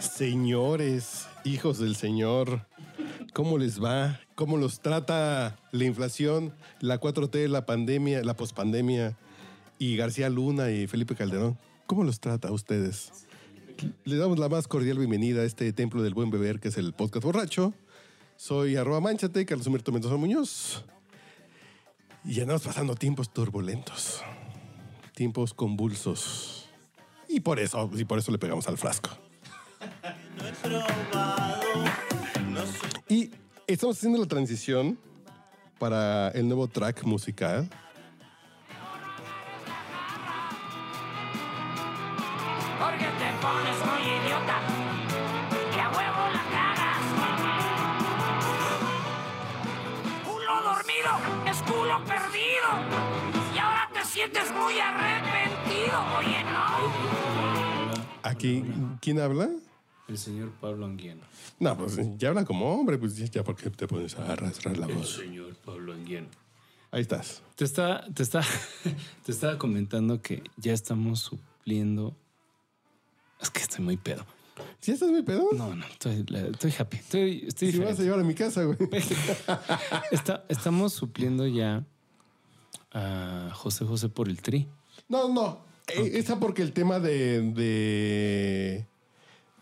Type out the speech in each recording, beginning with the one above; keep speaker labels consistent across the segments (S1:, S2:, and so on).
S1: Señores, hijos del Señor, ¿cómo les va? ¿Cómo los trata la inflación, la 4T, la pandemia, la pospandemia y García Luna y Felipe Calderón? ¿Cómo los trata a ustedes? Les damos la más cordial bienvenida a este templo del buen beber que es el podcast borracho. Soy arroba manchate, Carlos Humberto Mendoza Muñoz. Y andamos pasando tiempos turbulentos, tiempos convulsos. Y por eso, y por eso le pegamos al frasco. Y estamos haciendo la transición para el nuevo track musical.
S2: Porque te pones muy idiota Que a huevo la cagas Culo dormido es culo perdido Y ahora te sientes muy arrepentido Oye, no
S1: Aquí, ¿quién habla?
S3: El señor Pablo Anguiano.
S1: No, pues ya habla como hombre, pues ya, ya, ¿por qué te pones a arrastrar la voz?
S3: señor Pablo Anguiano.
S1: Ahí estás.
S3: Te está, te está, te estaba comentando que ya estamos supliendo. Es que estoy muy pedo.
S1: ¿Sí estás mi pedo?
S3: No, no, estoy, la- estoy happy. Estoy, estoy
S1: Si me vas a
S3: diferente.
S1: llevar a mi casa, güey.
S3: Está- estamos supliendo ya a José José por el tri.
S1: No, no. Eh, Está porque el tema de, de.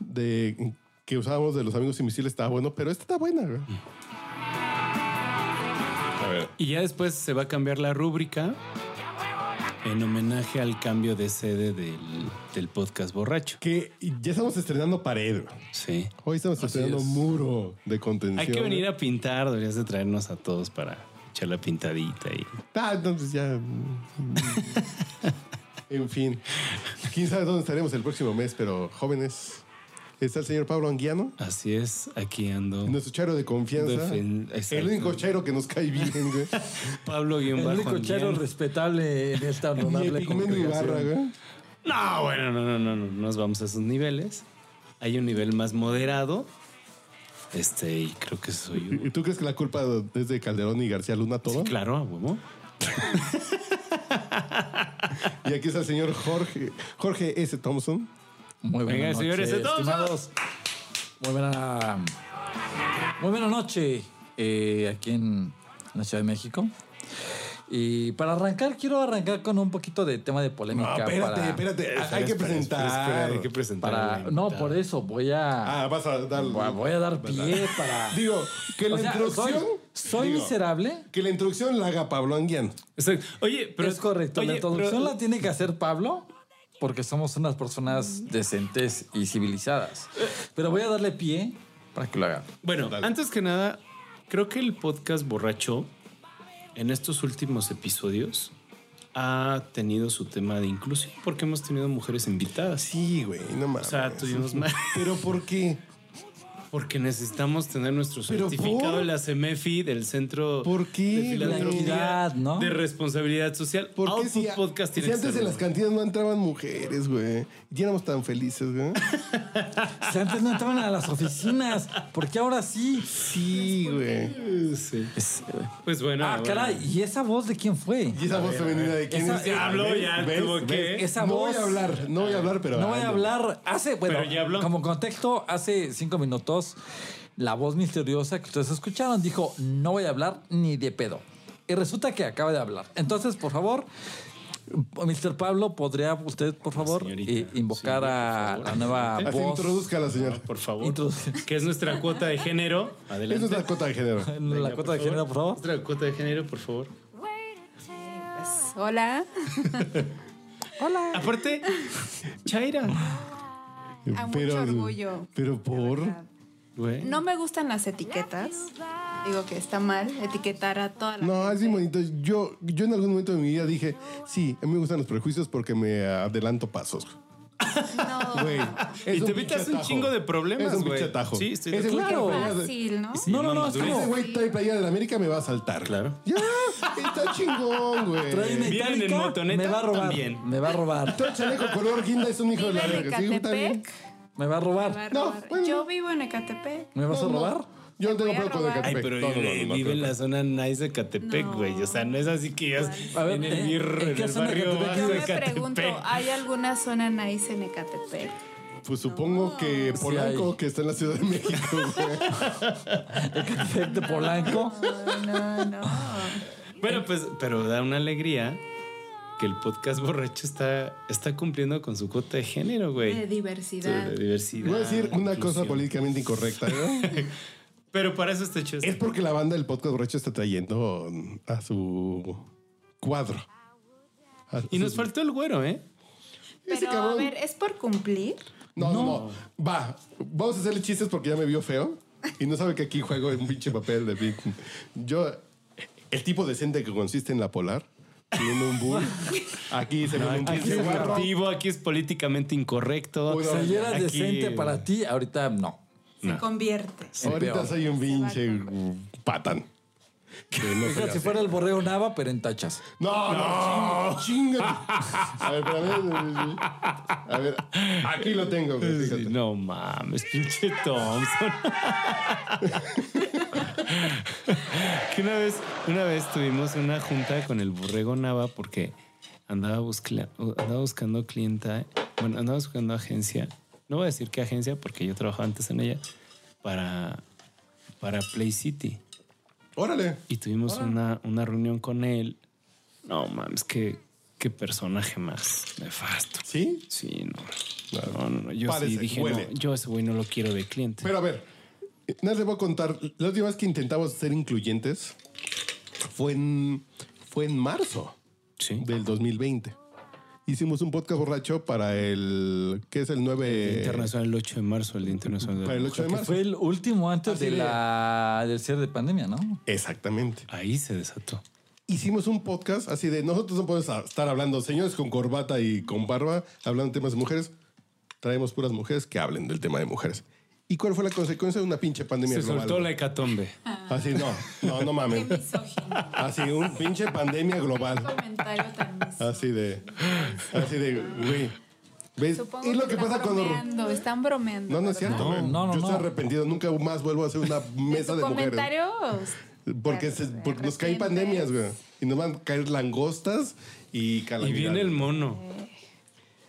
S1: de. que usábamos de los amigos invisibles estaba bueno, pero esta está buena, güey. A ver.
S3: Y ya después se va a cambiar la rúbrica en homenaje al cambio de sede del, del podcast borracho.
S1: Que ya estamos estrenando pared, güey.
S3: Sí.
S1: Hoy estamos
S3: Así
S1: estrenando
S3: es.
S1: muro de contención.
S3: Hay que venir a pintar, deberías de traernos a todos para echar la pintadita y
S1: Ah, entonces ya. mm, en fin. Quién sabe dónde estaremos el próximo mes, pero jóvenes. Está el señor Pablo Anguiano,
S3: así es, aquí ando.
S1: nuestro chairo de confianza.
S3: Defen-
S1: el
S3: exacto.
S1: único chairo que nos cae bien, güey.
S3: Pablo guión
S4: El
S3: bajo
S4: único
S3: Anguiano.
S4: chero respetable en esta
S1: Ni
S4: honorable
S1: Epigmenio Ibarra,
S4: congregación.
S1: güey.
S3: No, bueno, no, no, no, no, no nos vamos a esos niveles. Hay un nivel más moderado. Este, y creo que soy un-
S1: ¿Y tú crees que la culpa es de Calderón y García Luna todo?
S3: Sí, claro, a huevo.
S1: Y aquí está el señor Jorge, Jorge S. Thompson.
S4: Muy buena
S3: Venga,
S4: noche,
S3: señores, entonces.
S4: estimados. Muy buena, muy buena noche eh, aquí en la Ciudad de México. Y para arrancar, quiero arrancar con un poquito de tema de polémica.
S1: No, Ah, espérate,
S4: para-
S1: espérate. Hay
S3: Espera,
S1: que
S3: espera,
S1: presentar.
S3: espera, espera, hay que presentar.
S4: para-
S3: a la
S4: no,
S3: invitada.
S4: por eso voy a,
S1: Ah, vas a dar.
S4: voy a dar pie para...
S1: Digo, que la
S4: O sea, soy,
S1: introducción.
S4: soy
S1: digo,
S4: miserable.
S1: Que la introducción la haga Pablo Anguiano.
S3: Exacto. Oye, pero
S4: es correcto.
S3: oye,
S4: la
S3: pero-
S4: introducción la tiene que hacer Pablo porque somos unas personas decentes y civilizadas. Pero voy a darle pie para que lo haga.
S3: Bueno, antes que nada, creo que el podcast borracho en estos últimos episodios ha tenido su tema de inclusión porque hemos tenido mujeres invitadas.
S1: Sí, güey, no mames.
S3: O sea, tuvimos más.
S1: Pero ¿por qué?
S3: Porque necesitamos tener nuestro
S1: ¿Pero
S3: certificado
S1: por?
S3: de la CEMEFI del Centro
S1: ¿Por qué,
S3: de Filantropía
S4: güey? ¿no?
S3: de Responsabilidad Social.
S1: ¿Por qué
S3: Output
S1: si,
S3: Podcast
S1: si
S3: tiene que
S1: antes
S3: ser
S1: en las
S3: uno.
S1: cantinas no entraban mujeres, güey? Y éramos tan felices, güey.
S4: Si antes no entraban a las oficinas, porque ahora sí.
S1: Sí, güey.
S3: Sí. Pues bueno.
S4: Ah,
S3: bueno.
S4: caray, ¿y esa voz de quién fue?
S1: ¿Y esa voz femenina de quién
S4: Esa-
S1: es?
S4: ya
S3: habló,
S1: ¿Ves?
S3: ya
S1: ¿Ves?
S3: tuvo
S1: ¿Ves?
S3: que-
S4: Esa
S1: no
S4: voz-
S1: voy a hablar, no voy a hablar, pero...
S4: No voy a
S1: ando.
S4: hablar. Hace, bueno,
S3: Pero ya habló.
S4: como contexto, hace cinco minutos, la voz misteriosa que ustedes escucharon dijo: No voy a hablar ni de pedo. Y resulta que acaba de hablar. Entonces, por favor, Mr. Pablo, ¿podría usted, por favor,
S3: Señorita,
S4: eh, invocar
S3: sí, por
S4: a
S3: favor.
S4: la nueva
S1: Así
S4: voz?
S1: introduzca a la señora.
S3: Por favor.
S4: Introducción.
S3: Que es nuestra cuota de género.
S1: Eso
S3: Adelante.
S1: es la cuota de género.
S4: en
S3: Venga,
S4: la cuota de género, por favor.
S3: Nuestra cuota de género, por favor.
S5: Hola. Hola.
S3: Aparte, Chaira.
S5: A mucho orgullo.
S1: Pero por...
S3: Güey.
S5: No me gustan las etiquetas. Digo que está mal etiquetar a toda la
S1: No, es
S5: gente.
S1: bien bonito. Yo, yo en algún momento de mi vida dije, sí, a mí me gustan los prejuicios porque me adelanto pasos.
S5: No.
S1: Güey. es
S3: Y te
S1: pinche
S3: evitas un
S1: atajo.
S3: chingo de problemas,
S1: Es un
S3: güey.
S1: pinche atajo.
S3: Sí, estoy de
S1: Ese güey
S4: acuerdo.
S1: trae
S4: Claro.
S1: playeras de-
S5: Fácil, ¿no?
S3: Sí,
S4: No, no, no,
S3: mamá,
S4: es
S3: durísimo.
S1: Ese
S4: como.
S1: güey trae playera de la América, me va a saltar.
S3: Claro.
S1: Ya, está chingón, güey.
S4: Trae
S1: Trae
S3: Vienen Eh, en
S4: Metallica,
S3: motoneta,
S4: me va a robar.
S3: también.
S4: Me va a robar.
S1: el chaleco color guinda, es un hijo de
S5: Vive
S1: la
S5: en
S1: verga. Sí, está bien.
S5: Ecatepec.
S4: Me va a
S5: me va a
S4: robar.
S1: No,
S5: robar.
S1: bueno.
S5: Yo vivo en Ecatepec.
S4: ¿Me vas a
S1: No, no.
S4: robar?
S1: Yo no
S5: Te
S1: tengo
S5: voy a
S1: problema con
S5: robar.
S1: Ecatepec.
S3: Ay, pero
S1: No, no, no,
S3: vive,
S1: no, no,
S3: vive en
S1: no.
S3: la zona nice de Catepec,
S5: No.
S3: güey. O sea, no es así que ya es
S4: A ver,
S3: en el
S4: eh,
S3: birro,
S4: ¿en
S3: en
S4: qué
S3: el
S4: zona de
S3: barrio
S4: Catepec?
S3: bajo
S5: Yo
S3: de
S5: me pregunto, ah,
S3: Catepec.
S5: ¿hay alguna zona nice en Ecatepec?
S1: Pues supongo que
S4: Sí
S1: Polanco,
S4: hay.
S1: que está en la Ciudad de México, güey.
S4: Catepec de Polanco.
S5: No, no, no.
S3: Bueno, pues, pero da una alegría que el podcast borracho está, está cumpliendo con su cuota de género,
S5: De
S3: güey.
S5: diversidad.
S3: De diversidad.
S1: Voy a decir una cosa
S3: inclusión.
S1: políticamente incorrecta. ¿no?
S3: Pero para eso está hecho. esto.
S1: es porque la banda del podcast borracho está trayendo a su cuadro. A
S3: Y nos
S1: sus-
S3: faltó el güero, ¿eh?
S1: Ese
S5: Pero a
S1: cabrón.
S5: ver, ¿es por cumplir?
S1: No, no, no. Va, vamos a hacerle chistes porque ya me vio feo y no sabe que aquí juego en un pinche papel de big. Yo, el tipo decente que consiste en la polar, tiene un bull. Aquí se ve un
S3: Aquí
S1: pinche
S3: es
S1: guarro.
S3: deportivo, aquí es políticamente incorrecto.
S1: Bueno,
S4: Si era
S3: Aquí-
S4: decente para ti, ahorita no.
S5: Se convierte.
S1: Ahorita
S4: peor.
S1: soy un pinche patán. Que no, soy
S4: Fíjate, si
S1: así.
S4: fuera el borrego Nava, pero en tachas.
S1: no, no, chinga. A ver, pero a ver, a ver, aquí lo tengo. güey, fíjate.
S3: Sí, No mames, pinche Thompson. que una vez, una vez tuvimos una junta con el borrego Nava porque andaba, buscla- andaba buscando clienta, bueno, andaba buscando agencia. No voy a decir qué agencia porque yo trabajaba antes en ella para, para Play City.
S1: Órale.
S3: Y tuvimos una, una reunión con él. No mames, qué, qué personaje más nefasto.
S1: ¿Sí?
S3: Sí, no.
S1: Claro.
S3: No, no, no. Yo sí
S1: Parece,
S3: dije,
S1: huele.
S3: no, yo a ese güey no lo quiero de cliente.
S1: Pero a ver, eh, nada les voy a contar. La última vez que intentamos ser incluyentes fue en, fue en marzo
S3: sí.
S1: del 2020. Hicimos un podcast borracho para el. ¿Qué es el 9?
S3: Internacional el 8 de marzo, el Día Internacional de la
S1: Para el
S3: Mujer.
S1: 8 de
S4: Que
S1: marzo.
S4: fue el último antes
S1: Así
S4: de
S1: de-
S4: la, del cierre de pandemia, ¿no?
S1: Exactamente.
S3: Ahí se desató.
S1: Hicimos un podcast así de. Nosotros no podemos estar hablando, señores con corbata y con barba, hablando de temas de mujeres. Traemos puras mujeres que hablen del tema de mujeres. ¿Y cuál fue la consecuencia de una pinche pandemia
S3: Se
S1: global?
S3: soltó la
S1: güey?
S3: hecatombe.
S1: Así, no, no, no
S5: Qué
S1: mames.
S5: misógino.
S1: Así, un pinche pandemia global.
S5: Qué comentario tan misógino.
S1: Así de. Así de, güey. ¿Ves?
S5: Supongo
S1: Es lo que
S5: están
S1: pasa cuando.
S5: bromeando, Están bromeando.
S1: No, no es
S5: ¿verdad?
S1: cierto, güey.
S4: no, no,
S1: Yo estoy
S4: no.
S1: arrepentido. Nunca más vuelvo a hacer una mesa
S5: Tu
S1: de mujeres.
S5: comentario. pues, eh,
S1: Porque, se- porque nos caen pandemias, güey. Y nos van a caer langostas y
S3: Y
S1: calamidades.
S3: viene el mono.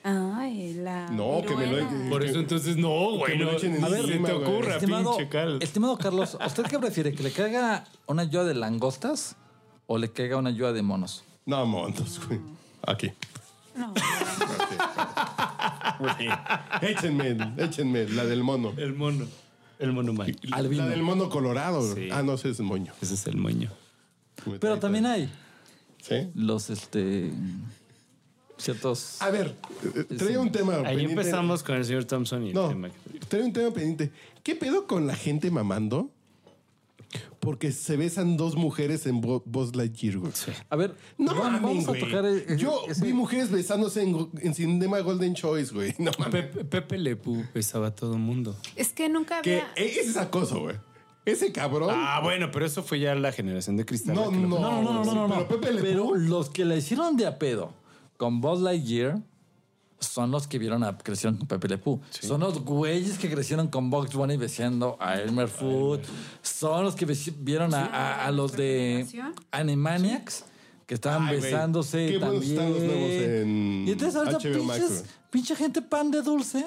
S5: Ay, la.
S1: No, que me lo-
S5: viruela.
S3: Por eso entonces, no, güey.
S1: me lo
S3: No,
S1: echen
S3: a ver, se
S1: encima,
S3: te
S1: güey.
S3: ocurra,
S4: Estimado,
S3: pinche cal.
S4: estimado Carlos, ¿a usted qué prefiere? ¿Que le caiga una ayuda de langostas o le caiga una ayuda de monos?
S1: No, montos, güey. Aquí.
S5: No,
S1: Güey. échenme, échenme. La del mono.
S3: El mono. El mono mal.
S4: Albino.
S1: La del mono colorado. güey.
S3: Sí.
S1: Ah, no, ese es moño.
S3: Ese es el moño.
S4: Pero también hay
S1: ¿Sí?
S4: los, este, ciertos...
S1: A ver, eh, traía un tema.
S3: Ahí
S1: pendiente.
S3: empezamos con el señor Thompson y el
S1: No,
S3: tema que-
S1: trae un tema pendiente. ¿Qué pedo con la gente mamando? Porque se besan dos mujeres en Bo- Buzz Lightyear, güey.
S4: A ver,
S1: No
S4: va-
S1: mames,
S4: vamos
S1: güey.
S4: a tocar... eh,
S1: Yo
S4: ese-
S1: vi mujeres besándose en, go- en Cinema Golden Choice, güey. No mames.
S3: Pepe, Pepe Lepu besaba a todo el mundo.
S5: es que nunca
S1: Que e-,
S5: había.
S1: ese es acoso, güey. Ese cabrón.
S3: Ah, bueno, pero eso fue ya la generación de cristal. la
S1: Oh. no,
S3: que lo-
S1: no, no,
S4: No, no, no, no, no, no.
S1: Pero Pepe Le
S4: Pero los que la hicieron de a pedo con Buzz Lightyear son los que vieron a crecieron con Pepe Le Pew. Son los güeyes que crecieron con Box Bunny besando a Elmer Food. Son los que besi- vieron a, a- a los de
S5: ¿Recomendación?
S4: Animaniacs que estaban
S1: Ay, güey.
S4: besándose
S1: Qué buenos
S4: también.
S1: están los nuevos en
S4: y entonces ahorita
S1: HBO Max,
S4: pinches,
S1: güey.
S4: pinche gente pan de dulce.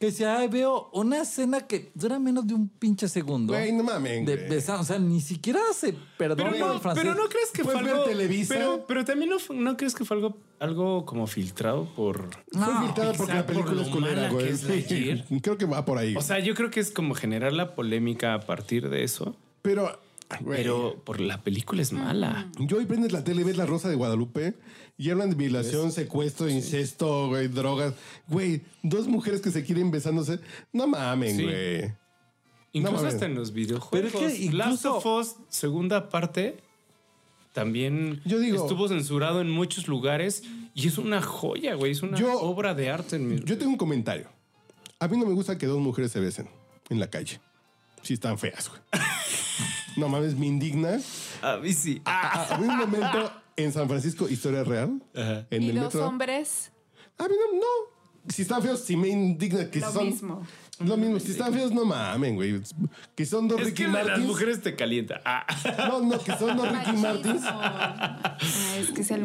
S4: Que decía, ay, veo una escena que dura menos de un pinche segundo.
S1: Güey, no mames,
S4: De
S1: güey.
S4: besar, o sea, ni siquiera se perdona
S3: Pero no,
S4: el francés.
S3: pero no crees que fue
S1: Puedes ver
S3: algo.
S1: Televisa.
S3: Pero, pero también no, fue- no crees que fue algo, algo como filtrado por.
S1: Fue filtrada porque la
S3: Pixar, por
S1: película
S3: lo
S1: es culera,
S3: mala que
S1: güey.
S3: es Lightyear.
S1: Creo que va por ahí.
S3: O sea, yo creo que es como generar la polémica a partir de eso.
S1: pero, güey.
S3: Pero por la película es mala.
S1: Yo hoy prendes la tele, ves la Rosa de Guadalupe y hablan de violación, secuestro, incesto, güey, drogas. Güey, dos mujeres que se quieren besándose. No mamen,
S3: Sí.
S1: güey.
S3: Incluso
S1: mames.
S3: hasta en los videojuegos.
S4: Pero es que
S3: Last
S4: incluso-
S3: of Us, segunda parte, también
S1: Yo digo-
S3: estuvo censurado en muchos lugares Y es una joya, güey. Es una
S1: Yo-
S3: obra de arte. En mi...
S1: Yo tengo un comentario. A mí no me gusta que dos mujeres se besen en la calle. Si están feas, güey. No mames, me indigna.
S3: A mí sí.
S1: Ah, Había un momento en San Francisco, historia real, en
S5: Y
S1: el
S5: los
S1: metro.
S5: hombres,
S1: A mí no, no. Si están feos, si me indigna que
S5: Lo
S1: son.
S5: mismo.
S1: Lo mismo. Si están feos, no mamen, güey. Que son dos
S3: Es
S1: Ricky
S3: que el de las
S1: Martins.
S3: mujeres te calienta. Ah.
S1: No, no, que son dos Ricky Martins.
S5: machismo. Ah, es que es el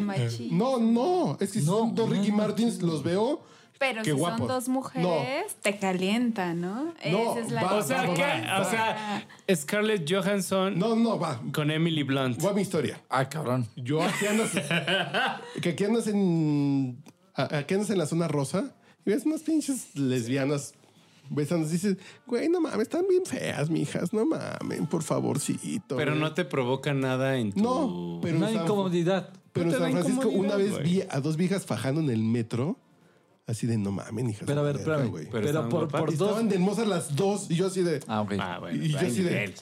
S1: No,
S5: machismo.
S1: no. Es que si son dos Ricky Martins, los veo.
S5: Pero
S1: qué
S5: si
S1: guapos.
S5: son dos
S1: No.
S5: mujeres, te calienta, ¿no?
S1: No, va-
S3: O sea,
S1: Ah, va-
S3: que,
S1: va-
S3: o sea, Scarlett Johansson
S1: No, no, va.
S3: con Emily Blunt.
S1: Voy a mi historia.
S4: Ah, cabrón.
S1: Yo aquí andas, que aquí andas en a- aquí andas en la zona rosa y ves unas pinches lesbianas besándose y dices, güey, no mames, están bien feas, mijas, no mamen, por favorcito.
S3: Pero
S1: güey".
S3: no te provoca nada en tu...
S1: No, pero
S4: Una
S1: en San-
S4: incomodidad.
S1: Pero en
S3: te da
S1: San Francisco una
S3: incomodidad,
S1: vez
S3: güey.
S1: vi a dos viejas fajando en el metro, así de no mamen, hijas.
S4: Pero a
S1: de
S4: ver,
S1: verga,
S4: espérame.
S1: güey".
S3: Pero
S4: Pero,
S3: estaban
S4: por,
S3: guapas.
S4: por
S1: Y Estaban
S4: dos.
S1: de hermosas las dos y yo así de
S4: Ah, ok.
S3: Ah, bueno.
S1: Y yo
S3: hay
S1: así de-
S3: nivel.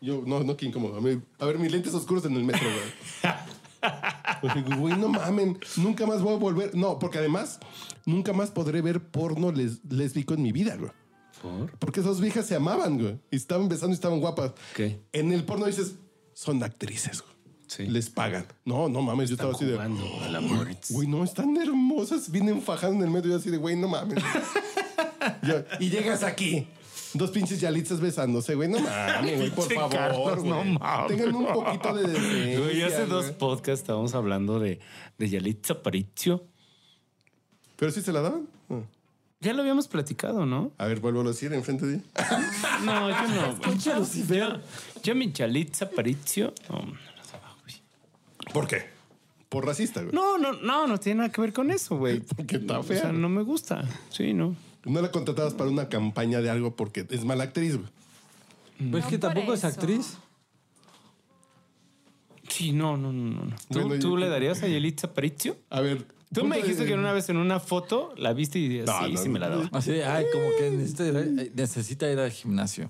S1: yo no no que incómodo. A mí- A ver, mis lentes oscuros en el metro, güey. Pues digo, güey, no mamen, nunca más voy a volver. No, porque además nunca más podré ver porno les- lésbico en mi vida, güey.
S3: ¿Por?
S1: Porque esas viejas se amaban, güey. Y estaban besando y estaban guapas.
S3: ¿Qué?
S1: En el porno dices, son actrices, güey.
S3: Sí.
S1: Les pagan. No, no mames, yo estaba así de.
S3: Jugando al amor.
S1: Güey, no, están hermosas. Vienen fajando en el metro y yo así de, güey, no mames. Yo, y llegas aquí. Dos pinches yalitzas besándose, güey. No mames, güey, por
S3: Pinche
S1: favor.
S3: Carlos, no
S1: güey.
S3: mames.
S1: Tengan un poquito de decencia,
S3: Güey, hace dos
S1: güey.
S3: podcasts estábamos hablando de, de Yalitza Paricio.
S1: Pero sí se la daban.
S3: Ya lo habíamos platicado, ¿no?
S1: A ver, vuelvo a decir enfrente de
S3: No, yo no. güey.
S4: Pinche Lucifer.
S3: Yo mi Yalitza Paricio...
S1: ¿Por qué? Por racista, güey.
S3: No, no, no, no tiene nada que ver con eso, güey.
S1: Porque está
S3: O
S1: fea.
S3: sea,
S1: no.
S3: no me gusta. Sí, no.
S1: la contratabas para una campaña de algo porque es mala actriz, güey.
S3: Mm.
S4: Pues es que
S5: No por
S4: tampoco es
S5: eso.
S4: actriz.
S3: Sí, no, no, no, no, no. ¿Tú,
S1: Bueno,
S3: tú
S1: yo-
S3: le darías a Yelitza Paricio?
S1: A ver.
S3: Tú
S1: punto
S3: me dijiste
S1: de-
S3: que una vez en una foto la viste y dijiste,
S1: No,
S3: sí,
S1: no,
S3: sí me la daba.
S4: Así de, ay, como que necesita ir, a- eh, necesita ir al gimnasio.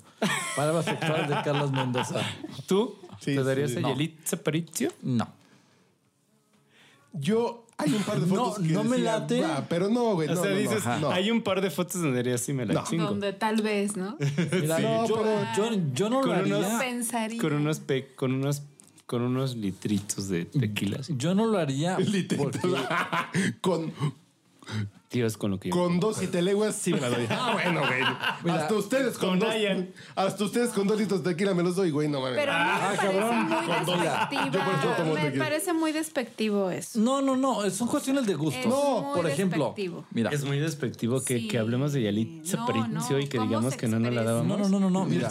S4: Palabras sexuales de Carlos Mendoza.
S3: ¿Tú
S1: Sí,
S3: te darías
S1: sí.
S3: a
S1: No.
S3: Yelitza Paricio?
S4: No.
S1: Yo hay un par de
S4: No,
S1: fotos que
S4: no me
S1: decían,
S4: late.
S1: "Ah, pero no, güey.
S3: O
S1: no,
S3: sea,
S1: no, no,
S3: dices,
S1: no.
S3: hay un par de fotos donde dirías, sí me la
S1: No.
S3: chingo.
S5: donde tal vez, ¿no?
S4: Mira,
S1: No,
S4: yo,
S1: pero-
S4: yo, yo no lo
S3: Con unos-
S4: haría.
S5: Pensaría.
S3: Con unos, pe- con unos con unos litritos de tequila.
S4: Yo no lo haría.
S1: Literal.
S4: porque-
S1: con,
S3: Dios, con lo que yo...
S1: con dos y teleguas sí me la doy. Ah, bueno, güey.
S4: Mira,
S1: hasta ustedes con,
S3: con
S1: dos.
S3: Ryan.
S1: Hasta ustedes con dos litros de tequila me los doy, güey. No mames.
S5: Pero a mí me parece muy despectiva.
S1: Yo por eso tomo
S5: me
S1: tequila.
S5: parece muy despectivo eso.
S4: No, no, no. Son cuestiones de gusto.
S5: Es No.
S4: por
S5: muy
S4: ejemplo.
S5: despectivo.
S4: Mira.
S3: Es muy despectivo que,
S5: Sí.
S3: que hablemos de Yalitza
S5: No,
S3: Aparicio
S5: no,
S3: y que
S5: ¿cómo
S3: digamos
S5: se
S3: que no nos la
S5: expresa?
S3: dábamos.
S4: No, no, no, no, no. Mira.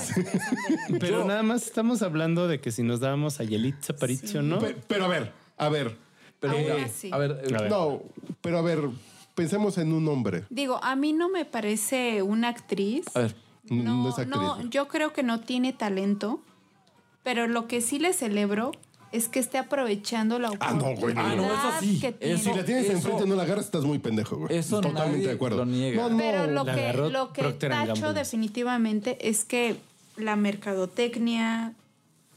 S3: Pero nada más estamos hablando de que si nos dábamos a Yelitza Paricio, ¿no?
S1: Pe- pero a ver, a ver.
S4: Pero
S5: Aún
S4: mira,
S5: así.
S4: A ver, eh,
S3: A ver.
S1: No, pero a ver, pensemos en un hombre.
S5: Digo, a mí no me parece una actriz.
S4: a ver.
S1: No,
S5: No,
S1: es actriz.
S5: no,
S1: güey.
S5: yo creo que no tiene talento, pero lo que sí le celebro es que esté aprovechando la
S1: Ah, no, güey, no,
S5: oportunidad
S1: no.
S4: Ah, no, eso sí,
S5: que tiene.
S4: eso
S1: Si la tienes
S4: Eso-
S1: enfrente y no la agarras, estás muy pendejo, güey.
S4: Eso
S1: Totalmente
S4: nadie
S1: de acuerdo.
S4: lo niega.
S1: No, no.
S5: Pero lo
S3: La
S5: que,
S3: agarró
S5: lo que
S3: Procter and
S5: tacho
S3: Gamble.
S5: definitivamente es que la mercadotecnia,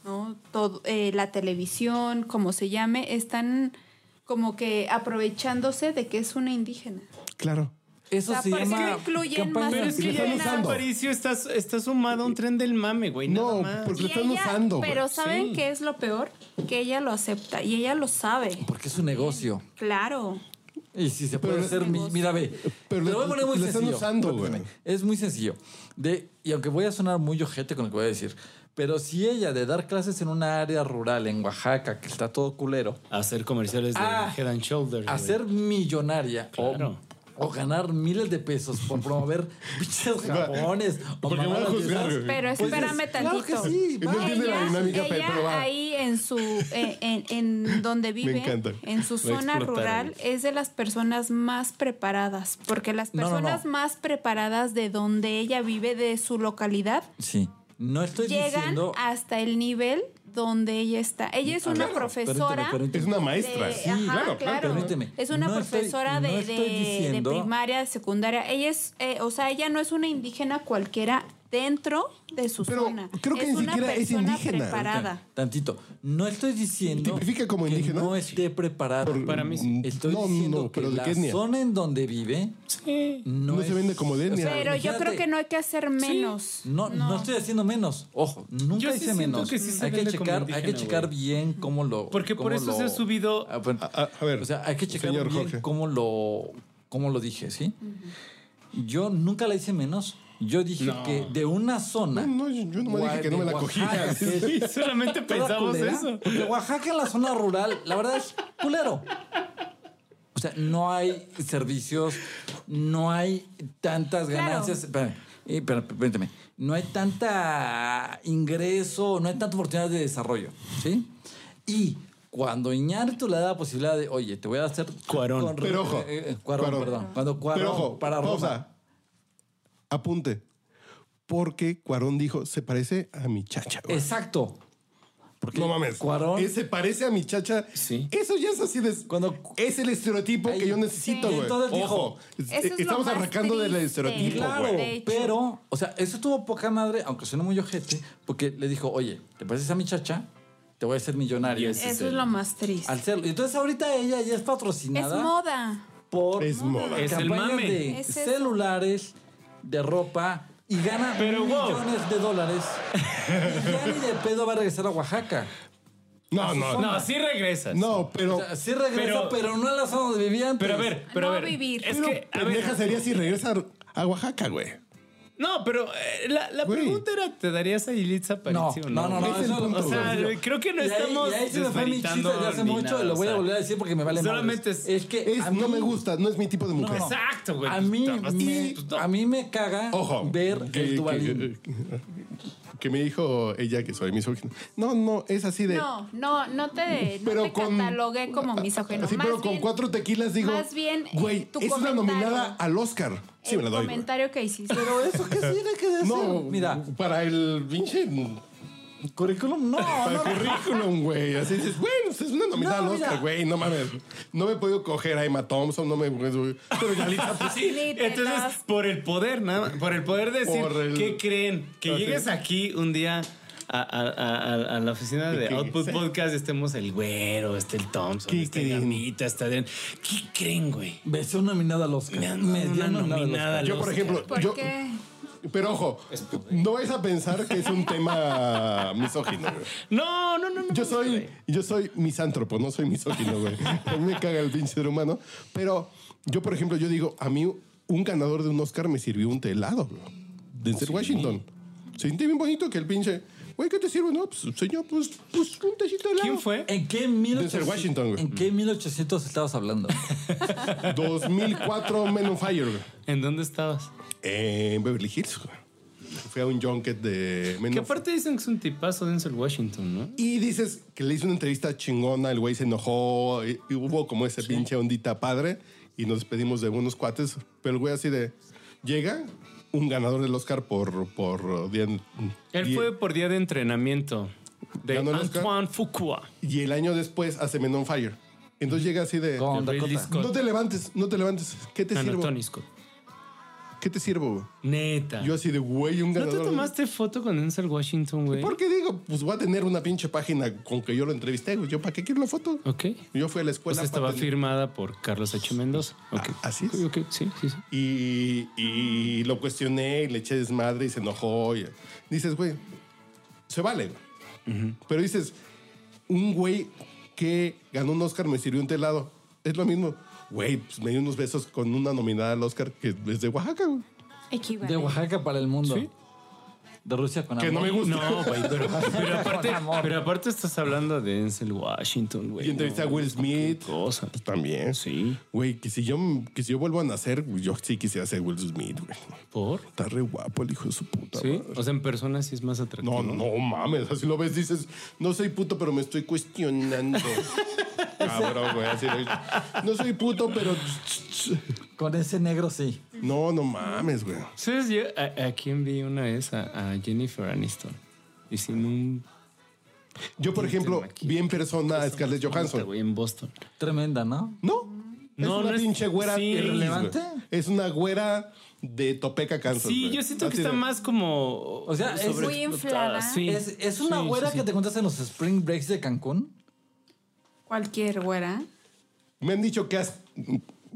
S5: ¿no? Todo, eh, la televisión, como se llame, están como que aprovechándose de que es una indígena.
S1: Claro.
S4: Eso
S5: O sea,
S4: se
S5: ¿por qué
S4: llama.
S5: incluyen
S4: campaña
S5: más
S3: Pero es
S5: Y
S3: que
S5: lo están
S3: Yalitza
S1: usando.
S3: Aparicio está, está sumada a un tren del mame, güey.
S1: No,
S3: No, más.
S1: porque lo
S5: Y
S1: Pues están
S5: ella-
S1: usando. güey.
S5: Pero ¿saben
S3: Sí.
S5: qué es lo peor? Que ella lo acepta y ella lo sabe.
S4: Porque es un negocio.
S5: Claro.
S4: Y si se puede
S1: Pero-
S4: hacer, mi- mira, ve.
S1: Pero lo-
S4: te lo voy a poner muy
S1: lo están
S4: sencillo.
S1: usando,
S4: Espérame,
S1: güey.
S4: Es muy sencillo. De, y aunque voy a sonar muy ojete con lo que voy a decir, pero si ella de dar clases en una área rural, en Oaxaca, que está todo culero,
S3: Hacer comerciales de
S4: Ah,
S3: Head and Shoulders. güey.
S4: hacer millonaria o-
S3: Claro.
S4: o, ganar miles de pesos por promover pinches jabones o
S1: Porque me van a
S4: mamadas de
S1: juzgar,
S4: esas,
S1: güey.
S5: Pero
S4: pues,
S5: espérame
S4: claro
S5: tantito.
S4: que sí,
S1: No
S4: va.
S1: entiende la
S5: Ella-
S1: dinámica,
S5: ella
S1: pero va.
S5: ahí en su eh, en, en donde vive,
S1: encanta.
S5: en su
S3: Lo
S5: zona
S3: explotaron.
S5: rural, es de las personas más preparadas, porque las
S4: No, no, no.
S5: personas más preparadas de donde ella vive, de su localidad,
S4: Sí. No estoy
S5: llegan
S4: diciendo.
S5: hasta el nivel donde ella está. Ella es una
S4: Claro, permíteme,
S5: profesora.
S4: permíteme.
S1: Es una maestra.
S5: de-
S1: sí,
S5: ajá,
S1: claro, claro.
S4: permíteme.
S5: Es una
S4: No estoy-
S5: profesora
S4: no
S5: de- de,
S4: estoy
S5: de
S4: diciendo-
S5: primaria, de secundaria. Ella es, eh, o sea, ella no es una indígena cualquiera dentro de su
S1: Pero
S5: zona.
S1: creo que
S5: es
S1: ni
S5: una
S1: siquiera es
S5: persona
S1: indígena.
S5: preparada.
S4: Tantito. No estoy diciendo
S1: Tipifica como
S4: que
S1: indígena.
S4: no esté preparado.
S1: Por- Mm,
S3: Para mí sí.
S4: Estoy
S1: No,
S4: diciendo
S1: no,
S4: que
S1: pero ¿de
S4: la
S1: qué etnia?
S4: zona en donde vive
S3: Sí.
S4: no,
S1: No se
S4: es-
S1: vende como de etnia.
S5: Pero yo
S4: imagínate,
S5: creo que no hay que hacer menos.
S4: No, no, estoy haciendo menos. Ojo, nunca
S3: Yo sí
S4: hice
S3: siento
S4: menos.
S3: que sí se
S4: hay que
S3: vende como
S4: checar, hay que
S3: indígena,
S4: checar
S3: güey.
S4: bien cómo lo.
S3: Porque por
S4: cómo
S3: eso
S4: lo-
S3: se ha subido-
S4: Ah, bueno.
S1: A, a- a ver,
S4: o sea, hay que checar
S1: señor
S4: bien
S1: Jorge.
S4: cómo lo, cómo lo dije, ¿sí? Yo nunca la hice menos. Yo dije
S3: No.
S4: que de una zona.
S1: No, no, yo nomás dije que no me la cogí.
S4: Oaxaca, que es
S3: Sí, solamente
S4: toda
S3: pensamos
S4: culera,
S3: eso.
S4: De Oaxaca en la zona rural, la verdad es culero. O sea, no hay servicios, no hay tantas
S5: Claro.
S4: ganancias. Espérame, eh, espérame, permíteme. No hay tanta ingreso, no hay tanta oportunidad de desarrollo, ¿sí? Y cuando Iñárritu le da la posibilidad de, oye, te voy a hacer...
S3: Cuarón.
S4: con-
S1: Pero ojo,
S4: eh, eh, Cuarón,
S1: Cuarón.
S4: perdón. Cuando Cuarón
S1: Pero ojo,
S4: para Roma.
S1: pausa. Apunte. Porque Cuarón dijo, se parece a mi chacha. güey".
S4: Exacto. Porque
S1: no mames.
S4: Cuarón...
S1: Eh, Se parece a mi chacha.
S3: Sí.
S1: Eso ya es así de...
S4: Cuando-
S1: Es el estereotipo
S4: Ahí.
S1: que yo necesito,
S4: Sí.
S1: güey.
S4: Entonces dijo,
S1: Ojo. es-
S5: Eso es lo
S1: estamos
S5: más
S1: arrancando del
S5: triste.
S1: estereotipo,
S4: Claro,
S1: güey.
S5: De hecho.
S4: pero, o sea, eso tuvo poca madre, aunque suene muy ojete, porque le dijo, oye, ¿te pareces a mi chacha? Te voy a hacer millonario.
S3: Yes. Ese es
S5: Eso es
S3: el-
S5: lo más triste.
S4: Pues, este, Al serlo. Y entonces ahorita ella ya es
S5: Es
S4: patrocinada
S5: moda.
S4: por
S1: Es moda.
S3: Es el
S4: campañas
S3: mame.
S4: de
S5: Es eso.
S4: celulares, de ropa, y gana
S3: Pero, wow.
S4: millones de dólares. y ya ni de pedo va a regresar a Oaxaca.
S1: No, no, no.
S3: No, sí regresas.
S1: No, pero...
S4: O sea, sí regresa, pero,
S3: Pero-
S4: no a la zona donde vivía antes.
S3: Pero a ver, pero
S5: No
S3: a ver.
S5: vivir.
S3: Es
S1: pero
S3: que, a ver,
S1: pendeja sería si regresa a Oaxaca, güey.
S3: No, pero eh, la, la
S1: Güey.
S3: pregunta era, ¿te darías a Yelitza
S4: No,
S3: Aparicio o
S4: no, no, no,
S1: Ese es el
S4: eso-
S1: punto,
S4: o sea,
S3: güey. creo que no
S4: y ahí-
S3: estamos
S4: y ahí se me fue mi chiste
S3: desmeritando
S4: de hace
S3: ni
S4: mucho
S3: nada,
S4: y lo voy
S3: o
S4: a
S3: sea,
S4: volver a decir porque me vale
S3: solamente
S4: madres.
S3: es-
S4: que
S1: Es,
S4: a
S1: no
S4: mí-
S1: me gusta, no es mi tipo de mujer.
S4: no.
S3: Exacto, güey.
S4: A mí,
S3: Estabas-
S4: me,
S3: pues, no.
S4: a mí me caga
S1: Ojo.
S4: ver
S1: que,
S4: el dualismo.
S1: que, que me dijo ella que soy misógino. No, no, es así de.
S5: No, no, no te, no
S1: Eh, Pero
S5: te
S1: con-
S5: catalogué como misógeno.
S1: así,
S5: Más
S1: pero con
S5: bien,
S1: cuatro tequilas digo.
S5: más bien, eh,
S1: Güey,
S5: tu
S1: es una
S5: comentario.
S1: nominada al Oscar. Sí, me la
S5: el
S1: doy. güey.
S5: comentario que hiciste.
S4: Pero eso qué tiene que decir.
S1: No,
S4: Mira,
S1: Para el pinche.
S4: currículum no,
S1: Para
S4: Ah, no.
S1: el currículum, güey. Así dices, bueno, es una nominada
S4: No,
S1: al Oscar,
S4: mira.
S1: güey. No mames. No me he podido coger a Emma Thompson, no me. Pero Yalitza,
S4: Ah,
S1: pues sí.
S5: Ni te das-
S3: Entonces, por el poder, nada más, por el poder de decir,
S1: Por el-
S3: ¿qué creen? Que
S1: Así
S3: llegues
S1: es.
S3: aquí un día a, a- a- a- a la oficina de
S1: ¿Qué?
S3: Output Podcast, estemos el güero, esté el Thompson,
S1: ¿Qué
S3: esté
S1: creen?
S3: Gamita, está Adrián. ¿Qué creen, güey?
S4: Me dio nominada al Oscar.
S3: Me han dado una nominada al
S1: Yo, por
S3: Oscar.
S1: ejemplo,
S5: ¿Por
S1: yo.
S5: qué?
S1: Pero ojo, no es a pensar que es un tema misógino, güey.
S3: No, no, no, no.
S1: Yo soy,
S3: güey.
S1: yo soy misántropo, no soy misógino, güey. A mí me caga el pinche ser humano. Pero yo, por ejemplo, yo digo, a mí un ganador de un Oscar me sirvió un telado, bro. Denzel Washington. Se siente bien bonito que el pinche, güey, ¿qué te sirve? No, pues, señor, pues, pues un tecito de helado.
S3: ¿Quién fue?
S4: ¿En qué,
S1: Denzel
S4: 1800,
S1: Washington, güey.
S4: ¿En qué 1800 estabas hablando?
S1: 2004 Men on Fire, güey.
S3: ¿En dónde estabas? Eh,
S1: En Beverly Hills, güey. Fui a un junket de Men
S3: Que
S1: on Fire.
S3: aparte dicen que es un tipazo Denzel Washington, ¿no?
S1: Y dices que le hizo una entrevista chingona, el güey se enojó, y, y hubo como ese pinche ondita padre, y nos despedimos de unos cuates, pero el güey así de, llega un ganador del Oscar por... por día-
S3: Él
S1: y,
S3: fue por día de entrenamiento de
S1: ¿Ganó el Oscar?
S3: Antoine Fuqua.
S1: y el año después hace Men on Fire. Entonces llega así de...
S4: Con
S3: De Ridley
S4: Dakota.
S3: Scott.
S1: No te levantes, no te levantes. ¿Qué te
S3: Ah, no,
S1: sirvo?
S3: Tony Scott.
S1: ¿Qué te sirvo? güey?
S3: Neta.
S1: Yo así de, güey, un
S3: ¿No
S1: ganador...
S3: te tomaste foto con Denzel Washington, güey?
S1: ¿Por qué digo? Pues voy a tener una pinche página con que yo lo entrevisté, güey. ¿Yo para qué quiero la foto?
S3: Ok.
S1: Yo fui a la
S3: O
S1: escuela...
S3: sea, estaba
S1: para tener-
S3: firmada por Carlos H. Mendoza. Ok.
S1: Ah, así es.
S3: Ok, sí, sí, sí.
S1: Y, y lo cuestioné y le eché desmadre y se enojó. y- dices, güey, se vale. güey. Pero dices, un güey que ganó un Oscar me sirvió un telado. Es lo mismo. Güey, pues me dio unos besos con una nominada al Oscar que es de Oaxaca, güey.
S5: Equivalente.
S4: De Oaxaca para el mundo.
S3: Sí.
S4: De Rusia con
S1: Que no me
S4: amor.
S1: gusta.
S3: No, güey, pero, pero aparte,
S4: Con amor.
S3: pero aparte estás hablando de Denzel Washington, güey.
S1: y entrevisté a Will Smith.
S3: Cosa.
S1: Pues también.
S3: Sí.
S1: Güey, que si yo, que si yo vuelvo a nacer, güey, yo sí quisiera ser Will Smith, güey.
S3: ¿Por?
S1: Está re guapo el hijo de su puta.
S3: Sí.
S1: madre.
S3: O sea, en persona sí es más atractivo.
S1: No, no, no mames. Así lo ves, dices, no soy puto, pero me estoy cuestionando. Cabrón, güey. así de- no soy puto, pero.
S4: Con ese negro sí.
S1: No, no mames, güey.
S3: ¿Sabes yo a, a quién vi una vez? A, a Jennifer Aniston. Y sin un... Pues,
S1: Yo, por ejemplo, vi en persona a Scarlett Johansson.
S3: güey, en Boston.
S4: Tremenda, ¿no?
S1: No, No,
S3: No,
S1: es una
S3: no es-
S1: pinche güera
S3: sí.
S1: feliz, güey.
S4: ¿Irrelevante?
S1: Es una güera de Topeka, Kansas.
S3: Sí,
S1: güey.
S3: yo siento que
S1: Así
S3: está
S1: de-
S3: más como.
S4: O sea, es muy
S3: sobreexplotada.
S5: inflada.
S3: Sí,
S4: ¿Es, es una
S3: sí,
S4: güera
S3: sí,
S4: que
S3: sí.
S4: te encuentras en los Spring Breaks de Cancún?
S5: Cualquier güera.
S1: Me han dicho que, has-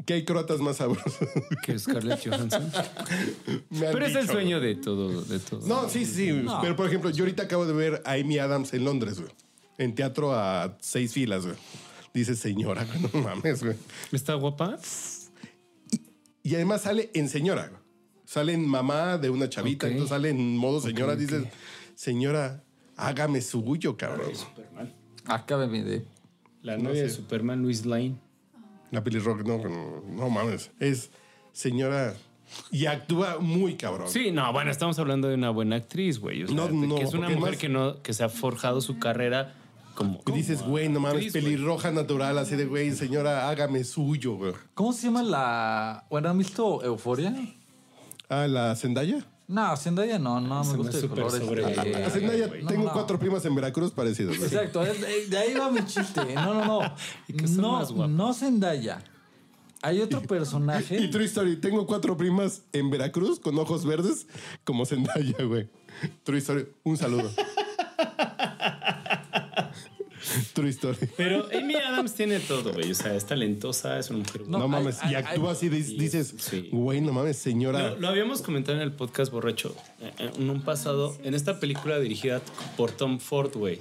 S1: que hay croatas más sabrosos.
S3: Que Scarlett Johansson.
S1: Me han
S3: Pero es el
S1: dicho,
S3: sueño de todo, de todo.
S1: güey. No, sí, sí.
S4: No.
S1: Pero por ejemplo, yo ahorita acabo de ver a Amy Adams en Londres, güey. En teatro a seis filas, güey. Dice señora, güey, no mames, güey.
S3: ¿Está guapa?
S1: Y además sale en señora. güey. Sale en mamá de una chavita.
S3: Ok.
S1: Entonces sale en modo señora. Dices, señora, hágame suyo, cabrón.
S4: Acábeme de.
S3: La
S1: No
S3: novia de
S1: sé.
S3: Superman, Luis Lane.
S1: La peli rock, no, no, no mames. Es señora. Y actúa muy cabrón.
S3: Sí, no, bueno, estamos hablando de una buena actriz, güey. O sea,
S1: No,
S3: de
S1: no,
S3: que es una
S1: porque
S3: mujer
S1: más-
S3: que no, que se ha forjado su carrera como.
S1: Que Dices, güey, no mames,
S3: actriz, güey.
S1: pelirroja natural, así de güey, señora, hágame suyo, güey.
S4: ¿Cómo se llama la. Bueno, ¿han visto Euforia?
S1: Ah, la Zendaya.
S4: No, Zendaya no, no me
S3: me
S4: gusta
S3: hace
S4: el color.
S3: súper
S4: este.
S1: A
S3: sobrevalorada.
S1: Zendaya,
S3: güey.
S1: tengo
S4: No, no.
S1: cuatro primas en Veracruz parecidas. güey.
S4: Exacto, es- eh, de ahí va mi chiste. No, no, no.
S3: Y que son
S4: No,
S3: más guapas.
S4: no Zendaya. Hay otro personaje.
S1: Y True Story, tengo cuatro primas en Veracruz con ojos verdes como Zendaya, güey. True Story, un saludo. True Story.
S3: Pero Amy Adams tiene todo, güey. O sea, es talentosa, es una mujer.
S1: No,
S3: guapa.
S4: No,
S1: mames,
S4: ay,
S1: y
S4: ay,
S1: actúa
S4: ay.
S1: así, dis- dices,
S3: Sí.
S1: güey, no mames, señora.
S3: Lo, lo habíamos comentado en el podcast borracho, eh, eh, en un pasado, en esta película dirigida por Tom Ford, güey.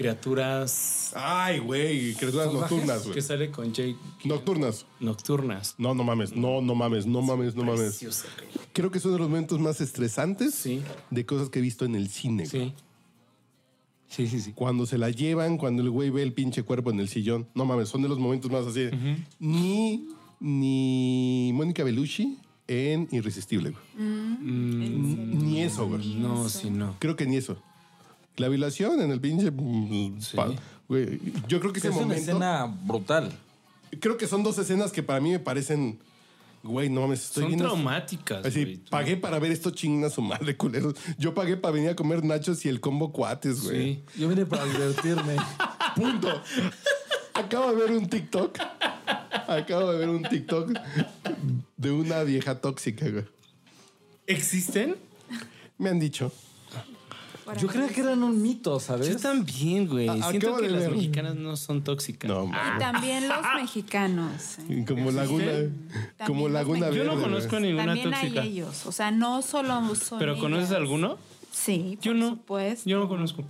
S3: Criaturas
S1: Ay, güey, criaturas
S4: Salvajes
S1: nocturnas, güey.
S3: que sale con Jake
S1: Nocturnas.
S3: Nocturnas.
S1: No, no mames, no, no mames, no mames, no mames.
S3: Preciosa, güey.
S1: Creo que es uno de los momentos más estresantes
S3: Sí.
S1: de cosas que he visto en el cine. güey.
S3: Sí. Sí, sí, sí.
S1: Cuando se la llevan, cuando el güey ve el pinche cuerpo en el sillón. No mames, son de los momentos más así. de- Ni, ni Mónica Bellucci en Irresistible, güey. Ni eso, güey.
S3: No, sí, no.
S1: Creo que ni eso. La violación en el pinche... mm,
S3: Sí.
S1: pa- güey, Yo creo que
S4: Es
S1: ese
S4: una
S1: momento...
S4: escena brutal.
S1: Creo que son dos escenas que para mí me parecen... Güey, no mames, estoy
S3: Son
S1: viendo...
S3: traumáticas.
S1: Así,
S3: güey.
S1: pagué para ver esto chinga su madre, culeros. Yo pagué para venir a comer nachos y el combo cuates, güey.
S3: Sí.
S4: Yo vine para divertirme.
S1: Punto. Acabo de ver un TikTok. Acabo de ver un TikTok de una vieja tóxica, güey.
S3: ¿Existen?
S1: Me han dicho.
S5: Para
S4: Yo
S5: mí.
S4: creía que eran un mito,
S3: Yo
S4: ¿sabes?
S3: también, güey.
S1: A-
S3: Siento
S1: acabo
S3: que
S1: de
S3: las
S1: ver.
S3: mexicanas no son tóxicas.
S1: No,
S5: Y
S1: mames.
S5: también los mexicanos. ¿eh?
S1: como laguna, como laguna
S5: los mexicanos.
S1: verde.
S3: Yo no
S1: güey.
S3: conozco a ninguna
S5: También
S3: tóxica.
S5: hay ellos. O sea, no solo son
S3: ¿Pero conoces
S5: ellas.
S3: alguno?
S5: Sí,
S3: Yo
S5: por
S3: no.
S5: supuesto.
S3: Yo no conozco.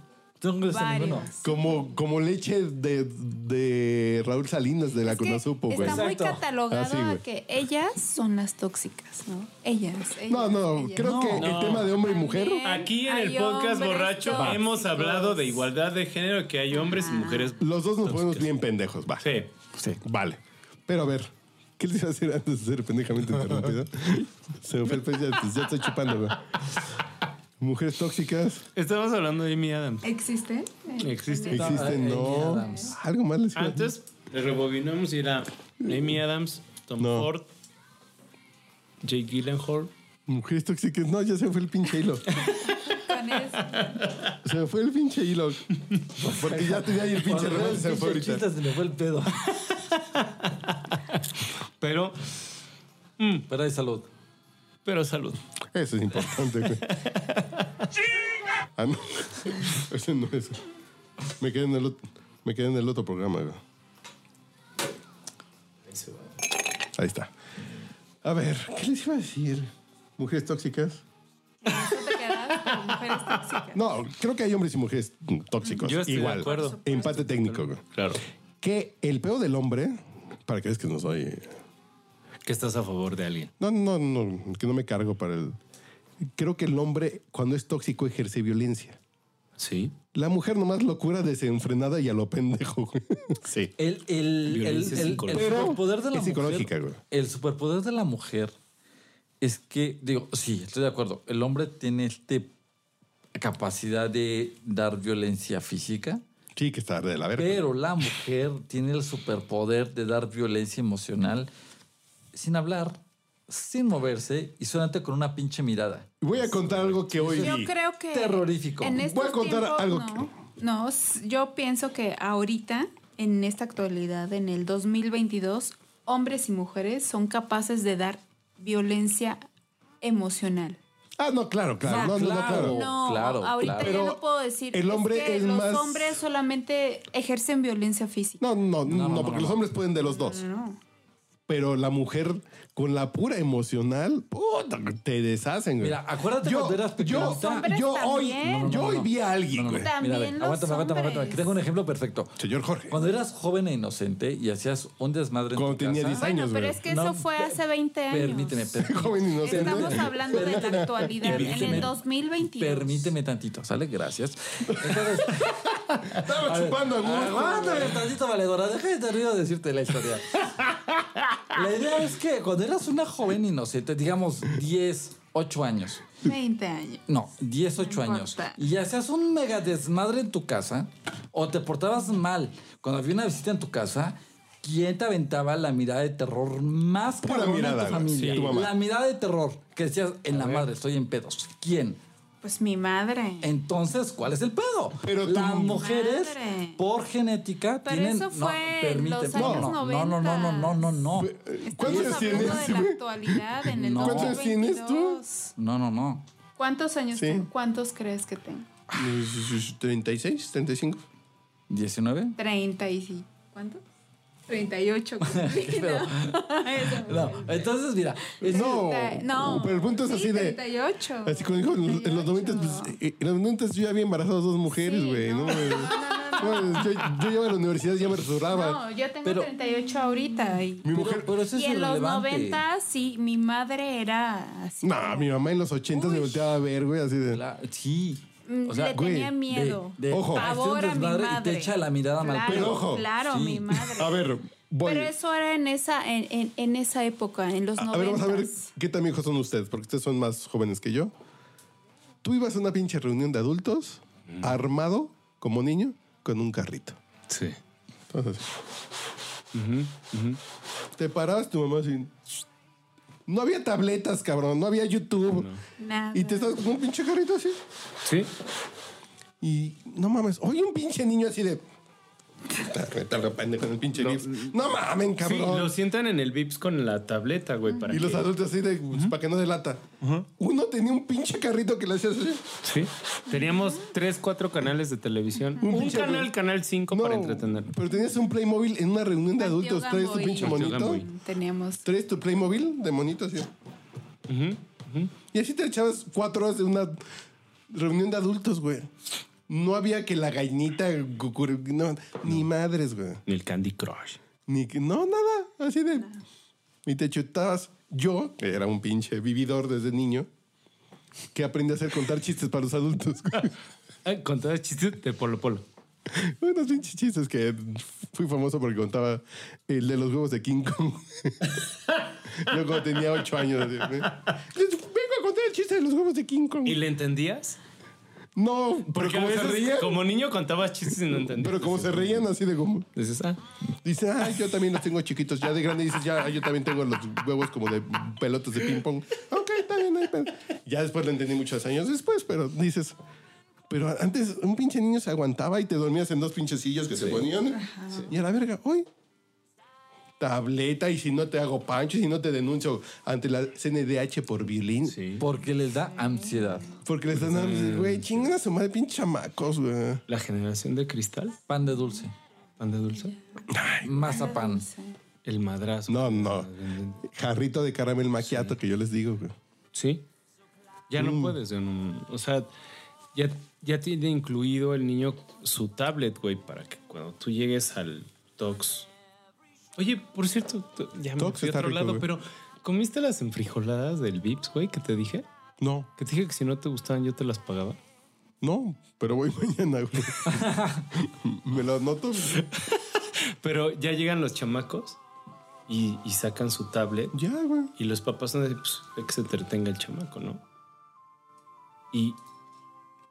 S4: Yo no conozco a
S5: Varios.
S4: ninguno.
S1: Como, como leche de, de Raúl Salinas de la
S5: Es que
S1: Conasupo, güey.
S5: Está muy
S3: Ah,
S4: Exacto.
S5: catalogado
S1: Así, güey.
S5: a que ellas son las tóxicas, ¿no? Ellas. ellas
S1: No, no,
S5: ellas.
S1: creo que
S3: No.
S1: el tema de hombre y mujer.
S5: También.
S3: Aquí en
S5: Hay
S3: el podcast
S5: hombres
S3: borracho
S5: tóxicos.
S3: hemos hablado de igualdad de género, que hay hombres y mujeres.
S1: Los dos nos ponemos bien pendejos, va.
S3: Sí.
S1: Sí, vale. Pero a ver, ¿qué les iba a decir antes de ser pendejamente interrumpido? Se me fue el pez, ya, pues, ya estoy chupando, güey. Mujeres tóxicas,
S3: Estamos hablando de Amy Adams.
S5: ¿Existe? Eh,
S3: Existe.
S1: existen,
S4: Amy
S1: no.
S4: Adams.
S1: Algo más les iba a decir.
S3: Antes le rebobinamos y era Amy Adams, Tom
S1: No.
S3: Ford, Jake Gyllenhaal.
S1: Mujeres tóxicas, no, ya se me fue el pinche hilo.
S5: Con eso.
S1: Se me fue el pinche hilo. Porque ya tenía ahí el pinche
S4: Cuando
S1: rebote,
S4: veo
S1: se me
S4: el
S1: fue
S4: pinche
S1: ahorita.
S4: chiste, se le fue el pedo.
S3: Pero,
S4: Pero hay salud.
S3: pero salud.
S1: Eso es importante, güey. Ah, no. Ese no es. Me quedé en el, ot- me quedé en el otro programa, güey. Ahí está. A ver, ¿qué les iba a decir? ¿Mujeres tóxicas?
S5: ¿Tú te quedas con mujeres tóxicas?
S1: No, creo que hay hombres y mujeres mm, tóxicos.
S3: Yo estoy
S1: Igual.
S3: de acuerdo.
S1: Empate técnico, güey.
S3: Claro.
S1: Que el peo del hombre, para que veas que no soy.
S3: Que estás a favor de alguien.
S1: No, no, no, que no me cargo para el. Creo que el hombre, cuando es tóxico, ejerce violencia.
S3: Sí.
S1: La mujer nomás locura desenfrenada y a lo pendejo, güey. Sí.
S4: El, el, el,
S3: Violencia
S4: el, el
S3: psicológica.
S4: superpoder de la
S1: Es psicológica,
S4: mujer.
S1: güey.
S4: El superpoder de la mujer es que, digo, sí, estoy de acuerdo. El hombre tiene este capacidad de dar violencia física,
S1: Sí, que está de la verga.
S4: pero la mujer tiene el superpoder de dar violencia emocional sin hablar, sin moverse y solamente con una pinche mirada.
S1: Voy a contar algo que hoy
S5: Yo
S1: vi.
S5: creo que.
S4: Terrorífico.
S5: En
S4: Voy a
S5: estos
S1: contar
S5: tiempos,
S1: algo
S5: No, no, s- yo pienso que ahorita, en esta actualidad, en el 2022, hombres y mujeres son capaces de dar violencia emocional.
S1: Ah, no, claro, claro. No,
S5: O sea,
S1: no, no, claro.
S5: No,
S4: claro,
S5: ahorita
S4: claro.
S5: ya
S1: Pero
S5: no puedo decir.
S1: el hombre
S5: que
S1: es
S5: los
S1: más-
S5: hombres solamente ejercen violencia física.
S1: No, no, no,
S4: no, no,
S1: porque
S4: no.
S1: los hombres pueden de los dos.
S5: No.
S1: Pero la mujer con la pura emocional, puta, te deshacen, güey.
S4: Mira, acuérdate
S1: yo,
S4: cuando eras
S1: yo,
S5: Los hombres
S1: yo hoy,
S5: también. No, no,
S4: no,
S1: yo
S4: no,
S1: hoy
S4: no.
S1: vi a alguien,
S4: No, no,
S1: güey.
S4: no.
S5: También
S4: Mira, a ver,
S5: los
S4: aguántame, aguántame, aguántame.
S5: hombres.
S4: Aquí tengo un ejemplo perfecto.
S1: Señor Jorge.
S4: Cuando eras joven e inocente y hacías un desmadre en
S1: Cuando
S4: tu
S1: tenía
S4: casa,
S1: 10 años,
S5: Bueno, pero
S1: güey.
S5: es que eso
S4: No,
S5: fue
S4: pe-
S5: hace 20 años.
S4: Permíteme, permíteme.
S1: Joven inocente.
S5: Estamos hablando de la actualidad, en
S4: Permíteme.
S5: el 2022.
S4: Permíteme tantito, ¿sale? Gracias. Entonces,
S1: Estaba chupando a gusto.
S4: aguántame tantito, valedora. Deja de te río de decirte la historia. La idea es que cuando eras una joven inocente, digamos 10, 8 años,
S5: 20 años.
S4: No, 18
S5: No
S4: años.
S5: importa.
S4: Y hacías un mega desmadre en tu casa o te portabas mal. Cuando había una visita en tu casa, ¿quién te aventaba la mirada de terror más
S1: Pura
S4: cabrona
S1: mirada,
S4: de tu
S1: güey.
S4: familia?
S1: Sí. Tu mamá.
S4: La mirada de terror que decías, en la madre, estoy en pedos. ¿Quién?
S5: Pues mi madre.
S4: Entonces, ¿cuál es el pedo?
S1: Pero tu-
S4: Las mujeres,
S5: Madre.
S4: por genética,
S5: Pero
S4: tienen...
S5: eso fue en los
S4: no,
S5: años
S4: no, no, no, no, no, no, no.
S1: ¿Cuántos
S5: Estamos
S1: tienes,
S5: hablando de la
S1: güey?
S5: actualidad, en el
S4: No.
S1: ¿Cuántos tienes tú?
S5: 2022.
S4: No, no, no.
S5: ¿Cuántos años
S1: Sí.
S5: tengo? ¿Cuántos crees que tengo?
S1: 36, 35.
S4: ¿19?
S5: 30 y sí. ¿Cuánto? 38.
S4: ¿Qué pedo? No, entonces mira, es-
S1: No,
S5: no.
S1: pero el punto es
S5: Sí,
S1: así de-
S5: 38.
S1: Así como dijo, en los- en los 90 pues, eh, en los 90 yo ya había embarazado a dos mujeres,
S5: Sí,
S1: güey. no,
S5: no,
S1: güey.
S5: no, no, no,
S1: No, yo, yo iba a la universidad ya me resurraba.
S5: No, yo tengo
S4: Pero-
S5: 38 ahorita. Y,
S1: mi mujer.
S4: pero eso es
S5: y en los
S4: irrelevante.
S5: 90, sí, mi madre era así.
S1: No, mi mamá en los 80 me
S5: Uy.
S1: volteaba a ver, güey, así de.
S4: La- sí.
S5: Mm,
S4: O sea,
S5: le
S1: güey,
S5: tenía
S1: de-
S5: miedo.
S4: de-
S1: Ojo.
S5: Pavor a mi
S4: Desmadre y
S5: madre.
S4: te echa la mirada mal.
S5: claro,
S1: Pero ojo.
S5: Claro,
S4: Sí.
S5: mi madre.
S1: A ver, voy.
S5: Pero eso era en esa, en, en- en esa época, en los
S1: A
S5: 90.
S1: ver, vamos a ver qué tan viejos son ustedes, porque ustedes son más jóvenes que yo. Tú ibas a una pinche reunión de adultos, armado como niño, con un carrito.
S3: Sí.
S1: Entonces, Te parabas tu mamá así. No había tabletas, cabrón, no había YouTube.
S5: Nada.
S1: Y te estás con un pinche carrito así.
S3: Sí.
S1: Y no mames, oye un pinche niño así de. Está repende con el pinche
S3: Lo-
S1: Gibbs. No mamen,
S3: mm, Sí, lo
S1: cabrón.
S3: sientan en el Vips con la tableta, güey, para
S1: y los
S3: que-
S1: adultos así de. pues, Para que no delata. Uno tenía un pinche carrito que le hacías así.
S3: Sí. Teníamos tres, cuatro canales de televisión. Un,
S1: pinche-
S3: canal, canal 5 para entretener.
S1: Pero tenías un Playmobil en una reunión de
S5: Mateo
S1: adultos. Traes tu
S5: Gamboín.
S1: pinche
S3: Mateo
S1: monito.
S3: Gamboín.
S5: Teníamos.
S1: Traes tu Playmobil de monito así. Y así te echabas cuatro horas de una reunión de adultos, güey. No había que la gallinita, cucur- no, ni madres, güey.
S3: El Candy Crush.
S1: Ni que, no, nada. Así de. Y te chutabas. Yo, que era un pinche vividor desde niño, que aprendí a hacer contar chistes para los adultos.
S3: Ah, Contabas chistes de Polo Polo.
S1: Unos pinches chistes que fui famoso porque contaba el de los huevos de King Kong. Yo cuando tenía ocho años. así, ¿eh? Les vengo a contar el chiste de los huevos de King Kong.
S3: ¿Y le entendías?
S1: No, pero
S3: Porque
S1: como
S3: a
S1: se
S3: veces,
S1: reían.
S3: como niño contabas chistes y no entendías.
S1: Pero como se reían así de como.
S3: Dices, ah,
S1: Dice, ay, yo también los tengo chiquitos. Ya de grande dices, ya, yo también tengo los huevos como de pelotas de ping-pong. Ok, está bien, no hay pedo. Ya después lo entendí muchos años después, pero dices, pero antes un pinche niño se aguantaba y te dormías en dos pinches sillas que se ponían. Y a la verga, hoy, tableta y si no te hago pancho y si no te denuncio ante la CNDH por violín.
S4: Porque les da ansiedad.
S1: Porque les están dando, güey, chingan a su madre, pinche chamacos, güey.
S3: la generación de cristal,
S4: Pan de dulce.
S3: pan de dulce,
S4: Mazapán.
S3: el madrazo.
S1: No, no. Jarrito de caramel maquiato que yo les digo, güey.
S3: Sí. Ya
S1: Mm.
S3: no puedes. en un- o sea, ya, ya tiene incluido el niño su tablet, güey, para que cuando tú llegues al Tox. Oye, por cierto, t- ya me
S1: Tox
S3: fui a
S1: está
S3: otro
S1: rico,
S3: lado,
S1: güey.
S3: pero ¿comiste las enfrijoladas del Vips, güey, que te dije?
S1: No,
S3: Que te dije que si no te gustaban yo te las pagaba.
S1: No, pero voy mañana, güey. Me lo anoto.
S3: Pero ya llegan los chamacos y, y sacan su tablet
S1: Ya, güey.
S3: y los papás son de pues, ve que se entretenga el chamaco, ¿no? pues, Y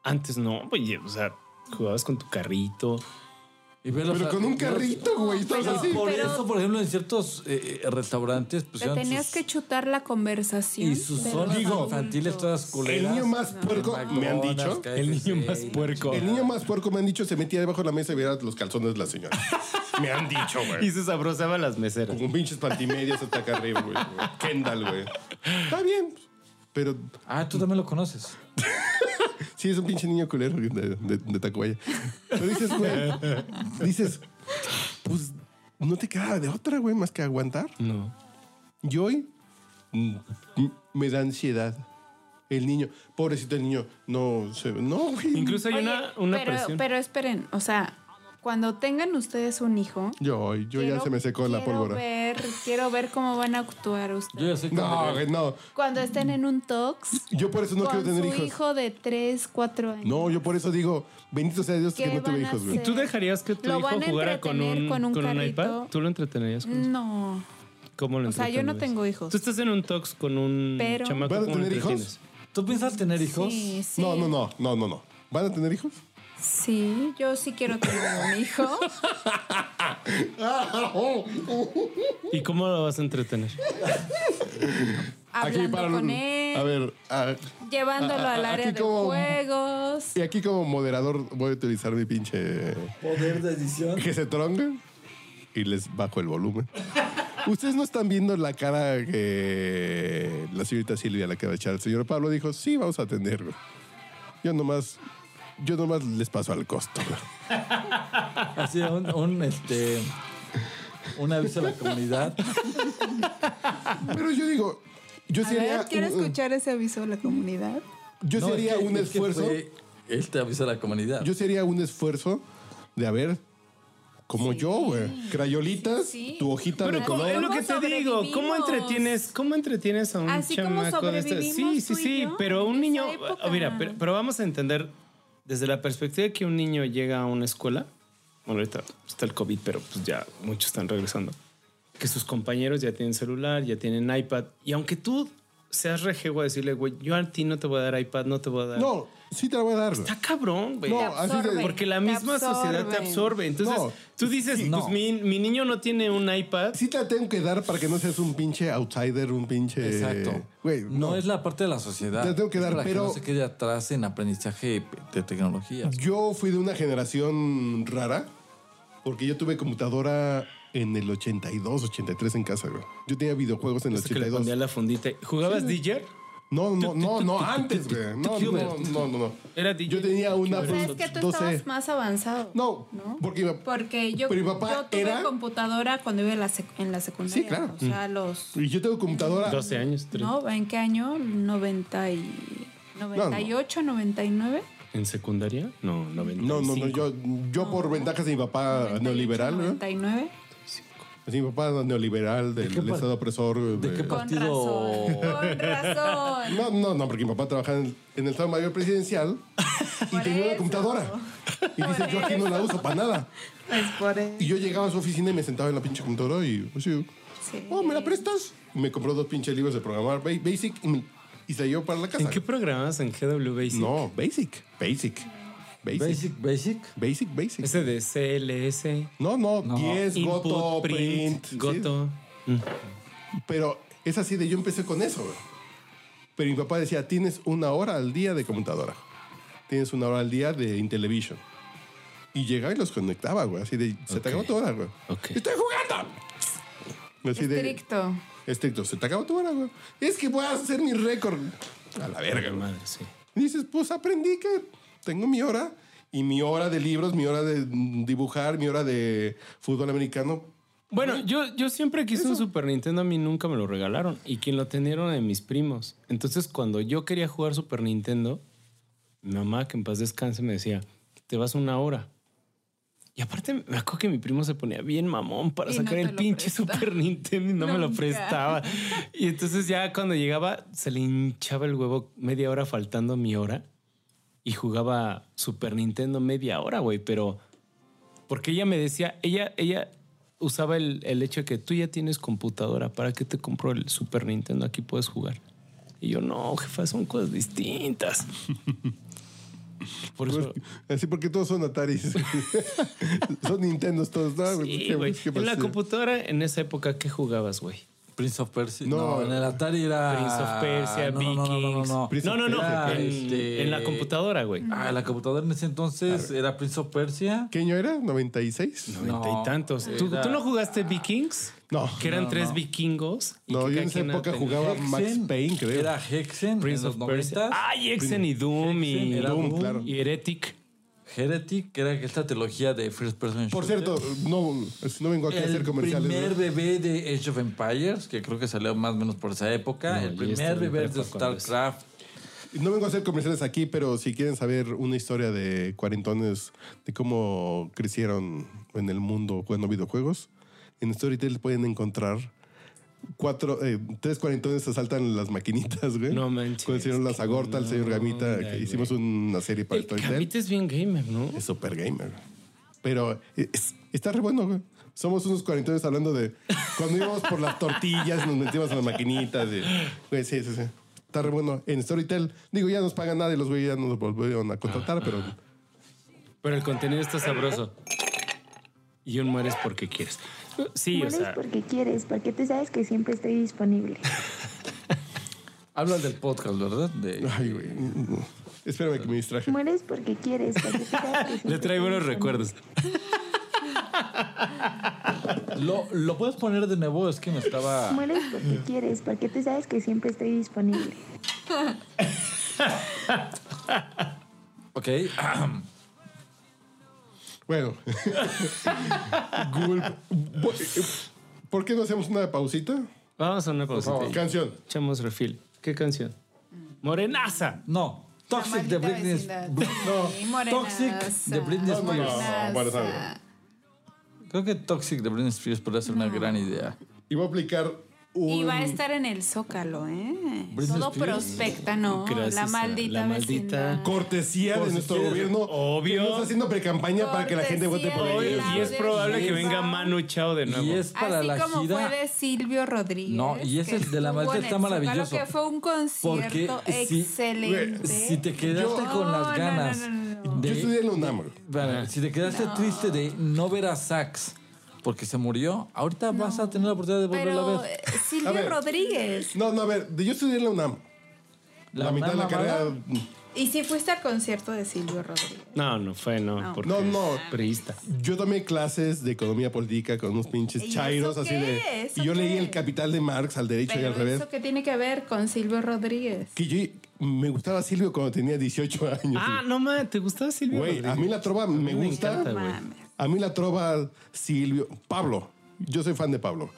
S3: antes no, oye, o sea, jugabas con tu carrito,
S4: Y verlos
S1: Pero
S4: a-
S1: con un carrito, güey. Estabas
S5: Pero-
S1: así.
S4: Por
S5: Pero-
S4: eso, por ejemplo, en ciertos eh, eh, restaurantes, pues
S5: Te
S4: eran
S5: tenías
S4: sus-
S5: que chutar la conversación.
S4: Y sus
S5: pero
S4: zonas
S1: Digo,
S4: infantiles todas
S1: El
S4: culeras.
S1: niño más puerco, me han dicho.
S6: El niño más puerco.
S1: El niño más puerco, me han dicho, se metía debajo de la mesa y veía los calzones de la señora. Me han dicho,
S6: Y
S1: güey.
S6: se sabrosaba las meseras.
S1: Como pinches pantimedias hasta acá arriba, güey. Kendall, güey. Está bien. Pero
S4: Ah, tú también lo conoces.
S1: sí es un pinche niño culero de, de, de Tacubaya. Pero dices, güey, dices, pues no te queda de otra, güey, más que aguantar.
S6: No.
S1: Y hoy mm, m- me da ansiedad. El niño, pobrecito el niño, no se. No, güey.
S3: Incluso hay
S5: Oye,
S3: una, una
S5: pero,
S3: presión.
S5: pero esperen, o sea, cuando tengan ustedes un hijo.
S1: Yo, yo ya
S5: quiero-
S1: se me secó la
S5: quiero
S1: pólvora.
S5: Ver, quiero ver cómo van a actuar ustedes.
S4: Yo ya sé que
S1: No, güey, no.
S5: Cuando estén en un tox.
S1: Yo por eso no
S5: con
S1: quiero tener
S5: su
S1: hijos.
S5: hijo de 3, 4 años.
S1: No, yo por eso digo, bendito sea Dios que
S5: ¿Qué
S1: no tuve
S5: van a
S1: hijos, güey.
S5: hacer?
S3: ¿Tú dejarías que tu
S5: Lo
S3: hijo
S5: van a
S3: jugara con
S5: entretener
S3: un,
S5: con
S3: con
S5: un
S3: un,
S5: carrito.
S3: iPad? ¿Tú lo entretenerías con eso?
S5: No.
S3: ¿Cómo lo
S5: O sea, yo no
S3: entretendrías?
S5: tengo hijos.
S3: Tú estás en un tox con un
S5: Pero-
S3: chamaco.
S1: ¿Van a
S3: ¿cómo lo
S1: tener hijos?
S3: entretienes?
S4: ¿Tú piensas tener hijos?
S5: Sí, sí.
S1: No, no, no, no, no, no. ¿Van a tener hijos?
S5: Sí, yo sí quiero tener un hijo.
S3: ¿Y cómo lo vas a entretener?
S5: hablando con él,
S1: A ver, a-
S5: llevándolo
S1: a- a-
S5: al área
S1: aquí
S5: de
S1: como-
S5: juegos.
S1: y aquí como moderador voy a utilizar mi pinche
S4: Poder de edición.
S1: que se tronga y les bajo el volumen. Ustedes no están viendo la cara que la señorita Silvia la que va a echar. El señor Pablo dijo, sí, vamos a atenderlo. Yo nomás, yo nomás les paso al costo. güey.
S4: Así, un, un, este, un aviso a la comunidad.
S1: Pero yo digo, yo
S5: A
S1: sí haría
S5: ver, quiero
S1: un-
S5: escuchar ese aviso a la comunidad.
S1: yo sí
S4: No, es
S1: haría
S4: que-
S1: un
S4: es que
S1: esfuerzo.
S4: fue Este aviso a la comunidad.
S1: Yo sería un esfuerzo de a ver, como yo, güey. Crayolitas,
S5: Sí.
S1: tu hojita
S5: Pero
S1: de
S5: como-
S1: color.
S3: es lo que te digo, ¿cómo
S5: sobrevivimos?
S3: entretienes, cómo entretienes a un
S5: Así como
S3: chamaco de este? Sí,
S5: sobrevivimos
S3: sí,
S5: tú y
S3: sí,
S5: yo
S3: pero
S5: en
S3: un
S5: esa
S3: niño,
S5: época.
S3: oh, mira, pero, pero vamos a entender desde la perspectiva que un niño llega a una escuela, bueno, ahorita está el COVID, pero pues ya muchos están regresando, que sus compañeros ya tienen celular, ya tienen iPad, y aunque tú seas rejego a decirle, güey, yo a ti no te voy a dar iPad, no te voy a dar...
S1: No, sí te la voy a dar. güey.
S3: Está cabrón, güey.
S1: No, así de-
S5: absorbe.
S3: Porque la
S5: Te
S3: misma sociedad te
S5: absorben.
S3: absorbe. Entonces,
S1: No.
S3: tú dices,
S4: No.
S3: pues mi, mi niño no tiene un iPad.
S1: Sí te la tengo que dar para que no seas un pinche outsider, un pinche...
S4: Exacto.
S1: Güey,
S4: no. es la parte de la sociedad.
S1: Te tengo que
S4: Es
S1: dar,
S4: para
S1: pero-
S4: no se quede atrás en aprendizaje de tecnologías.
S1: Yo fui de una generación rara porque yo tuve computadora en el 82, 83 en casa, güey. Yo tenía videojuegos en el
S3: Esto que le
S1: 82.
S3: ponía la fundita. ¿Jugabas DJ?
S1: No, no, no, no, antes, güey. No, no, no, no, no.
S3: Era DJ.
S1: Yo tenía una...
S5: O sea, Pues, es que tú
S1: 12.
S5: estabas más avanzado.
S1: pues, No, porque iba-
S5: Porque yo,
S1: Pero mi papá
S5: yo tuve
S1: era-
S5: computadora cuando iba en la, sec- en la secundaria.
S1: Sí, claro. Mm.
S5: O sea, los...
S1: Y yo tengo computadora...
S3: 12 años. tres.
S5: ¿No? ¿En qué año? 90 y... 98, 99.
S3: ¿En secundaria? No, 95.
S1: No, no, no, yo, yo por ventajas de mi papá
S5: 98,
S1: Ah, neoliberal, ¿no?
S5: 99.
S1: Sí, Pues, mi papá neoliberal del
S4: qué par-
S1: Estado opresor.
S4: ¿De qué
S1: eh,
S5: Con
S4: partido?
S5: razón. Con razón.
S1: No, no, no, porque mi papá trabaja en, en el Estado Mayor Presidencial y
S5: Por
S1: tenía una
S5: eso.
S1: computadora. Y dice, yo aquí no la uso para nada.
S5: Pues por
S1: Y
S5: eso.
S1: yo llegaba a su oficina y me sentaba en la pinche computadora y, así,
S5: Sí.
S1: oh, ¿me la prestas? Y me compró dos pinches libros de programar ba- Basic y, me- y se la llevó para la casa.
S3: ¿En qué programas? ¿En GW Basic?
S1: No, Basic, Basic, Basic, Basic,
S4: Basic, basic.
S1: Basic.
S3: Ese de CLS.
S1: No, no,
S4: No.
S1: 10,
S3: Input,
S1: Goto, Print. sí.
S3: Goto.
S1: Pero es así de yo empecé con eso, güey. Pero mi papá decía, tienes una hora al día de computadora. Tienes una hora al día de Intellivision. Y llegaba y los conectaba, güey. Así de, se te acabó tu hora, güey.
S3: Ok.
S1: ¡Estoy jugando! Así de,
S5: Estricto.
S1: estricto, se te acabó tu hora, güey. Es que voy a hacer mi récord. A la verga, güey.
S3: Madre, sí.
S1: Y dices, pues aprendí que tengo mi hora. Y mi hora de libros, mi hora de mm, dibujar, mi hora de fútbol americano.
S3: Bueno, yo, yo siempre quise un Super Nintendo, a mí nunca me lo regalaron. Y quien lo tenieron de mis primos. Entonces, cuando yo quería jugar Super Nintendo, mi mamá, que en paz descanse, me decía, te vas una hora. Y aparte, me acuerdo que mi primo se ponía bien mamón para
S5: Y no
S3: sacar
S5: te
S3: el
S5: lo
S3: pinche
S5: presta.
S3: Super Nintendo y no me lo
S5: Nunca.
S3: prestaba. Y entonces ya cuando llegaba, se le hinchaba el huevo media hora faltando mi hora. Y jugaba Super Nintendo media hora, güey, pero... Porque ella me decía, ella, ella usaba el, el hecho de que tú ya tienes computadora, ¿para qué te compro el Super Nintendo? Aquí puedes jugar. Y yo, no, jefa, son cosas distintas.
S1: Pues
S6: Por eso.
S1: Así porque todos son Ataris. son Nintendos todos. ¿no?
S3: Sí,
S1: ¿Qué-
S3: güey.
S1: qué
S3: En la
S1: pasó?
S3: computadora, en esa época, ¿qué jugabas, güey?
S4: Prince of Persia. No,
S1: No.
S4: en el Atari era.
S3: Prince of Persia,
S4: Ah, No, no, no,
S3: Vikings.
S4: no, no, no.
S1: Prince
S3: no,
S1: of
S3: no, no,
S1: Persia,
S3: en,
S4: este-
S3: en la computadora, güey.
S4: Ah, la computadora en ese entonces era Prince of Persia.
S1: ¿Qué año era? ¿96?
S3: Noventa y tantos. ¿Tú,
S4: era-
S3: tú no jugaste Vikings?
S1: No.
S3: Que eran tres vikingos. y
S1: No,
S3: que
S1: yo en
S3: cada
S1: esa
S3: quien
S1: época
S3: tenía-
S1: jugaba Max
S4: Hexen,
S1: Payne, creo.
S4: Era Hexen
S3: Prince
S4: en los
S3: of Persia.
S4: 90.
S3: Ay, Exen y Doom y,
S4: era
S1: Doom,
S4: Doom.
S1: claro.
S3: y Heretic.
S4: Heretic, que era esta trilogía de First Person
S1: Por
S4: Shooter.
S1: cierto, no, no vengo aquí a hacer
S4: el
S1: comerciales.
S4: primer
S1: ¿no?
S4: bebé de Age of Empires, que creo que salió más o menos por esa época.
S3: No, este
S4: el
S3: yo estaba
S4: primer
S3: en
S4: bebé de
S3: prepa cuando es.
S4: StarCraft.
S1: No vengo a hacer comerciales aquí, pero si quieren saber una historia de cuarentones, de cómo crecieron en el mundo jugando videojuegos, en Storytel pueden encontrar cuatro, eh, tres cuarentones asaltan las maquinitas, güey.
S3: No manches.
S1: Con el señor Lazagorta, el señor
S3: No,
S1: Gamita,
S3: dale,
S1: que hicimos una serie para
S3: El
S1: Storytel.
S3: Camita es bien gamer, ¿no?
S1: Es super gamer. güey. Pero es- está re bueno, güey. Somos unos cuarentones hablando de cuando íbamos por las tortillas, nos metíamos en las maquinitas. y- güey, sí, sí, sí. Está re bueno. En Storytel, digo, ya nos pagan nada y los güeyes ya nos volvieron a contratar, pero
S3: Pero el contenido está sabroso. Y un mueres porque quieres. Sí, o
S7: Mueres
S3: sea.
S7: porque quieres, porque tú sabes que siempre estoy disponible.
S4: Hablas del podcast, ¿verdad? De,
S1: ay, güey. Espérame que me distraje.
S7: Mueres porque quieres, porque tú sabes que siempre
S3: Le traigo
S7: estoy
S3: unos
S7: disponible.
S3: recuerdos.
S4: ¿Lo, ¿Lo puedes poner de nuevo? Es que me estaba...
S7: Mueres porque quieres, porque tú sabes que siempre estoy disponible.
S4: Ok.
S1: Bueno. Google. ¿Por qué no hacemos una pausita?
S3: Vamos a una
S4: favor.
S3: pausita.
S1: Canción.
S3: Echamos refil. ¿Qué canción? Morenaza.
S4: No. Toxic de
S5: maldita
S4: Britney...
S5: vecindad. Sí,
S4: No.
S5: morenaza.
S4: Toxic de Britney
S1: No, no, no,
S4: Spears.
S1: no, bueno, está bien.
S4: Creo que Toxic de Britney Spears podría ser una gran idea.
S1: Y voy a aplicar un.
S5: Y va a estar en el Zócalo, ¿eh?
S4: Britney
S5: Todo
S4: Spears.
S5: prospecta, ¿no?
S3: Gracias
S5: la
S3: a
S5: maldita
S3: la maldita
S5: vecindad.
S1: cortesía
S4: Por
S1: de
S4: si
S1: nuestro
S4: quieres.
S1: gobierno.
S3: Obvio.
S1: Que no está haciendo precampaña para que la gente vote por
S5: Cortesía de
S1: él.
S5: la-
S3: Y es probable que
S5: Yes.
S3: venga Manu Chao de nuevo.
S4: Y es para
S5: Así
S4: la
S5: como
S4: gira...
S5: fue de Silvio Rodríguez.
S4: No, y ese
S5: que
S4: de la
S5: estuvo
S4: maldita
S5: en
S4: está
S5: el
S4: maravilloso.
S5: Zócalo, que fue un concierto
S4: Porque si-
S5: excelente.
S4: Si te quedaste
S5: este. Yo-
S4: con
S5: No,
S4: las
S5: no,
S4: ganas
S5: no, no, no,
S4: de-
S1: Yo estudié en la UNAM. güey.
S4: Bueno, si te quedaste triste de no ver a Sax porque se murió, ahorita vas a tener la oportunidad de volverlo a
S5: Pero
S4: ver.
S5: eh, Silvio
S1: A ver.
S5: Rodríguez.
S1: No, no, a ver, yo estudié en la UNAM. La, mitad de la
S4: mamada-
S1: carrera.
S5: ¿Y si fuiste al concierto de Silvio Rodríguez?
S3: No, no fue, no. porque
S1: No, no.
S3: es Priista.
S1: Yo tomé clases de economía política con unos
S5: ¿Y
S1: pinches
S5: eso
S1: chairos así
S5: qué?
S1: de.
S5: ¿Eso
S1: Y yo leí
S5: qué?
S1: el capital de Marx al derecho y
S5: Pero
S1: al revés.
S5: eso que tiene que ver con Silvio Rodríguez.
S1: Que yo me gustaba Silvio cuando tenía 18 años.
S3: Ah, no mames, ¿te gustaba Silvio?
S1: Güey, a
S3: Rodríguez?
S1: mí la trova me
S3: me
S1: gusta.
S3: encanta, güey.
S5: Mames.
S1: A mí la trova, Silvio, Pablo. Yo soy fan de Pablo.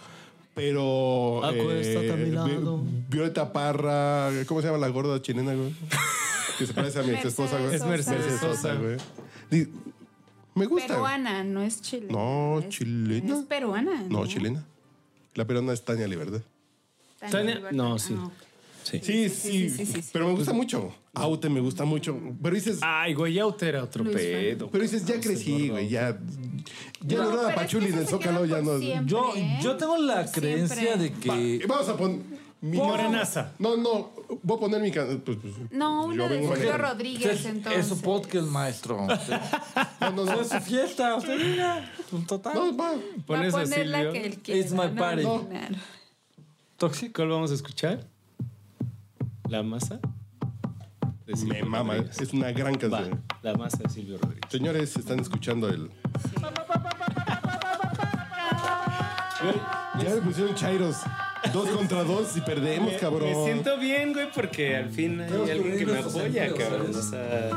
S1: Pero. eh,
S3: Acuéstate a mi
S1: Vi-
S3: lado.
S1: Violeta Parra. ¿Cómo se llama la gorda chilena, güey? que se parece a mi ex esposa, güey.
S5: Mercedes
S3: Es Mercedes
S1: Mercedes
S5: Sosa.
S1: Sosa, güey. Di- Me gusta. güey.
S5: Peruana, no es chilena.
S1: No,
S5: es-
S1: chilena.
S5: Es peruana.
S1: No, chilena. La peruana es Tania Libertad.
S3: Tania-
S5: Libertad.
S3: no, sí.
S5: Ah, ok.
S1: Sí sí
S5: sí,
S1: sí,
S5: sí, sí, sí.
S1: Pero me gusta mucho. Aute me gusta mucho. Pero dices.
S3: Ay, güey, ya usted era otro
S5: Luis
S3: pedo.
S1: Pero dices, ya crecí, güey. Ya. Ya
S5: No,
S1: no, era
S5: pero es
S1: Pachuli
S5: que
S1: en
S5: eso
S1: el
S5: se queda
S1: Zócalo, ya
S5: por
S1: no.
S5: siempre. ¿eh?
S4: Yo, yo tengo la
S5: Siempre.
S4: creencia de que.
S1: Vamos a poner. mi-
S3: Morenaza.
S1: No, no, voy a poner mi canción. Pues, pues,
S5: No,
S1: yo
S5: una de
S1: vengo
S5: Silvio
S1: manejando.
S5: Rodríguez,
S4: es-
S5: entonces.
S4: Es su podcast, maestro.
S1: No, no,
S4: es su fiesta. Usted mira. un Total.
S1: no. No, va.
S5: Va a
S3: Pones a
S5: poner la
S3: Silvio.
S5: que él quiera.
S4: It's my
S5: no,
S4: party.
S5: no, no.
S4: Tóxico.
S3: ¿Cuál vamos a escuchar? La masa. de Silvio
S1: Me mama,
S3: Rodríguez.
S1: es una gran
S3: Va,
S1: canción.
S3: la masa de Silvio Rodríguez.
S1: Señores, están escuchando el. Güey, Ya me pusieron chairos. Dos contra dos y perdemos, cabrón.
S3: Me siento bien, güey, porque al fin hay
S4: Pero
S3: alguien que me
S4: estos
S3: apoya,
S4: sentidos,
S3: cabrón.
S4: ¿sabes?
S3: O sea,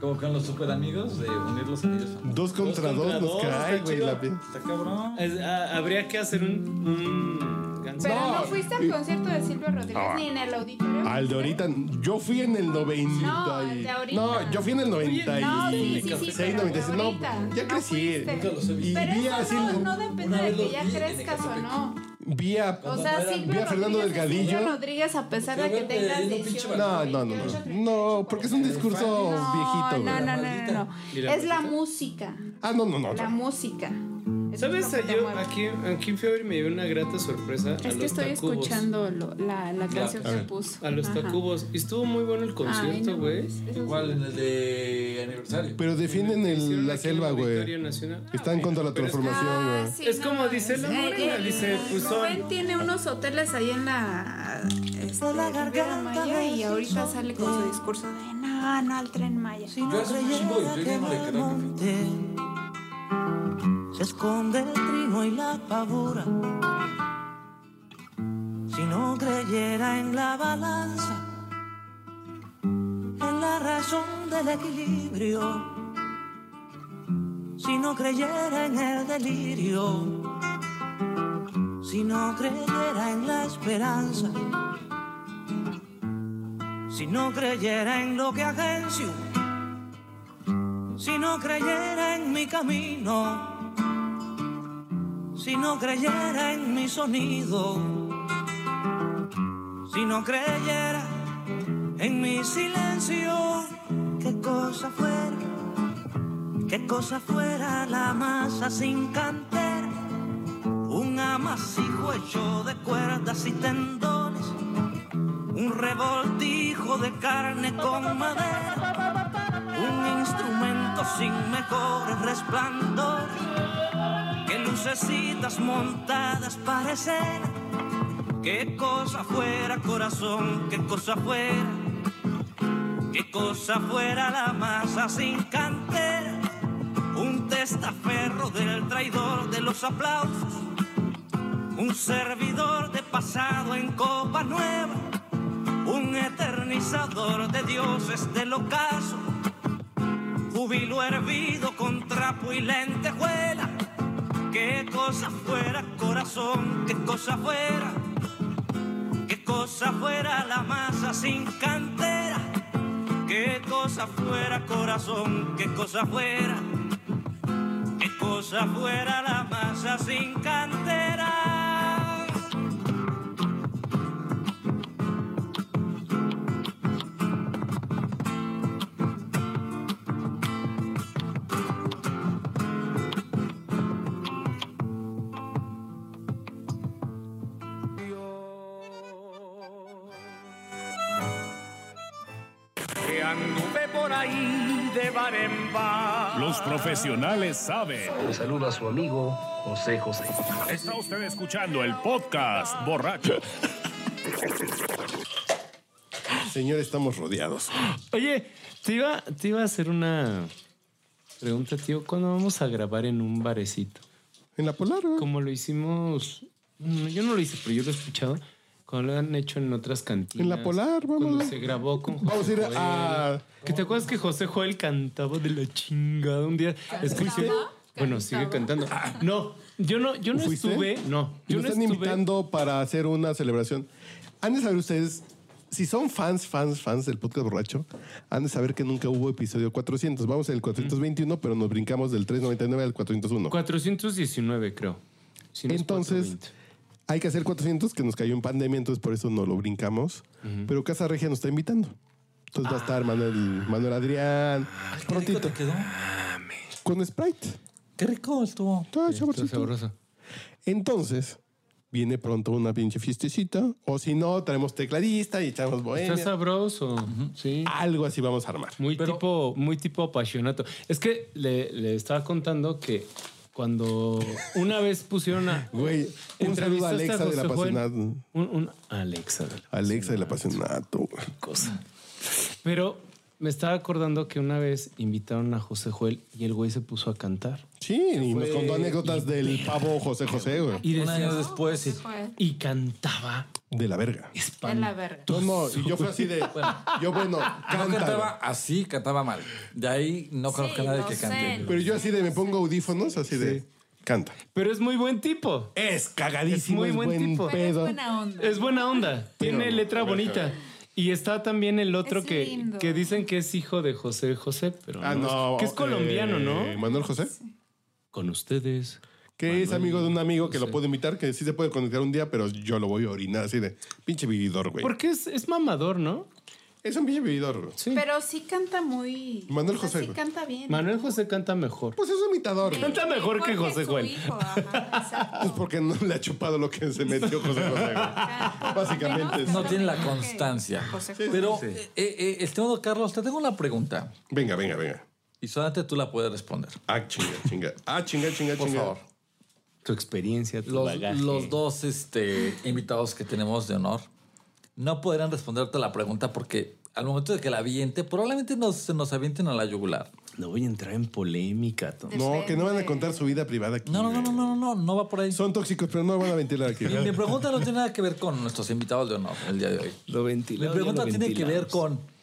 S4: Como con los super amigos de unirlos a ellos.
S1: Dos contra dos, nos
S3: contra dos,
S1: cae,
S3: está
S1: güey.
S3: chido.
S1: la pi-
S4: Está cabrón.
S3: es- a- habría que hacer un. un ganso.
S5: Pero no, fuiste al concierto de Silvio Rodríguez ni en el auditorio.
S1: Al de ahorita, yo fui en el 90.
S5: No, al
S1: y-
S5: de ahorita.
S1: No, yo fui en el 90.
S5: No, sí,
S1: y-
S5: sí,
S1: 96,
S5: sí, pero
S1: 96. No,
S5: ahorita.
S1: ya
S5: No
S1: crecí.
S5: fuiste.
S1: y
S5: Pero
S1: vi a,
S5: eso no,
S1: Sil-
S5: no depende de que ya crezcas o no.
S1: vi a-
S5: O sea,
S1: vi
S5: Silvio
S1: a Fernando
S5: Rodríguez, es
S1: Delgadillo.
S5: Silvio Rodríguez, a pesar de que tengas 18.
S1: No, no, no, no. No, porque es un discurso viejito,
S5: No,
S1: güey.
S5: no, no, no, no. Es la música.
S1: Ah, no, no, no.
S5: La música. Es
S8: ¿Sabes?
S5: lo que te
S8: Yo
S5: mueve.
S8: aquí, aquí en febrero me llevé una grata sorpresa. a
S5: Es que
S8: los
S5: estoy
S8: Tacubos.
S5: escuchando lo- la, la canción
S1: a
S5: que
S1: ver.
S5: puso.
S8: A los
S5: Ajá.
S8: Tacubos. Y estuvo muy bueno el concierto,
S5: Ay, no,
S8: güey.
S5: es- es-
S4: Igual en el de aniversario.
S1: Pero defienden el-
S8: Hicieron
S1: la
S8: aquí en
S1: selva,
S8: Auditorio
S1: güey.
S8: Nacional. Ah,
S1: Están contra la
S8: Pero es-
S1: transformación,
S5: Ah,
S1: güey.
S5: sí,
S8: Es como dice la
S5: mames.
S8: morena,
S5: Eh,
S8: dice,
S5: eh,
S8: pues,
S5: Rubén
S8: son-
S5: tiene unos hoteles ahí en la este, Riviera Maya y ahorita sale con su discurso de no, no al tren Maya.
S4: Yo hace un chingo de yo ya no le creo que fue.
S9: Se esconde el trino y la pavura. Si no creyera en la balanza, en la razón del equilibrio. Si no creyera en el delirio, si no creyera en la esperanza, si no creyera en lo que agencio, si no creyera en mi camino si no creyera en mi sonido, si no creyera en mi silencio, qué cosa fuera, qué cosa fuera la masa sin cantera, un amasijo hecho de cuerdas y tendones, un revoltijo de carne con madera, un instrumento sin mejores resplandores que lucecitas montadas parecen. Qué cosa fuera, corazón, qué cosa fuera. Qué cosa fuera la masa sin cantera. Un testaferro del traidor de los aplausos. Un servidor de pasado en copa nueva. Un eternizador de dioses del ocaso. Júbilo hervido con trapo y lentejuela. Qué cosa fuera, corazón, qué cosa fuera. Qué cosa fuera la masa sin cantera. Qué cosa fuera, corazón, qué cosa fuera. Qué cosa fuera la masa sin cantera.
S10: Los profesionales saben.
S11: Le saluda a su amigo José José.
S10: Está usted escuchando el podcast borracho.
S1: Señor, estamos rodeados.
S8: Oye, te iba, te iba a hacer una
S3: Pregunta, tío, ¿cuándo vamos a grabar en un barecito?
S1: En la polar, güey.
S3: Como lo hicimos. mm, Yo no lo hice, pero yo lo he escuchado. Como lo han hecho en otras cantinas.
S1: En la Polar, vamos.
S3: Cuando se grabó con José
S1: Vamos a ir
S3: Joel.
S1: a-
S3: ¿Que te acuerdas que José Joel cantaba de la chingada un día? Escuché. Bueno, sigue cantando. No, yo no, yo no
S1: ¿Fuiste?
S3: estuve. No,
S1: Y
S3: yo
S1: nos están
S3: no estuve.
S1: invitando para hacer una celebración. Han de saber ustedes, si son fans, fans, fans del podcast borracho, han de saber que nunca hubo episodio 400. Vamos al 421, pero nos brincamos del 399 al 401.
S3: 419, creo. Si no es
S1: Entonces,
S3: 420.
S1: hay que hacer 400, que nos cayó en pandemia, entonces por eso no lo brincamos. Pero Casa Regia nos está invitando. Entonces va a estar Manuel, Manuel Adrián,
S4: Qué rico
S1: prontito,
S4: te quedó.
S1: con Sprite.
S4: Qué rico estuvo.
S1: Está sabrosito.
S3: Está sabroso.
S1: Eh, Entonces, viene pronto una pinche fiestecita. O si no, traemos tecladista y echamos
S3: Está
S1: bohemia.
S3: sabroso. Sí.
S1: Algo así vamos a armar.
S3: Muy tipo, muy tipo apasionato. Es que le, le estaba contando que cuando una vez pusieron a.
S1: Güey, un
S3: entrevistaste
S1: saludo a Alexa del
S3: José Joel.
S1: apasionado.
S3: Un, un- Alexa del
S1: Alexa del apasionato. güey.
S3: cosa. Pero me estaba acordando que una vez invitaron a José Joel y el güey se puso a cantar.
S1: Sí, y nos contó anécdotas del pavo José José, güey.
S3: Y,
S4: Un
S3: decía-
S4: año después, sí.
S5: Fue
S3: y cantaba.
S1: De la verga.
S5: de la verga.
S1: No, no, y yo fui así de. Yo, bueno,
S4: Ah, No cantaba
S1: canta.
S4: así, cantaba mal. De ahí no conozco a nadie
S5: no
S4: que
S5: sé.
S4: cante.
S1: Pero yo así de me pongo audífonos, así de. Canta.
S3: Pero es muy buen tipo.
S1: Es cagadísimo,
S3: Es
S1: es
S3: muy buen
S1: buen
S3: tipo.
S5: Pero es
S1: pedo.
S5: buena onda.
S3: Es buena onda. Tiene letra bonita. Y está también el otro
S5: Es
S3: que,
S5: lindo.
S3: que dicen que es hijo de José José, pero
S1: Ah,
S3: no,
S1: no.
S3: que es
S1: eh,
S3: colombiano, ¿no?
S1: Manuel José.
S3: Con ustedes.
S1: Que es amigo de un amigo que lo puedo invitar, que sí se puede conectar un día, pero yo lo voy a orinar así de pinche vividor, güey.
S3: Porque es, es mamador, ¿no?
S1: Es un pinche vividor, güey.
S3: Sí.
S5: Pero sí canta muy.
S1: Manuel
S5: o sea,
S1: José,
S5: Sí
S1: güey.
S5: canta bien. Eh,
S3: Manuel José canta mejor.
S1: Pues es un imitador. güey.
S3: Canta mejor que José
S5: su
S3: Joel.
S5: hijo, ajá, exacto.
S1: Pues porque no le ha chupado lo que se metió José José. güey.
S5: Canta
S1: Básicamente
S5: menos,
S1: es-
S5: pero
S1: No
S4: Ah, No tiene la
S5: mejor que
S4: constancia.
S5: José Joel.
S4: Pero, eh, eh, estimado Carlos, te tengo una pregunta.
S1: Venga, venga, venga.
S4: Y solamente tú la puedes responder.
S1: Ah, chinga, chinga. Ah, chinga, chinga,
S4: Por
S1: chinga.
S4: favor.
S3: Tu experiencia, tu
S4: Los,
S3: bagaje.
S4: los dos este, invitados que tenemos de honor no podrán responderte la pregunta porque al momento de que la aviente, probablemente nos, se nos avienten a la yugular.
S3: No voy a entrar en polémica, Tom.
S1: No, que no van a contar su vida privada aquí.
S4: No, no, no,
S1: güey.
S4: no, no, no, no va por ahí.
S1: Son tóxicos, pero no van a ventilar aquí.
S4: Mi, mi pregunta no tiene nada que ver con nuestros invitados de honor el día de hoy.
S3: Lo
S4: Mi
S3: ventilado.
S4: pregunta
S3: ya lo
S4: tiene que ver
S3: ventilamos.
S4: con...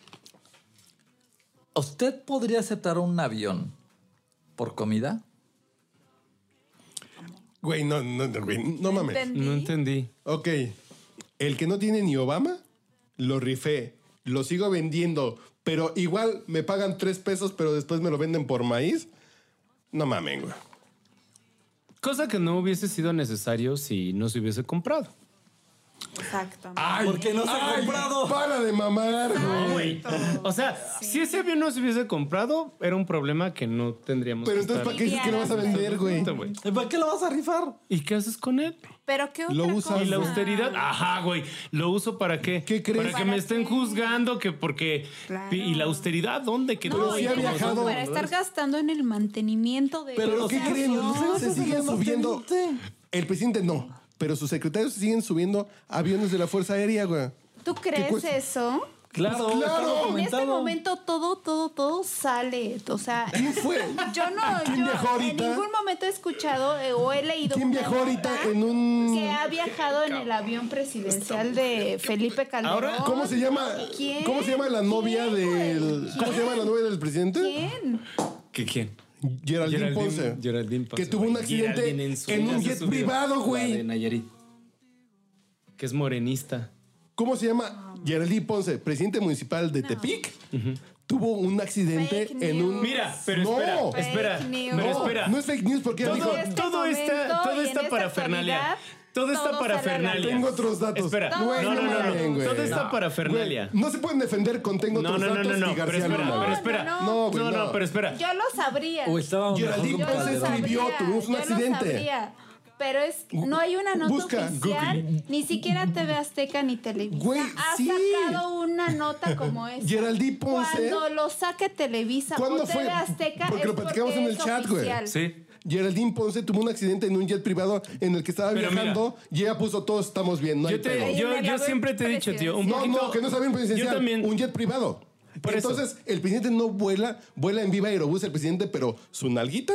S4: ¿Usted podría aceptar un avión por comida?
S1: Güey, no, no, no, güey, no mames.
S5: Entendí.
S3: No entendí.
S1: Ok. El que no tiene ni Obama, lo rifé. Lo sigo vendiendo. Pero igual me pagan tres pesos, pero después me lo venden por maíz. No mamen, güey.
S3: Cosa que no hubiese sido necesario si no se hubiese comprado.
S5: Exacto.
S4: ¿Por qué no se ha comprado?
S1: Para de mamar, güey.
S3: O sea, si ese avión no se hubiese comprado, era un problema que no tendríamos
S1: Pero
S3: que
S1: entonces,
S3: estar-
S1: ¿para qué dices que no vas a vender, güey?
S3: Puta, güey.
S4: ¿Para qué lo vas a rifar?
S3: ¿Y qué haces con él?
S5: Pero qué otra
S1: Ah, Lo usa
S5: cosa?
S1: y
S3: ¿Y la austeridad? Ajá, güey. ¿Lo uso para qué?
S1: ¿Qué crees?
S3: Para que me estén juzgando que porque...
S5: Claro.
S3: ¿Y la austeridad dónde quedó?
S1: Pero sí
S5: y
S1: ha
S5: todo eso
S1: viajado.
S5: Para estar gastando en el mantenimiento de.
S1: ¿Pero qué
S5: esa
S1: creen?
S5: avión.
S1: se siguen subiendo. El presidente no, pero sus secretarios siguen subiendo aviones de la Fuerza Aérea, güey.
S5: ¿Tú crees
S1: cuesta?
S5: eso?
S4: Pues Claro, está
S5: En este
S4: documentado.
S5: momento todo, todo, todo sale. O sea, este
S1: ¿Quién fue?
S5: yo no,
S1: ¿Quién
S5: yo
S1: viajó
S5: en
S1: ahorita?
S5: ningún momento he escuchado eh, o he leído.
S1: ¿Quién
S5: una
S1: viajó ahorita
S5: nota
S1: en un-
S5: que ha viajado en el avión presidencial de Felipe Calderón?
S3: Ahora,
S1: ¿Cómo se llama?
S5: ¿Quién?
S1: ¿Cómo se llama la novia del ¿Cómo se llama la novia del presidente?
S5: ¿Quién?
S3: ¿Qué quién?
S1: Geraldine,
S3: Geraldine-
S1: Ponce.
S3: Geraldine Ponce,
S1: Que tuvo un
S3: güey.
S1: accidente
S3: Geraldine
S1: en,
S3: en su vida
S1: un
S3: se
S1: jet
S3: subió.
S1: privado,
S3: La de
S1: güey.
S3: Nayarit. Que es morenista.
S1: ¿Cómo se llama? Geraldine Ponce, presidente municipal de Tepic. Tuvo un accidente
S5: Fake
S1: en un
S5: news.
S3: Mira, pero
S1: No.
S3: espera, espera,
S5: Fake news.
S3: pero
S1: No,
S3: espera.
S1: no es fake news porque ella dijo,
S3: todo,
S5: En este
S3: todo
S5: momento
S3: está, todo
S5: y en
S3: está
S5: esta
S3: parafernalia.
S5: actualidad,
S3: Todo está
S5: todo sale a la
S3: parafernalia.
S5: luz.
S1: Tengo otros datos.
S3: Espera,
S1: Todo
S3: no, no,
S5: sale a la
S3: no, no.
S1: luz.
S3: Todo está parafernalia.
S1: No se pueden defender con tengo
S3: No,
S1: otros
S3: no, no,
S1: datos
S3: no, no.
S1: y
S3: Pero
S1: García
S3: espera,
S1: Luna.
S3: pero espera.
S5: No,
S1: no, güey,
S3: No,
S1: no.
S3: no, pero espera.
S5: Yo lo sabría.
S4: O estaba mejor
S1: Geraldine
S4: con
S5: Yo lo
S1: Ponce
S4: Calderón.
S1: escribió,
S5: sabría,
S1: tuvimos un
S5: yo lo
S1: accidente.
S5: sabría, Pero es, no hay una nota
S1: Busca,
S5: oficial, ni siquiera TV Azteca ni Televisa
S1: Güey,
S5: ha
S1: sí.
S5: sacado una nota como esa.
S1: Geraldine Ponce.
S5: Cuando lo saque Televisa
S1: ¿Cuándo
S5: o TV
S1: fue?
S5: Azteca
S1: Porque
S5: es
S1: lo platicamos
S5: porque
S1: en el
S5: es
S1: chat, güey.
S5: oficial.
S3: Sí.
S1: Geraldine Ponce tuvo un accidente en un jet privado en el que estaba
S3: Pero
S1: viajando y ella puso todos estamos bien, no hay
S3: Yo, te-
S1: pedo".
S3: yo-
S5: En el
S3: yo
S5: avión
S3: siempre te he dicho, tío, un
S1: No,
S3: poquito.
S1: no, que no sabía un presidencial,
S3: Yo también.
S1: un jet privado.
S3: Por eso.
S1: Entonces, el presidente no vuela, vuela en Viva Aerobús el presidente, pero su nalguita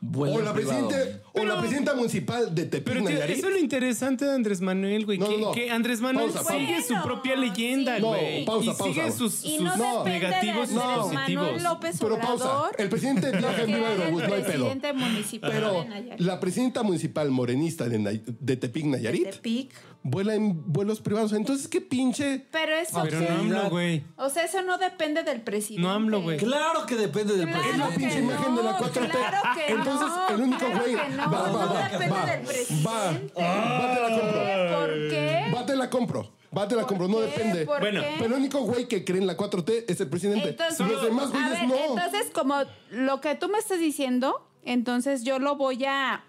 S4: Vuelo
S1: o la
S4: privado.
S1: presidente o la
S3: Pero-
S1: presidenta municipal de Tepic
S3: Pero tío,
S1: Nayarit.
S3: eso es lo interesante de Andrés Manuel, güey.
S1: No,
S3: que,
S1: no, no.
S3: que Andrés Manuel
S1: Pausa,
S3: sigue
S5: pausa.
S3: su propia
S5: Bueno,
S3: leyenda,
S5: sí.
S1: No,
S3: güey.
S1: pausa,
S3: y sigue
S1: pausa.
S3: sus,
S5: Y
S3: sus
S5: no, depende
S3: negativos y
S5: de
S3: sus
S5: Andrés
S3: positivos.
S5: Manuel López
S1: Pero pausa,
S5: Obrador.
S1: el presidente viaja en
S5: que
S1: Viva
S5: era el
S1: Aerobús, no hay pedo.
S5: presidente municipal
S1: Pero
S5: de Nayarit.
S1: la presidenta municipal morenista de, Nay- de Tepic Nayarit
S5: Tepic.
S1: vuela en vuelos privados. Entonces, qué pinche.
S5: Pero eso
S3: Pero no
S5: qué?
S3: hablo, güey.
S5: O sea, eso no depende del presidente.
S3: No AMLO, güey.
S4: Claro que depende del
S5: Claro
S1: Es la
S5: que
S4: presidente.
S1: pinche imagen de la
S5: no,
S1: 4T.
S5: claro que
S1: Entonces,
S5: no,
S1: el único
S5: claro
S1: güey.
S5: que no,
S1: va, va,
S5: no
S1: va.
S5: depende
S1: va,
S5: del
S1: va,
S5: presidente.
S1: va, te la compro.
S5: ¿Por qué?
S1: Va, te la compro. Va, te la compro. No
S5: ¿Por qué?
S1: depende.
S5: ¿Por
S3: Bueno,
S5: qué?
S1: Pero el único güey que cree en la 4T es el presidente.
S5: Entonces,
S1: Los demás
S5: a
S1: güeyes
S5: ver,
S1: no.
S5: entonces como lo que tú me estás diciendo, entonces yo lo voy a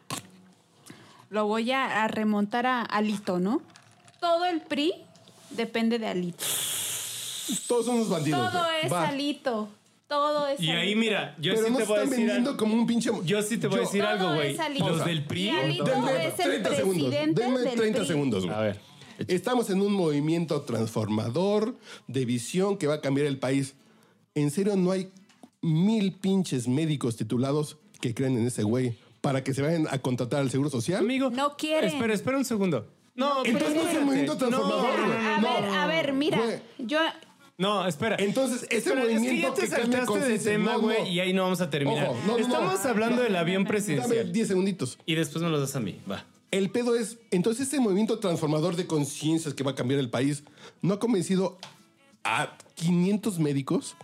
S5: lo voy a, a remontar a Alito, ¿no? Todo el PRI depende de Alito.
S1: Todos son unos bandidos.
S5: Todo
S1: güey.
S5: es
S1: Va.
S5: Alito. Todo es
S3: Y ahí,
S5: Alito.
S3: mira, yo
S1: Pero
S3: sí
S1: no
S3: te
S1: se
S3: voy a
S1: están
S3: decir.
S1: vendiendo
S3: algo.
S1: como un pinche.
S3: Yo sí te voy a decir
S5: Todo
S3: algo, güey.
S5: es Alito.
S3: Los del
S5: Y
S3: PRI.
S5: Alito
S1: Denme
S5: es el
S1: segundos.
S5: presidente
S1: Denme
S5: del
S1: 30
S5: PRI.
S1: segundos. güey.
S3: A ver.
S1: Estamos en un movimiento transformador de visión que va a cambiar el país. En serio, no hay mil pinches médicos titulados que crean en ese güey para que se vayan a contratar al Seguro Social.
S3: Amigo.
S5: No quieren.
S3: Espera, espera un segundo. No, pero
S1: Entonces no es un
S3: espérate.
S1: movimiento transformador.
S3: No,
S1: güey.
S5: A
S1: No.
S5: ver, a ver, mira,
S1: Güey.
S5: yo
S3: No, espera.
S1: Entonces, ese
S3: Espera,
S1: movimiento
S3: es que ya te
S1: que cambia
S3: saltaste de
S1: conciencia,
S3: tema,
S1: no,
S3: güey,
S1: no.
S3: y ahí no vamos a terminar.
S1: Ojo, no, no,
S3: Estamos
S1: no.
S3: hablando del avión
S1: Dame
S3: presidencial.
S1: 10 segunditos.
S3: Y después me los das a mí, va.
S1: El pedo es, entonces este movimiento transformador de conciencias que va a cambiar el país no ha convencido a 500 médicos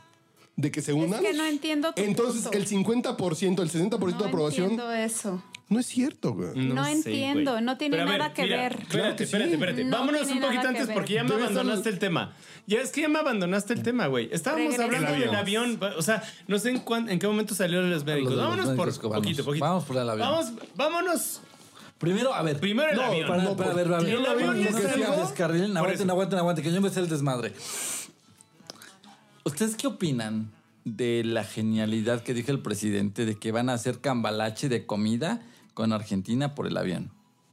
S1: de que se unan.
S5: que no entiendo tu
S1: Entonces
S5: punto.
S1: el 50%, el 60%
S5: no
S1: de aprobación
S5: entiendo eso.
S1: No es cierto, güey.
S5: No
S3: sé,
S5: entiendo,
S3: güey.
S5: no tiene
S3: Pero a
S5: nada que ver.
S1: Claro
S3: Espérate,
S1: que
S3: espérate,
S1: sí.
S3: espérate.
S5: No
S3: Vámonos un
S5: tiene
S3: poquito
S5: nada que
S3: antes
S5: ver.
S3: porque ya me
S1: Debe estar-
S3: abandonaste el tema. Ya es que ya me abandonaste el tema, güey. Estábamos
S5: Regresemos.
S3: hablando del
S5: El
S3: avión. O sea, no sé en, cuán- en qué momento salió los médicos.
S4: de los
S3: vámonos por
S4: médicos cubanos.
S3: poquito, poquito.
S4: Vamos por el avión.
S3: Vamos, vámonos.
S4: Primero, a ver.
S3: Primero el
S4: no,
S3: avión.
S4: Para,
S3: No,
S4: para,
S3: por-
S4: ver, a ver.
S3: el avión
S4: No
S3: ya
S4: se
S3: salió.
S4: descarrilen,
S3: Por
S4: aguanten,
S3: eso.
S4: aguanten, aguanten, que yo empecé el desmadre. ¿Ustedes qué opinan de la genialidad que dijo el presidente de que van a hacer cambalache de comida con Argentina por el avión?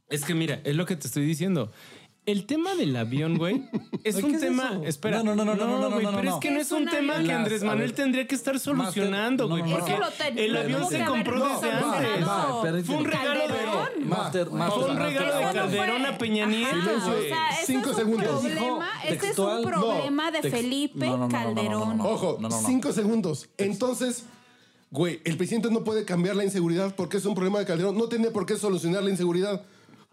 S3: Es que mira, es lo que te estoy diciendo. El tema del avión, güey, es
S4: Ay,
S3: un
S4: ¿qué es
S3: tema.
S4: eso?
S3: Espera.
S4: No, no, no, no, no, no, no,
S3: güey,
S4: no,
S3: Pero
S4: no.
S3: es que no es un
S5: Es
S3: tema
S5: una-
S3: que Andrés
S4: Las- a
S3: Manuel
S4: ver.
S3: tendría que estar solucionando,
S4: Master-
S3: güey.
S4: no, no, no,
S3: porque
S5: no. Eso lo te-
S3: el avión
S4: no,
S3: se
S4: no,
S3: compró
S4: no,
S3: desde
S4: no, no,
S3: antes.
S4: no, pero-
S3: Fue un regalo de.
S4: Master,
S5: Calderón.
S4: Master.
S3: Fue un
S4: Master,
S3: regalo de
S4: Master.
S5: Eso no fue-
S3: Calderón a Peña Nieto.
S5: Ajá,
S1: Silencio.
S5: o sea, ese
S1: Cinco
S5: es
S1: segundos.
S5: Un problema,
S4: Dijo
S5: ese es
S4: textual,
S5: un
S4: no,
S5: problema de
S4: text-
S5: Felipe
S4: no, no, no, no, no, no, no,
S5: Calderón.
S4: no.
S1: Ojo,
S4: no, no.
S1: cinco segundos. Entonces, güey, el presidente no puede cambiar la inseguridad porque es un problema de Calderón. No tiene por qué solucionar la inseguridad.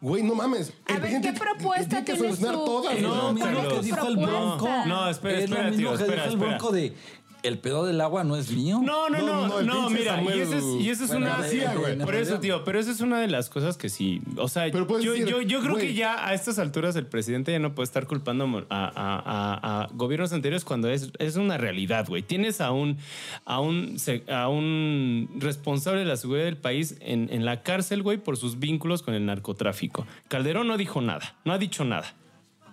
S1: Güey, no mames. El
S5: A ver,
S1: presidente
S5: ¿qué propuesta
S1: tiene que
S5: tienes
S1: solucionar
S5: tú?
S1: todas.
S3: No,
S1: güey.
S5: mira
S3: pero-
S5: lo que dijo el
S3: no,
S5: Bronco.
S3: no, espera,
S4: es
S3: espera, tío,
S4: lo mismo que
S3: espera,
S4: dijo el
S3: espera.
S4: bronco de el pedo del agua no es mío.
S3: No, no,
S1: No,
S3: no,
S1: no,
S3: no,
S1: el pinche
S3: mira,
S1: Samuel
S3: y esa es, y esa es
S4: Bueno,
S3: una...
S4: decía, güey.
S3: Por eso, tío, pero esa es una de las cosas que sí, o sea,
S1: Pero puedes
S3: yo,
S1: decir,
S3: yo, yo creo
S1: güey.
S3: que ya a estas alturas el presidente ya no puede estar culpando a, a- a- a gobiernos anteriores cuando es, es una realidad, güey. Tienes a un, a, un, se- a un responsable de la seguridad del país en, en la cárcel, güey, por sus vínculos con el narcotráfico. Calderón no dijo nada, no ha dicho nada,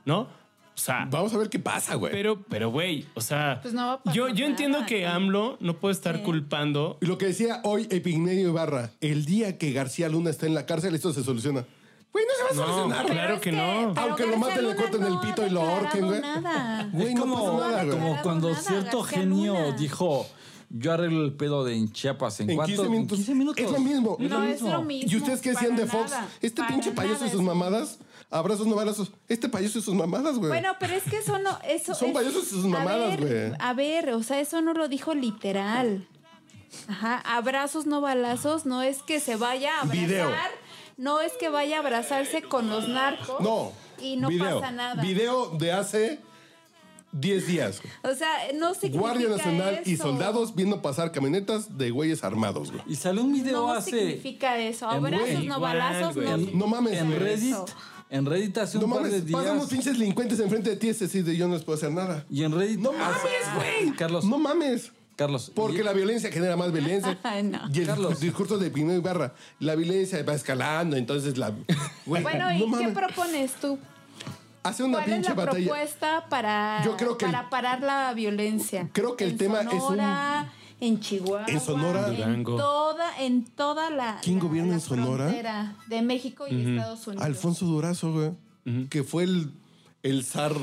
S3: ¿no? O
S4: Ah.
S3: sea,
S1: Vamos a ver qué pasa, güey.
S3: pero, pero, güey, o sea,
S5: Pues no va a pasar
S3: yo, yo entiendo
S5: nada,
S3: que
S5: ¿no?
S3: AMLO no puede estar culpando.
S1: Y Lo que decía hoy Epigmenio Ibarra, el día que García Luna está en la cárcel, esto se soluciona. Güey, no se va a solucionar.
S5: Pero
S3: claro
S5: es
S3: que no.
S1: Aunque
S5: pero
S1: lo
S5: García
S1: maten, le
S5: Luna
S1: corten el
S5: no ha
S1: pito y lo ahorquen,
S5: declarado
S1: güey.
S5: nada.
S1: Güey,
S4: Es
S1: no
S4: como,
S1: pasa nada, güey.
S4: como
S5: Claro,
S4: cuando
S5: nada,
S4: cierto
S5: García
S4: genio
S5: Luna.
S4: dijo, yo arreglo el pedo de en Chiapas. ¿En,
S1: En
S4: cuánto?
S1: 15 minutos.
S4: ¿En 15 minutos?
S1: Es lo mismo.
S5: No es lo mismo.
S1: ¿Y ustedes qué decían
S5: para
S1: de Fox?
S5: nada,
S1: este
S5: para
S1: pinche payaso
S5: nada
S1: y sus
S5: es-
S1: mamadas. Abrazos, no balazos. Este payaso y sus mamadas, güey.
S5: Bueno, pero es que eso no. Eso
S1: Son
S5: es-
S1: payasos y sus mamadas,
S5: a ver,
S1: güey.
S5: A ver, o sea, eso no lo dijo literal. Ajá, abrazos, no balazos. No es que se vaya a abrazar.
S1: Video.
S5: No es que vaya a abrazarse con los narcos.
S1: no.
S5: Y no
S1: video.
S5: pasa nada.
S1: Video de hace 10 días.
S5: O sea, no significa
S1: Guardia Nacional y
S5: eso.
S1: soldados viendo pasar camionetas de güeyes armados, güey.
S4: Y sale un video
S5: No
S4: hace...
S5: significa eso.
S4: en
S5: Abrazos,
S4: Reddit.
S5: no
S3: Igual,
S5: balazos.
S3: güey.
S5: No,
S1: No mames,
S4: En
S1: güey.
S4: Reddit,
S5: Eso.
S4: en Reddit hace un
S1: No
S4: par de
S1: mames,
S4: días.
S1: pasan unos pinches delincuentes enfrente de ti, es decir, de yo no les puedo hacer nada.
S4: Y en Reddit...
S1: No mames,
S4: hace-
S1: güey.
S4: Carlos,
S1: No mames.
S4: Carlos.
S1: Porque
S4: y-
S1: la violencia genera más violencia.
S5: Ay, no.
S1: Y el
S4: Carlos.
S1: discurso de Pino Ibarra, la violencia va escalando, entonces la... Güey,
S5: Bueno, ¿y
S1: no
S5: qué
S1: mames.
S5: propones tú?
S1: Hace una
S5: ¿Cuál es
S1: pinche
S5: la
S1: batalla.
S5: propuesta para,
S1: Yo creo que el-
S5: para parar la violencia?
S1: Creo que el
S5: En
S1: tema es un-
S5: Sonora, En Chihuahua.
S1: En Sonora.
S5: En
S3: Durango.
S5: toda, en toda la.
S1: ¿Quién
S5: la-
S1: gobierna
S5: la
S1: en Sonora?
S5: frontera de México y Estados Unidos.
S1: Alfonso Durazo, güey, que fue el, el zar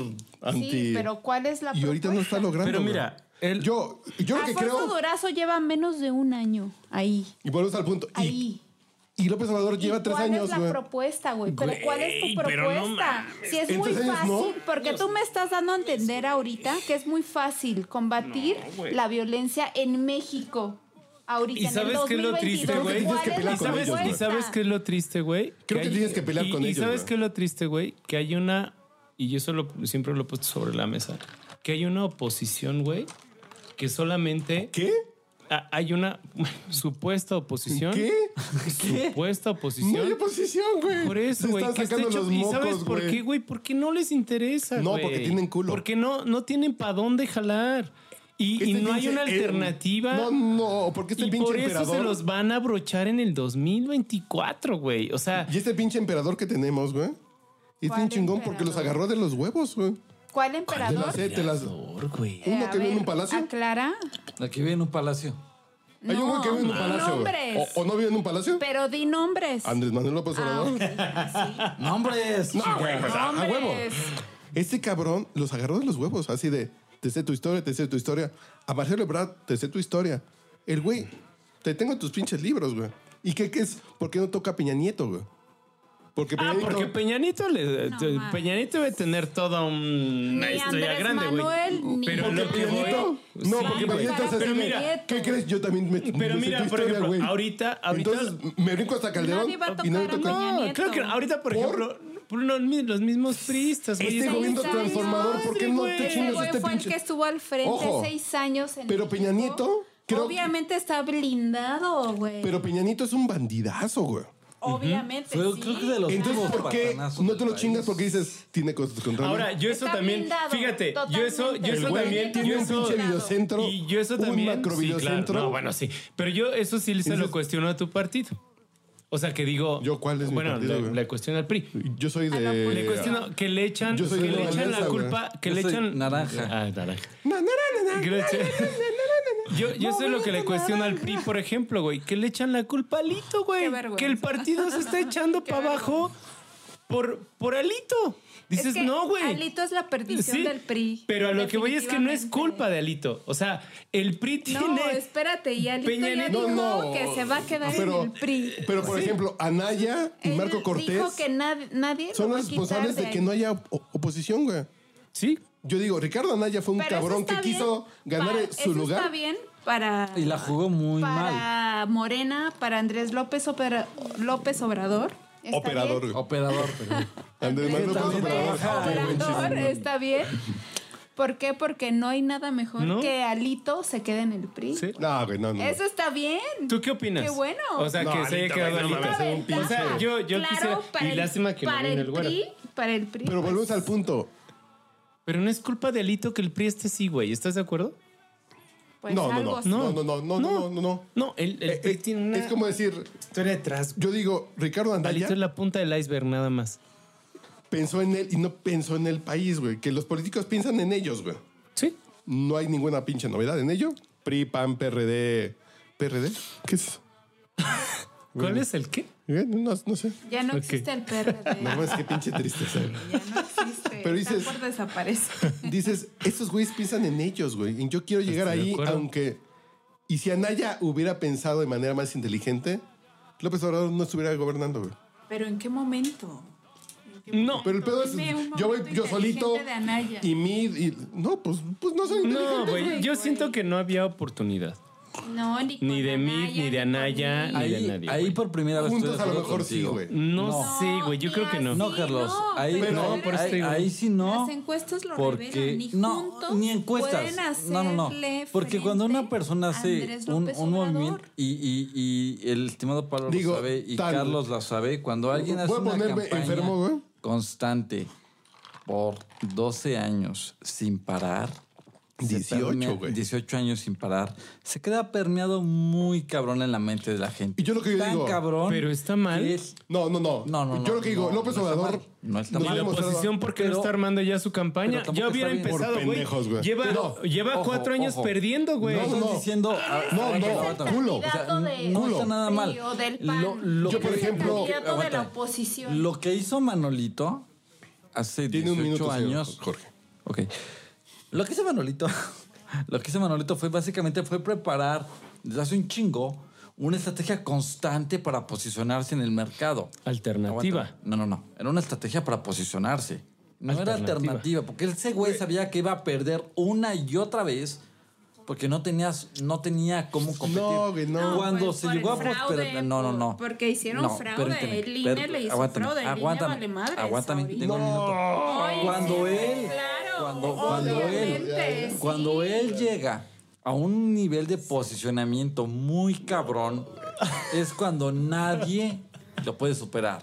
S1: anti...
S5: Sí, pero ¿cuál es la
S1: y ahorita no está
S5: propuesta?
S1: logrando.
S3: Pero
S1: güey.
S3: mira, él-
S1: Yo, yo lo que
S5: Alfonso
S1: creo...
S5: Durazo lleva menos de un año ahí.
S1: Y volvemos al punto. y-
S5: Ahí.
S1: Y, López Obrador Pues lleva
S5: ¿Y
S1: tres
S5: ¿Cuál
S1: años,
S5: es la
S1: güey.
S5: propuesta, güey? ¿Pero cuál es tu
S3: pero no
S5: propuesta?
S3: mames.
S5: si es
S1: En
S5: muy
S1: tres años,
S5: fácil,
S1: ¿no?
S5: porque tú me estás dando a entender ahorita que es muy fácil combatir la violencia en México. Ahorita,
S3: ¿Y sabes qué
S5: en
S3: es lo
S5: el 2022,
S3: triste, güey?
S1: Creo que
S5: ¿Cuál
S1: tienes que
S5: es la
S1: pelear
S3: ¿Y
S1: con
S3: sabes,
S1: ellos,
S3: ¿Y
S5: propuesta?
S3: sabes qué es lo triste, güey?
S1: Creo que
S3: hay-
S1: tienes que pelear
S3: y-
S1: con
S3: ¿Y
S1: ellos,
S3: sabes
S1: güey.
S3: qué es lo triste, güey? Que hay una... Y yo solo siempre lo he puesto sobre la mesa. Que hay una oposición, güey, que solamente...
S1: ¿Qué?
S3: a- hay una supuesta oposición.
S1: ¿Qué?
S3: Supuesta
S1: No hay
S3: oposición.
S1: oposición, güey.
S3: Por eso,
S1: Se
S3: güey.
S1: están
S3: que está
S1: sacando
S3: hecho-
S1: los
S3: ¿Y sabes
S1: mocos,
S3: por qué,
S1: güey.
S3: güey? Porque no les interesa.
S1: No,
S3: güey.
S1: porque tienen culo.
S3: Porque no, no tienen para dónde jalar. Y, y
S1: Este
S3: no hay
S1: pinche-
S3: una
S1: eh,
S3: alternativa.
S1: No, no, porque este
S3: y
S1: pinche
S3: por eso
S1: emperador...
S3: se los van a brochar en el 2024, güey. O sea,
S1: Y este pinche emperador que tenemos, güey. Es
S5: ¿Cuál
S1: bien chingón porque los
S5: emperador?
S1: agarró de los huevos, güey.
S5: ¿Cuál
S1: Te
S5: emperador?
S1: las, eh, te las-
S3: güey.
S5: Eh,
S1: uno
S5: a
S1: que vive en
S5: ver,
S1: un palacio.
S5: ¿Aclara?
S4: Aquí viene un palacio.
S1: Hay uno que vive en un
S5: No,
S1: palacio, güey.
S5: nombres.
S1: O, o no vive en un palacio?
S5: Pero di nombres.
S1: Andrés Manuel López
S5: Ah,
S1: Obrador.
S4: ¡Nombres!
S1: No, güey, o sea, a huevo.
S5: nombres.
S1: Este cabrón los agarró de los huevos, así de, te sé tu historia, te sé tu historia. A Marcelo Ebrard, te sé tu historia. El güey, te tengo tus pinches libros, güey. ¿Y qué, qué es? ¿Por qué no toca a Peña Nieto, güey? Porque Peña
S3: Ah,
S1: Nieto...
S3: porque Peñanito, le,
S5: No,
S3: te-
S5: mames.
S3: Peñanito debe tener toda una
S5: Ni
S3: historia
S5: Andrés
S3: grande,
S5: Manuel,
S3: güey.
S5: ni-
S3: Pero
S5: Porque
S3: lo que
S1: Peña
S3: voy.
S1: Nieto- No,
S3: Sí,
S1: porque Peña
S3: güey.
S1: Nieto es así
S3: Pero
S1: de,
S3: mira,
S1: ¿Qué crees? Yo también me... me
S3: pero
S1: sé
S3: mira,
S1: tu
S3: por
S1: historia,
S3: ejemplo,
S1: güey".
S3: ahorita, ahorita.
S1: Entonces, me brinco hasta Calderón
S5: Nadie va a
S1: y nadie
S5: tocar a
S1: toca-
S5: Peña
S3: no,
S5: Nieto.
S3: creo que ahorita, por,
S1: ¿Por?
S3: ejemplo, por los, mi- los mismos pristas, güey.
S1: Este
S3: es-
S1: gobierno
S5: años.
S1: transformador, ¿por qué no te
S3: Ese
S5: Ese
S1: chingas
S5: güey
S1: este
S5: fue el que
S1: pinche?
S5: estuvo al frente
S1: Ojo.
S5: seis años en
S1: Pero Peña
S5: México.
S1: Nieto, creo-
S5: Obviamente está blindado, güey.
S1: Pero Peña Nieto es un bandidazo, güey.
S5: Obviamente.
S4: Fue,
S5: sí.
S4: creo que de los
S1: Entonces,
S4: últimos
S1: ¿por qué
S4: patanazos
S1: no
S4: del
S1: te lo
S4: país.
S1: chingas porque dices, tiene costos contra mí?
S3: Ahora, yo eso
S5: Está
S3: también.
S5: blindado,
S3: fíjate, yo eso, yo
S5: totalmente.
S1: el
S3: eso
S1: güey
S3: también.
S1: tiene
S3: yo
S1: un
S3: eso-
S1: pinche videocentro.
S3: Y yo eso también.
S1: Un macro
S3: sí, claro,
S1: videocentro.
S3: no, bueno, sí. Pero yo eso sí se lo
S1: Entonces-
S3: cuestiono a tu partido. O sea, que digo.
S1: ¿Yo cuál es mi
S3: Bueno,
S1: partido,
S3: le-
S1: güey?
S3: le cuestiono al PRI.
S1: Yo soy de.
S3: Le cuestiono que le echan,
S1: Yo soy
S3: que
S1: de
S3: le
S1: la
S3: echan la
S1: alianza, güey.
S3: culpa, que
S4: Yo
S3: le
S4: soy
S3: echan
S4: naranja.
S3: Ah, naranja.
S1: Na, na, na, na, na.
S3: Que le echan- Yo, yo sé lo que le cuestiono al PRI, por ejemplo, güey, que le echan la culpa a Alito, güey,
S5: Qué vergüenza.
S3: que el partido se está echando para abajo por por Alito. Dices,
S5: Es que
S3: "No, güey."
S5: Alito es la perdición
S3: Sí,
S5: del PRI.
S3: Pero a lo que voy es que no es culpa de Alito. O sea, el PRI tiene
S5: No, espérate, y Alito
S3: Peña
S5: ya
S3: Nieto-
S5: dijo
S1: No, no.
S5: que se va a quedar
S1: Pero-
S5: en el PRI.
S1: Pero, por ejemplo, Anaya y
S5: Él
S1: Marco Cortés
S5: Dijo que nad- nadie lo
S1: son
S5: va a
S1: los
S5: quitar
S1: responsables de
S5: ahí.
S1: que no haya o- oposición, güey.
S3: Sí,
S1: Yo digo, Ricardo Anaya fue un
S5: Pero eso
S1: cabrón que
S5: está
S1: quiso
S5: bien
S1: ganar
S5: para-
S1: su
S5: Eso está
S1: lugar.
S5: bien para.
S4: Y la jugó muy mal.
S5: para Morena, para Andrés López, Opera- López Obrador. está
S1: Operador,
S5: bien.
S1: güey.
S4: Operador, pero.
S1: Andrés Manuel
S4: López
S5: López
S1: López Obrador.
S5: Obrador, está bien. ¿Por qué? Porque no hay nada mejor
S3: ¿No?
S5: que Alito se quede en el PRI.
S3: sí.
S1: No, güey, no, no.
S5: Eso está bien.
S3: ¿Tú qué opinas?
S5: Qué bueno.
S3: O sea,
S1: No,
S3: que se haya
S1: Alito,
S3: quedado
S1: güey, no
S3: Alito.
S1: mames, es un
S5: Ventaja.
S1: pinche-
S3: O sea, yo- yo quisiera- y
S5: el-
S3: lástima que no
S5: para
S3: vino
S5: el
S3: el güero.
S5: PRI, para el PRI.
S1: Pero volvemos al punto.
S3: Pero no es culpa de Alito que el PRI esté sí, güey. ¿Estás de acuerdo?
S5: pues
S1: no, no,
S5: algo
S1: no,
S5: así.
S1: no, no, no, no, no, no, no.
S3: No, el, el
S1: Eh,
S3: PRI
S1: eh,
S3: tiene una
S1: Es como decir,
S3: historia detrás.
S1: yo digo, Ricardo Anaya
S3: Alito es la punta del iceberg nada más.
S1: pensó en él y no pensó en el país, güey. Que los políticos piensan en ellos, güey.
S3: Sí.
S1: No hay ninguna pinche novedad en ello. PRI, PAN, PRD. ¿PRD? ¿Qué es?
S3: ¿Cuál es el qué?
S1: Eh, No, no sé.
S5: Ya no existe el PRD.
S1: No, es que pinche tristeza. güey.
S5: Ya no existe.
S1: Pero
S5: Está
S1: dices-
S5: por desaparecer.
S1: Dices, estos güeyes piensan en ellos, güey. En yo quiero llegar
S3: Estoy de
S1: ahí,
S3: acuerdo.
S1: aunque. Y si Anaya hubiera pensado de manera más inteligente, López Obrador no estuviera gobernando, güey.
S5: Pero ¿en qué momento?
S3: No.
S1: Pero el pedo es,
S5: Dime un
S1: yo voy
S5: momento
S1: yo solito
S5: inteligente de Anaya.
S1: y mi y- no, pues, pues no soy
S3: No,
S1: inteligente.
S3: güey. Yo siento que no había oportunidad.
S5: No, ni,
S3: Ni
S5: con
S3: de mí,
S5: Anaya,
S3: ni de Anaya,
S5: conmigo.
S3: ni de
S4: Ahí,
S3: nadie.
S4: ahí
S3: güey.
S4: por primera vez. estoy
S1: Juntos
S4: de
S1: a lo
S4: acuerdo
S1: mejor sí,
S4: contigo.
S1: güey.
S3: No,
S5: No,
S3: sé, güey. Yo
S5: ni
S3: creo que no.
S5: así.
S4: No, Carlos.
S5: no,
S4: ahí,
S5: pero-
S4: no,
S5: No, por eso
S4: ahí,
S3: te digo.
S4: ahí sí no.
S5: Las encuestas lo
S4: porque
S5: revelan, ni
S4: no,
S5: juntos
S4: ni encuestas.
S5: pueden hacerle
S4: no, no, no. Porque cuando una
S5: frente
S4: persona
S5: a
S4: hace
S5: Andrés
S4: un,
S5: López
S4: un
S5: Obrador.
S4: movimiento y, y, y el estimado Pablo
S1: Digo,
S4: lo sabe y
S1: tan-
S4: Carlos lo sabe, cuando alguien hace
S1: Voy a
S4: una
S1: ponerme
S4: campaña
S1: enfermo, güey.
S4: constante por 12 años sin parar, se
S1: 18,
S4: permea-
S1: güey.
S4: 18 años sin parar, se queda permeado muy cabrón en la mente de la gente.
S1: Y yo lo que yo
S4: Tan
S1: digo-
S4: cabrón.
S3: Pero está mal.
S4: que es-
S1: No, no, no.
S4: No, no, no,
S1: Yo lo que digo,
S4: no,
S1: López
S4: no está
S1: Obrador
S4: mal. No está
S1: nos
S4: mal.
S1: ha
S3: Y la
S1: demostrado-
S3: oposición, porque
S4: Pero-
S3: no está armando ya su campaña?
S4: pero tampoco
S3: Ya hubiera
S4: está bien.
S3: empezado,
S1: Por pendejos,
S3: güey.
S1: güey.
S3: Lleva,
S1: No.
S3: lleva
S4: Ojo,
S3: cuatro años
S4: ojo.
S3: perdiendo, güey.
S4: No,
S1: No,
S4: estás
S1: no.
S4: diciendo.
S1: No,
S4: Ah,
S1: no,
S4: la bata.
S1: culo.
S4: O sea,
S5: Candidato de-
S4: no
S1: culo.
S4: está nada mal.
S5: Sí, o del PAN.
S4: Lo- lo
S1: Yo, por
S4: que-
S5: Es el
S1: ejemplo-
S5: candidato de
S4: Aguanta.
S5: la oposición.
S4: Lo que hizo Manolito hace
S1: Tiene
S4: 18
S1: un minuto, señor
S4: años.
S1: Jorge.
S4: Ok. Lo que hizo Manolito, lo que hizo Manolito fue básicamente fue preparar desde hace un chingo una estrategia constante para posicionarse en el mercado.
S3: Alternativa.
S4: Aguanta. No, no, no. Era una estrategia para posicionarse. No era
S3: Alternativa.
S4: alternativa, porque ese güey sabía que iba a perder una y otra vez porque no tenías, no tenía cómo competir.
S1: No, güey, no.
S5: No,
S4: Cuando
S5: pues,
S4: se
S5: por
S4: llegó a
S5: el fraude,
S4: prosperar- no, no, no.
S5: por- porque hicieron fraude, el INE
S4: per-
S5: le hizo
S4: aguántame,
S5: fraude, el INE
S4: aguántame,
S5: vale madres
S4: aguántame,
S5: ahorita.
S4: tengo un minuto.
S5: Ay,
S4: Cuando
S5: sí,
S4: él,
S5: claro,
S4: cuando, cuando
S5: obviamente,
S4: él,
S5: sí.
S4: cuando él llega a un nivel de posicionamiento muy cabrón, es cuando nadie lo puede superar.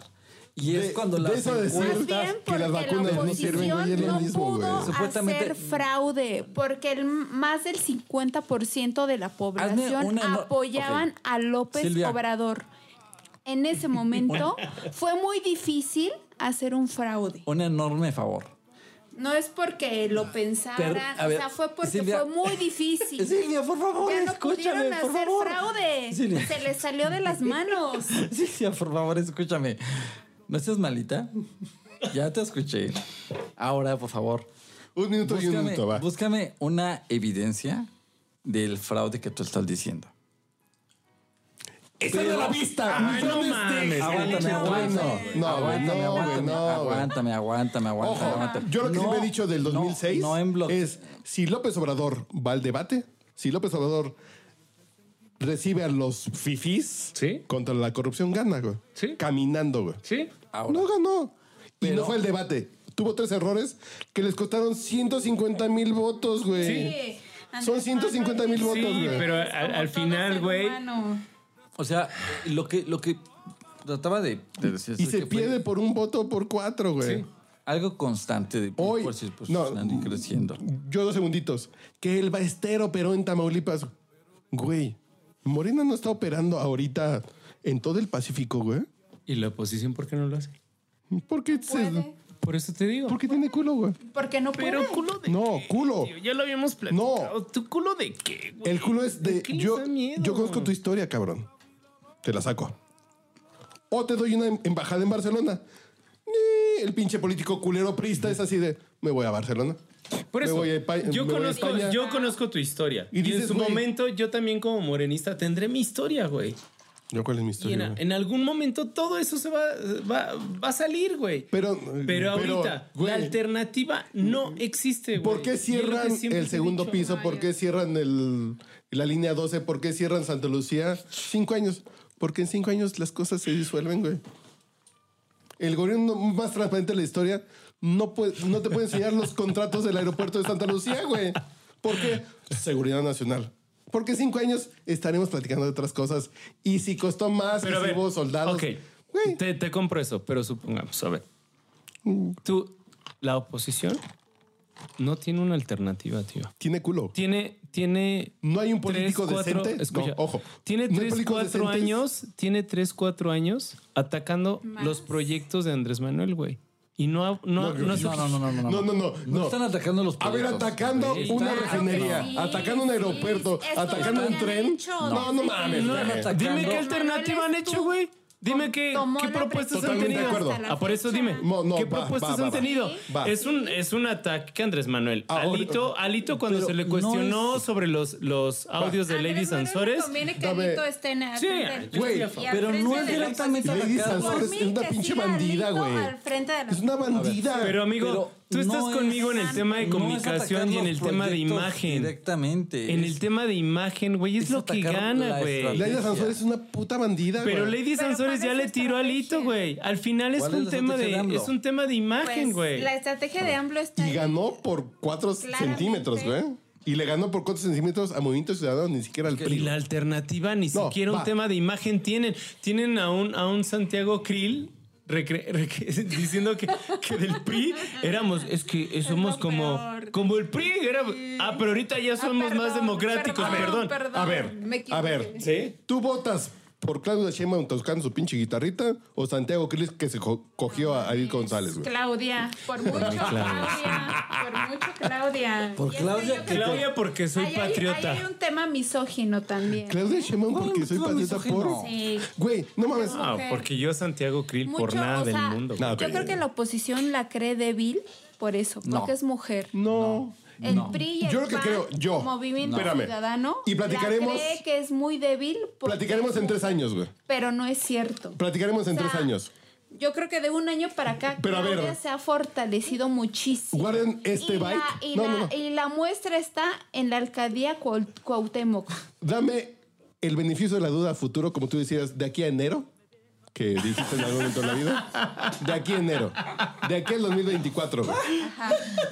S4: Y es
S1: De-
S4: cuando
S1: de
S4: las
S1: eso decir-
S5: Más
S4: encuestas-
S5: bien
S1: que
S5: porque
S1: las vacunas
S5: la
S1: no sirven, güey, es
S5: oposición
S1: lo
S5: no
S1: mismo, güey.
S5: pudo
S4: Supuestamente-
S5: hacer fraude, porque el, más del 50% de la población
S4: una eno-
S5: apoyaban
S4: Ok.
S5: a López
S4: Silvia.
S5: Obrador. En ese momento fue muy difícil hacer un fraude.
S4: un enorme favor.
S5: No es porque lo pensaran,
S4: Pero, a ver,
S5: o sea, fue porque
S4: Silvia-
S5: fue muy difícil.
S4: Silvia, por favor,
S5: ya no
S4: escúchame,
S5: pudieron
S4: por
S5: hacer
S4: favor.
S5: fraude.
S4: Silvia.
S5: Se les salió de las manos.
S4: Silvia, por favor, escúchame. No seas malita. Ya te escuché. Ahora, por favor,
S1: Un minuto y un
S4: búscame,
S1: minuto, va.
S4: búscame una evidencia del fraude que tú estás diciendo.
S1: Está en la vista. millones de
S3: este,
S1: güey,
S4: Aguántame, aguántame.
S1: no, güey,
S4: aguántame,
S1: no, güey,
S4: aguántame,
S1: no, güey.
S4: aguántame, aguántame,
S1: Ojo,
S4: aguántame, aguántame.
S1: yo lo que
S4: No,
S1: siempre he dicho del
S4: no,
S1: 2006
S4: No, en bloque.
S1: es si López Obrador va al debate, si López Obrador recibe a los fifís
S3: Sí.
S1: contra la corrupción, gana, güey.
S3: Sí.
S1: Caminando, güey.
S3: Sí.
S4: Ahora.
S1: No ganó. y
S4: Pero-
S1: no fue el debate. Tuvo tres errores que les costaron 150 mil votos, güey.
S5: Sí. Andrés
S1: Son 150 mil
S5: Manuel.
S1: votos,
S3: Sí,
S1: güey.
S3: pero al-
S5: Como
S3: al
S5: todo
S3: final,
S5: ser
S3: güey,
S5: humano.
S4: O sea, lo que, lo que trataba de.
S3: Te decías,
S1: Y
S4: Sí,
S1: se
S4: Pues que fue-
S1: pierde por un voto por cuatro, güey.
S4: Algo constante de
S1: Hoy.
S4: por si- por si
S1: no,
S4: están creciendo.
S1: Yo dos segunditos. Que el Baestero operó en Tamaulipas. Güey, Morena no está operando ahorita en todo el Pacífico, güey.
S3: ¿Y la oposición por qué no lo hace?
S1: ¿Por qué, se-
S5: Puede.
S3: Por eso te digo.
S1: ¿por qué tiene culo, güey?
S5: Porque no puede.
S3: Pero culo de
S1: No,
S3: qué,
S1: culo.
S3: tío? Ya lo habíamos platicado.
S1: No.
S3: ¿Tu culo de qué, güey?
S1: El culo es de.
S3: qué les
S1: Yo,
S3: da miedo?
S1: yo conozco tu historia, cabrón. Te la saco. O te doy una em- embajada en Barcelona. Eh, El pinche político culero prista es así de. Me voy a Barcelona.
S3: Por
S1: me
S3: eso,
S1: voy a Ipa-
S3: yo,
S1: me voy a
S3: conozco,
S1: España.
S3: yo conozco tu historia.
S1: Y
S3: Y, en
S1: dices,
S3: su
S1: güey-
S3: momento, yo también como morenista tendré mi historia, güey.
S1: ¿Yo cuál es mi
S3: Y en,
S1: historia? güey?
S3: en algún momento todo eso se va, va, va a salir, güey.
S1: Pero- pero,
S3: pero ahorita
S1: güey.
S3: la alternativa no existe, güey.
S1: ¿Por
S3: Y
S1: qué
S3: es lo que
S1: cierran
S3: siempre te
S1: el
S3: he
S1: segundo
S3: dicho.
S1: piso? ¿Por qué cierran el, la línea 12? ¿Por qué cierran Santa Lucía? Cinco años. Porque en cinco años las cosas se disuelven, güey. El gobierno más transparente de la historia no, puede- no te puede enseñar los contratos del aeropuerto de Santa Lucía, güey. ¿Por qué? Seguridad Nacional. Porque en cinco años estaremos platicando de otras cosas. Y si costó más,
S3: Pero a
S1: y si
S3: ver,
S1: hubo soldados.
S3: ok,
S1: Güey,
S3: te, te compro eso, pero supongamos, a ver. Tú, la oposición no tiene una alternativa, tío.
S1: tiene culo.
S3: Tiene, tiene.
S1: No hay un político
S3: tres, cuatro-
S1: decente.
S3: escucha,
S1: No, ojo.
S3: Tiene
S1: No hay
S3: tres,
S1: políticos
S3: cuatro
S1: decentes.
S3: años. Tiene tres, cuatro años atacando
S5: Más.
S3: los proyectos de Andrés Manuel, güey. Y no, ha- no, no, se-
S4: No, no, no, no, no.
S1: No, no, no.
S4: No
S1: no.
S4: están atacando los
S1: A ver,
S4: proyectos.
S1: atacando
S4: Güey,
S1: una
S4: está-
S1: refinería,
S5: sí,
S1: atacando un
S5: sí,
S1: aeropuerto,
S5: esto
S1: atacando
S5: lo
S1: un
S5: han
S1: tren.
S5: hecho.
S1: No, no mames.
S3: No,
S1: güey.
S4: no ataca-
S3: Dime qué
S4: Manuel
S3: alternativa han
S5: estuvo-
S3: hecho, güey. Dime qué,
S5: tomó
S3: qué
S5: la
S3: propuestas han
S1: Totalmente de
S3: tenido.
S1: acuerdo.
S5: hasta la
S3: Ah, por eso
S5: fecha.
S3: dime.
S1: No, no,
S3: ¿Qué
S1: va,
S3: propuestas
S1: va,
S3: han
S1: va,
S3: tenido? Ah,
S1: va.
S3: Es un es un ataque que Andrés Manuel.
S1: Ahora-
S3: Alito, Alito cuando
S4: Pero
S3: se le
S4: no
S3: cuestionó sobre los, los audios de Lady Sansores.
S5: Conviene que
S1: Dame-
S5: Alito esté en
S3: Sí,
S5: frente-
S1: güey,
S5: y al frente
S4: pero no
S5: de
S4: es
S5: la
S4: directamente
S5: oposición.
S1: Lady
S4: atacando.
S1: Sansores
S5: Por
S1: es
S5: mí
S1: una
S5: que
S1: pinche
S5: siga
S1: bandida,
S5: Alito
S1: güey.
S5: al frente de la
S1: Es una bandida.
S3: Pero amigo,
S4: Pero
S3: tú
S4: no
S3: estás
S4: es-
S3: conmigo en el tema de
S4: no es
S3: comunicación
S4: atacar
S3: y en el
S4: los
S3: tema de
S4: proyectos
S3: imagen.
S4: Directamente.
S3: En
S4: Es-
S3: el tema de imagen, güey, es,
S4: es
S3: lo que
S4: atacar
S3: gana,
S4: la
S3: güey.
S4: estrategia.
S1: Laila Sansores es una puta bandida,
S3: Pero
S1: güey.
S3: Lady
S5: Pero
S3: Sansores
S5: ¿cuál
S3: ya
S5: es
S3: le
S5: su
S3: tiró al
S5: estrategia?
S3: hito, güey. Al final es
S4: ¿Cuál es
S3: un
S4: la
S3: tema de,
S4: estrategia de AMLO?
S3: es un tema de
S5: Pues,
S3: imagen, güey.
S5: la estrategia de AMLO está
S1: Y ganó por cuatro
S5: Claramente.
S1: centímetros, güey. Y le ganó por cuatro centímetros a Movimiento Ciudadano, ni siquiera al
S3: Y
S1: PRI.
S3: Pues, la alternativa ni
S1: No,
S3: siquiera
S1: va.
S3: un tema de imagen tienen. Tienen a un, a un Santiago Krill recre- recre- diciendo que, que del PRI éramos, es que somos
S5: lo
S3: como,
S5: peor.
S3: como el PRI. Era, ah, pero ahorita ya somos más democráticos, perdón.
S1: A ver, a ver.
S3: ¿Sí?
S1: ¿Tú votas por Claudia Sheinbaum tocando su pinche guitarrita o Santiago Cris que se co- cogió a Ariel González, güey?
S5: Claudia, por mucho Claudia, por mucho Claudia.
S4: Por
S5: Y es que
S4: Claudia,
S5: yo creo
S3: Claudia, porque soy
S5: ahí hay-
S3: patriota.
S5: ahí hay un tema misógino también.
S1: Claudia Sheinbaum porque soy
S4: tú,
S1: patriota
S4: misógino.
S1: por...
S5: Sí.
S1: Güey, no mames.
S3: Ah,
S5: mujer.
S3: porque yo Santiago Krill por
S5: Mucho,
S3: nada
S5: o sea,
S3: del mundo.
S1: Nada.
S5: Yo creo que la oposición la cree débil por eso, porque
S4: No.
S5: es mujer.
S1: No.
S5: El PRI y el
S1: Yo lo que
S5: PAN,
S1: creo, yo.
S5: Movimiento
S1: Espérame.
S5: Ciudadano.
S1: Y platicaremos-
S5: la cree que es muy débil. porque
S1: Platicaremos
S5: es
S1: en tres
S5: mujer,
S1: años, güey.
S5: Pero no es cierto.
S1: Platicaremos en
S5: O sea,
S1: tres años.
S5: Yo creo que de un año para acá
S1: Pero a ver.
S5: Claudia se ha fortalecido muchísimo.
S1: Guarden este
S5: y
S1: bike.
S5: La, y,
S1: No,
S5: la,
S1: no, no.
S5: y la muestra está en la alcaldía Cuau- Cuauhtémoc.
S1: Dame el beneficio de la duda a futuro, como tú decías, de aquí a enero, que dijiste en algún momento de la vida. De aquí a enero. De aquí al 2024, güey.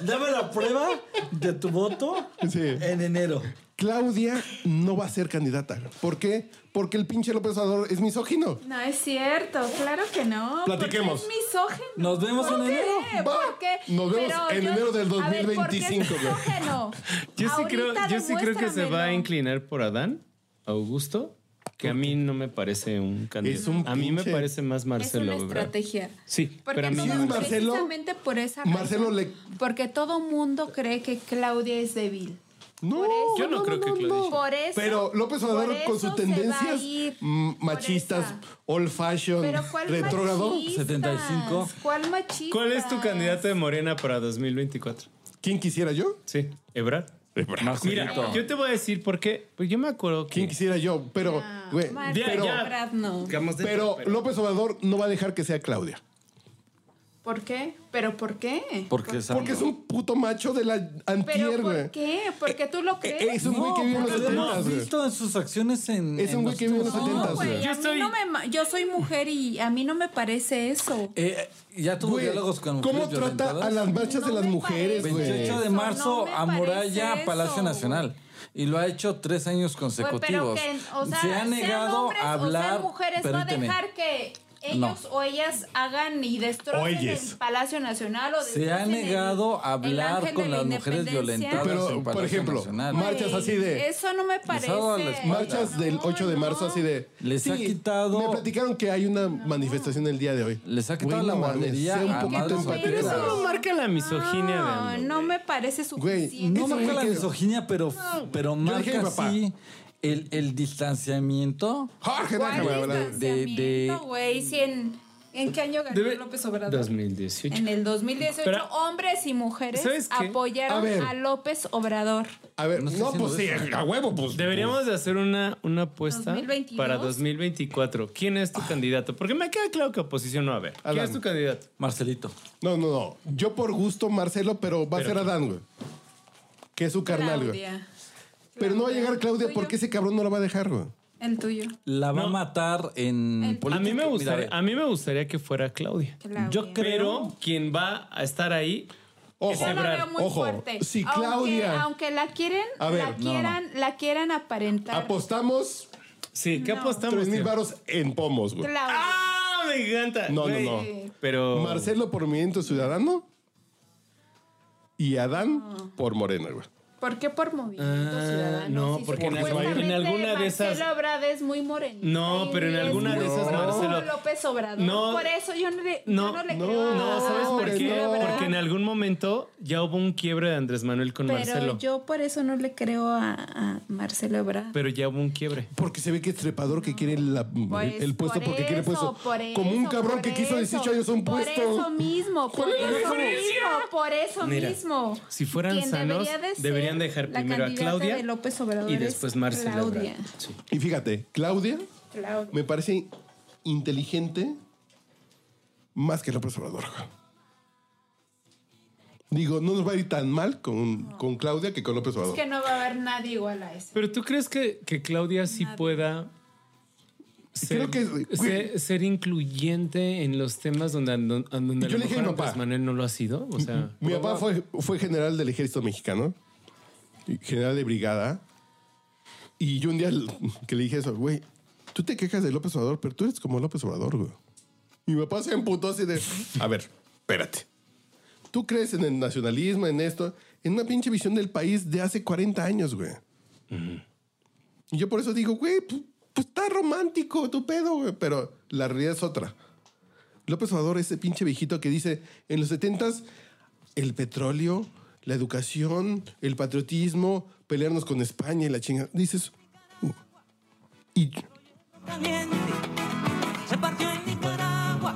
S12: Dame la prueba de tu voto
S1: Sí.
S12: en enero.
S1: Claudia no va a ser candidata. ¿Por qué? Porque el pinche López Obrador es misógino.
S5: No es cierto, claro que no. porque
S1: Platiquemos.
S5: Es misógino.
S4: Nos vemos
S5: ¿Por
S4: en
S5: qué?
S4: enero.
S1: Va.
S5: ¿Por qué?
S1: Nos vemos en enero del
S5: a ver, ¿por qué es
S1: 2025, güey.
S5: misógino?
S3: Yo sí,
S5: Ahorita
S3: creo, yo sí creo que se va a
S5: demuéstramelo.
S3: inclinar por Adán, Augusto, que a mí no me parece un candidato.
S1: un
S3: a mí me
S1: pinche-
S3: parece más
S5: Es una
S3: Marcelo. Ebrard.
S5: estrategia.
S3: Sí,
S5: Porque
S3: pero a mí
S5: todo,
S1: Sí, Marcelo-
S5: precisamente por esa razón,
S1: Marcelo le-
S5: porque todo mundo cree que Claudia es débil.
S1: No,
S3: Yo no creo que Claudia Sheinbaum.
S5: Por eso.
S1: Pero López
S5: por
S1: Obrador
S5: eso
S1: con sus
S5: se va a
S1: tendencias
S5: ir
S1: mm,
S5: por
S1: machistas,
S5: esa.
S1: old fashion,
S5: Pero ¿cuál
S1: retrógrado.
S5: machistas?
S4: 75.
S5: ¿Cuál machista?
S3: ¿Cuál es tu candidato de Morena para 2024?
S1: ¿Quién quisiera yo?
S3: Sí, Ebrard. Mira,
S4: Marcelito.
S3: yo te voy a decir por qué. Pues yo me acuerdo
S1: ¿Quién
S3: que
S1: quisiera yo? Pero, güey,
S5: Ah, Marta
S3: pero-
S5: Ebrard no.
S3: Digamos de-
S1: pero López Obrador no va a dejar que sea Claudia.
S5: ¿Por qué? ¿Pero por qué?
S4: Porque es
S1: Porque es un puto macho de la antier,
S5: ¿Pero
S1: güey. Eh,
S5: por qué? ¿Porque tú lo crees?
S1: Es un güey que vive en los
S4: porque lo
S1: 70,
S4: hemos
S1: güey.
S4: visto en sus acciones en.
S1: Es un güey que vive en los
S4: últimos-
S1: 70,
S5: No, güey,
S1: güey.
S5: a
S3: Yo
S5: mí
S3: estoy-
S5: no me ma- yo soy mujer y a mí no me parece eso.
S4: Eh, ya tuvo
S1: Güey,
S4: diálogos con
S1: ¿Cómo
S4: mujeres
S1: trata a
S4: violentadas.
S1: las marchas
S5: No
S1: de las
S5: me
S1: mujeres,
S5: parece.
S1: güey?
S4: 28 de
S5: Eso,
S4: marzo
S5: no me
S4: a Muralla,
S5: parece
S4: Palacio
S5: eso,
S4: Nacional. Y lo ha hecho tres años
S5: Güey, pero
S4: consecutivos.
S5: que, o sea,
S4: se ha
S5: sean
S4: negado
S5: hombres
S4: a hablar.
S5: O sean mujeres, va a
S4: permíteme,
S5: dejar que ellos o ellas hagan y destrocen
S1: Oyes.
S5: el Palacio Nacional o
S4: Se ha
S5: destrocen el-
S4: negado a
S5: el
S4: hablar
S5: Ángel
S4: con
S5: de
S4: las mujeres
S5: Independencia.
S4: violentadas
S1: Pero,
S4: en
S1: por
S4: Palacio
S1: ejemplo,
S4: Nacional.
S1: Mar- marchas así de-
S5: Eso no me parece.
S4: hago la espalda.
S1: Marchas del 8 de marzo así de...
S4: Les ha quitado-
S1: Me platicaron que hay una manifestación el día de hoy.
S4: Les ha quitado
S1: Güey,
S4: la
S1: no mames,
S4: guardería
S1: sé un
S4: a
S1: poquito
S4: madres
S1: empático.
S5: Pero eso
S4: solteras.
S5: no
S3: Marca la misoginia de
S5: No,
S3: AMLO.
S5: Ah, no me parece
S1: Güey,
S5: suficiente.
S4: No
S1: Eso
S4: marca
S1: fue
S4: la
S1: que-
S4: misoginia, pero, pero
S1: dije
S4: marca
S1: mi papá.
S4: sí el, el distanciamiento.
S1: Jorge,
S5: ¿Cuál
S1: déjame hablar.
S5: distanciamiento,
S4: De- de-
S5: güey? Si en, ¿En qué año ganó
S3: Debe-
S5: López Obrador?
S3: 2018.
S5: En el 2018,
S3: Pero-
S5: hombres y mujeres
S3: ¿Sabes qué?
S5: apoyaron
S1: A
S5: a,
S1: ver.
S5: López Obrador.
S1: A ver,
S4: No estoy
S1: no,
S4: haciendo
S1: pues sí,
S4: eso.
S1: a huevo, pues.
S3: Deberíamos de hacer una, una apuesta
S5: 2022.
S3: para 2024. ¿Quién es
S5: Ah.
S3: tu candidato? Porque me queda claro que oposición no va a haber. ¿Quién
S1: Adán.
S3: es tu candidato?
S4: Marcelito.
S1: No, no, no. Yo por gusto, Marcelo, pero va a ser Adán, güey. Que es su carnal, güey.
S5: Claudia,
S1: Pero no va a llegar Claudia
S5: Soy
S1: porque
S5: yo.
S1: ese cabrón no la va a dejar, güey.
S5: el tuyo.
S4: La va a
S3: No.
S4: matar en
S5: El-
S3: A
S4: política.
S3: mí, me
S4: Mira,
S3: gustaría,
S4: ve,
S3: a mí me gustaría que fuera Claudia.
S5: Claudia.
S4: Yo creo-
S3: Pero quien va a estar ahí
S1: Ojo,
S5: Yo la veo muy
S1: ojo.
S5: fuerte.
S1: Si
S5: Aunque-
S1: Claudia.
S5: Aunque, la quieren,
S1: A ver,
S5: la
S1: no,
S5: quieran, la quieran aparentar.
S1: Apostamos
S3: Sí, ¿qué
S5: No.
S3: apostamos?
S1: 3 mil
S3: tío?
S1: varos en pomos, güey.
S5: Claudia.
S3: ¡Ah! Me encanta.
S1: No, no,
S3: güey.
S1: no.
S3: Pero.
S1: Marcelo por Movimiento Ciudadano y Adán por Morena, güey.
S5: ¿Por qué por movimiento
S3: Ah,
S5: ciudadano?
S3: no,
S5: Si
S3: porque en
S5: supuestamente
S3: en alguna de esas-
S5: Marcelo Ebrard es muy morenito.
S3: No, pero en
S5: y es
S3: alguna de esas,
S5: como
S3: Marcelo-
S5: López Obrador.
S3: No.
S5: por eso yo no le,
S3: No,
S5: yo no le
S1: no,
S5: creo a-
S3: No, ¿sabes
S1: Ah,
S3: por
S1: que
S3: qué?
S1: no.
S3: Porque en algún momento ya hubo un quiebre de Andrés Manuel con
S5: Pero
S3: Marcelo.
S5: yo por eso no le creo a, a Marcelo Ebrard.
S3: Pero ya hubo un quiebre.
S1: Porque se ve que es trepador que quiere la-
S5: Pues,
S1: el puesto
S5: por
S1: porque quiere
S5: eso,
S1: puesto.
S5: por eso,
S1: Como un cabrón
S5: por
S1: que quiso
S5: eso,
S1: 18 años un puesto.
S5: Por eso mismo, por
S1: ¿Cuál es la
S5: eso
S1: diferencia?
S5: mismo, por eso
S3: Mira,
S5: mismo.
S3: si fueran
S5: Quien
S3: sanos,
S5: debería de ser
S3: deberían dejar
S5: la
S3: primero a
S5: candidata
S3: Claudia
S5: de López Obrador
S3: Y
S5: es
S3: después Marcelo.
S5: Claudia.
S3: Ebrard. Sí.
S1: Y fíjate, Claudia
S5: Claudia.
S1: me parece inteligente más que López Obrador. güey. Digo, no nos va a ir tan mal con, con Claudia que con López
S5: Es
S1: Obrador.
S5: que no va a haber nadie igual a ese.
S3: Pero tú crees que, que Claudia sí pueda ser,
S1: Creo que-
S3: ser, ser incluyente en los temas donde, donde, donde a
S1: Yo
S3: lo
S1: le dije a mi
S3: mejor
S1: papá.
S3: Andrés Manuel no lo ha sido? O sea,
S1: Mi papá fue, fue general del ejército mexicano, general de brigada. Y yo un día l- que le dije eso, güey, tú te quejas de López Obrador, pero tú eres como López Obrador, güey. Mi papá se emputó así de, a ver, espérate. Tú crees en el nacionalismo, en esto, en una pinche visión del país de hace 40 años, güey. Y yo por eso digo, güey, pues, pues está romántico tu pedo, güey, pero la realidad es otra. López Obrador, ese pinche viejito que dice, en los 70s el petróleo, la educación, el patriotismo, pelearnos con España y la chinga. Dices. uh, y
S9: Caliente, se partió en Nicaragua.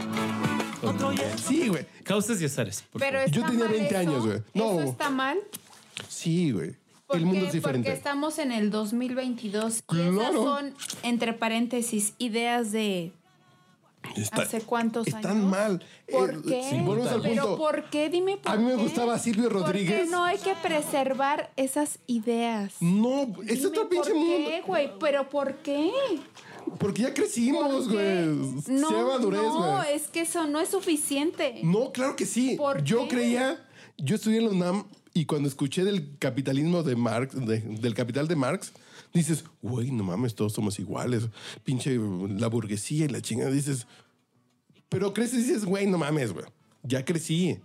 S9: Otro yeso.
S1: sí, güey.
S3: Causas y azares. por
S5: Pero
S1: Yo
S5: está
S1: tenía
S5: mal
S1: 20
S5: eso,
S1: años, güey.
S5: ¿Eso
S1: No.
S5: está mal?
S1: Sí, güey.
S5: ¿Por
S1: El mundo
S5: qué?
S1: es
S5: Porque
S1: diferente.
S5: estamos en el 2022 y esas
S1: Claro.
S5: son, entre paréntesis, ideas de
S1: Está-
S5: hace cuántos años.
S1: Están mal.
S5: ¿Por
S1: Eh,
S5: qué?
S1: sí, volvemos al
S5: ¿Pero
S1: punto.
S5: por qué? Dime por
S1: A mí me
S5: qué.
S1: gustaba Silvio
S5: ¿Por qué
S1: Rodríguez.
S5: no hay que preservar esas ideas.
S1: No, es
S5: Dime
S1: otro pinche
S5: ¿Por
S1: mundo.
S5: qué, güey? ¿Pero por qué?
S1: Porque ya crecimos,
S5: ¿Por
S1: güey.
S5: qué? No,
S1: Sea madurez, güey. Mm.
S5: no, es que eso no es suficiente.
S1: No, claro que sí.
S5: ¿Por
S1: yo
S5: qué?
S1: creía, yo estudié en la UNAM y cuando escuché del capitalismo de Marx, de- del capital de Marx, dices, güey, no mames, todos somos iguales, pinche la burguesía y la chingada. Dices, pero creces y dices, güey, no mames, güey, ya crecí.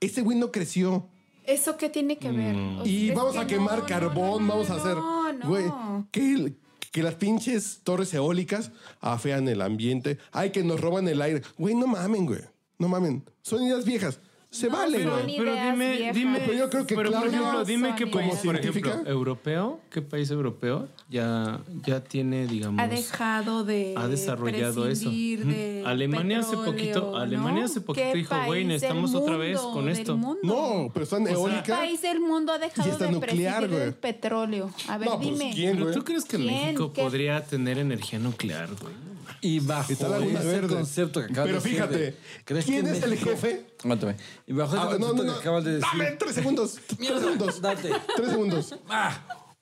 S1: Ese güey no creció.
S5: ¿Eso qué tiene que ver? O sea,
S1: Mm. Y
S5: es
S1: vamos
S5: que
S1: a quemar
S5: no, no,
S1: carbón,
S5: no,
S1: vamos a
S5: no,
S1: hacer.
S5: no.
S1: Güey, que, que las pinches torres eólicas afean el ambiente. Ay, que nos roban el aire. Güey, no mamen, güey. No mamen. Son ideas viejas. Se
S5: No,
S1: vale,
S5: son
S1: güey.
S5: ideas viejas.
S1: Pero yo creo que
S3: pero, por
S1: Claudia-
S3: ejemplo, dime
S5: No,
S3: que
S5: son
S3: como
S5: ideas.
S3: por ejemplo,
S1: ¿Científica?
S3: europeo, ¿qué país europeo ya, ya tiene, digamos,
S5: ha dejado de
S3: ha desarrollado eso?
S5: prescindir de
S3: Ujú. Alemania hace
S5: petróleo,
S3: poquito-
S5: ¿no?
S3: Alemania hace poquito
S5: ¿Qué
S3: dijo, güey,
S5: país del
S3: necesitamos otra vez
S5: mundo,
S3: con
S5: del
S3: esto?
S5: mundo?
S1: No, pero son
S5: ¿Qué
S1: eólicas.
S5: país del mundo ha dejado
S1: Y está
S5: de
S1: nuclear,
S5: prescindir
S1: güey.
S5: del petróleo? A ver,
S1: No, pues,
S5: dime.
S1: ¿quién?
S3: ¿Pero
S1: güey.
S3: tú crees que
S5: ¿Quién?
S3: México
S5: ¿Qué?
S3: podría tener energía nuclear, güey?
S4: Y bajo
S1: Está Laguna
S4: ese
S1: Verde.
S4: concepto que acabas
S1: Pero
S4: de decir
S1: fíjate,
S4: de- ¿crees
S1: ¿quién
S4: que
S1: es el
S4: México-
S1: jefe?
S4: Aguántame. Y bajo ese
S1: Ah,
S4: concepto que acabas de decir.
S1: Dame tres segundos. tres segundos.
S4: Date. Ah.
S1: Tres segundos.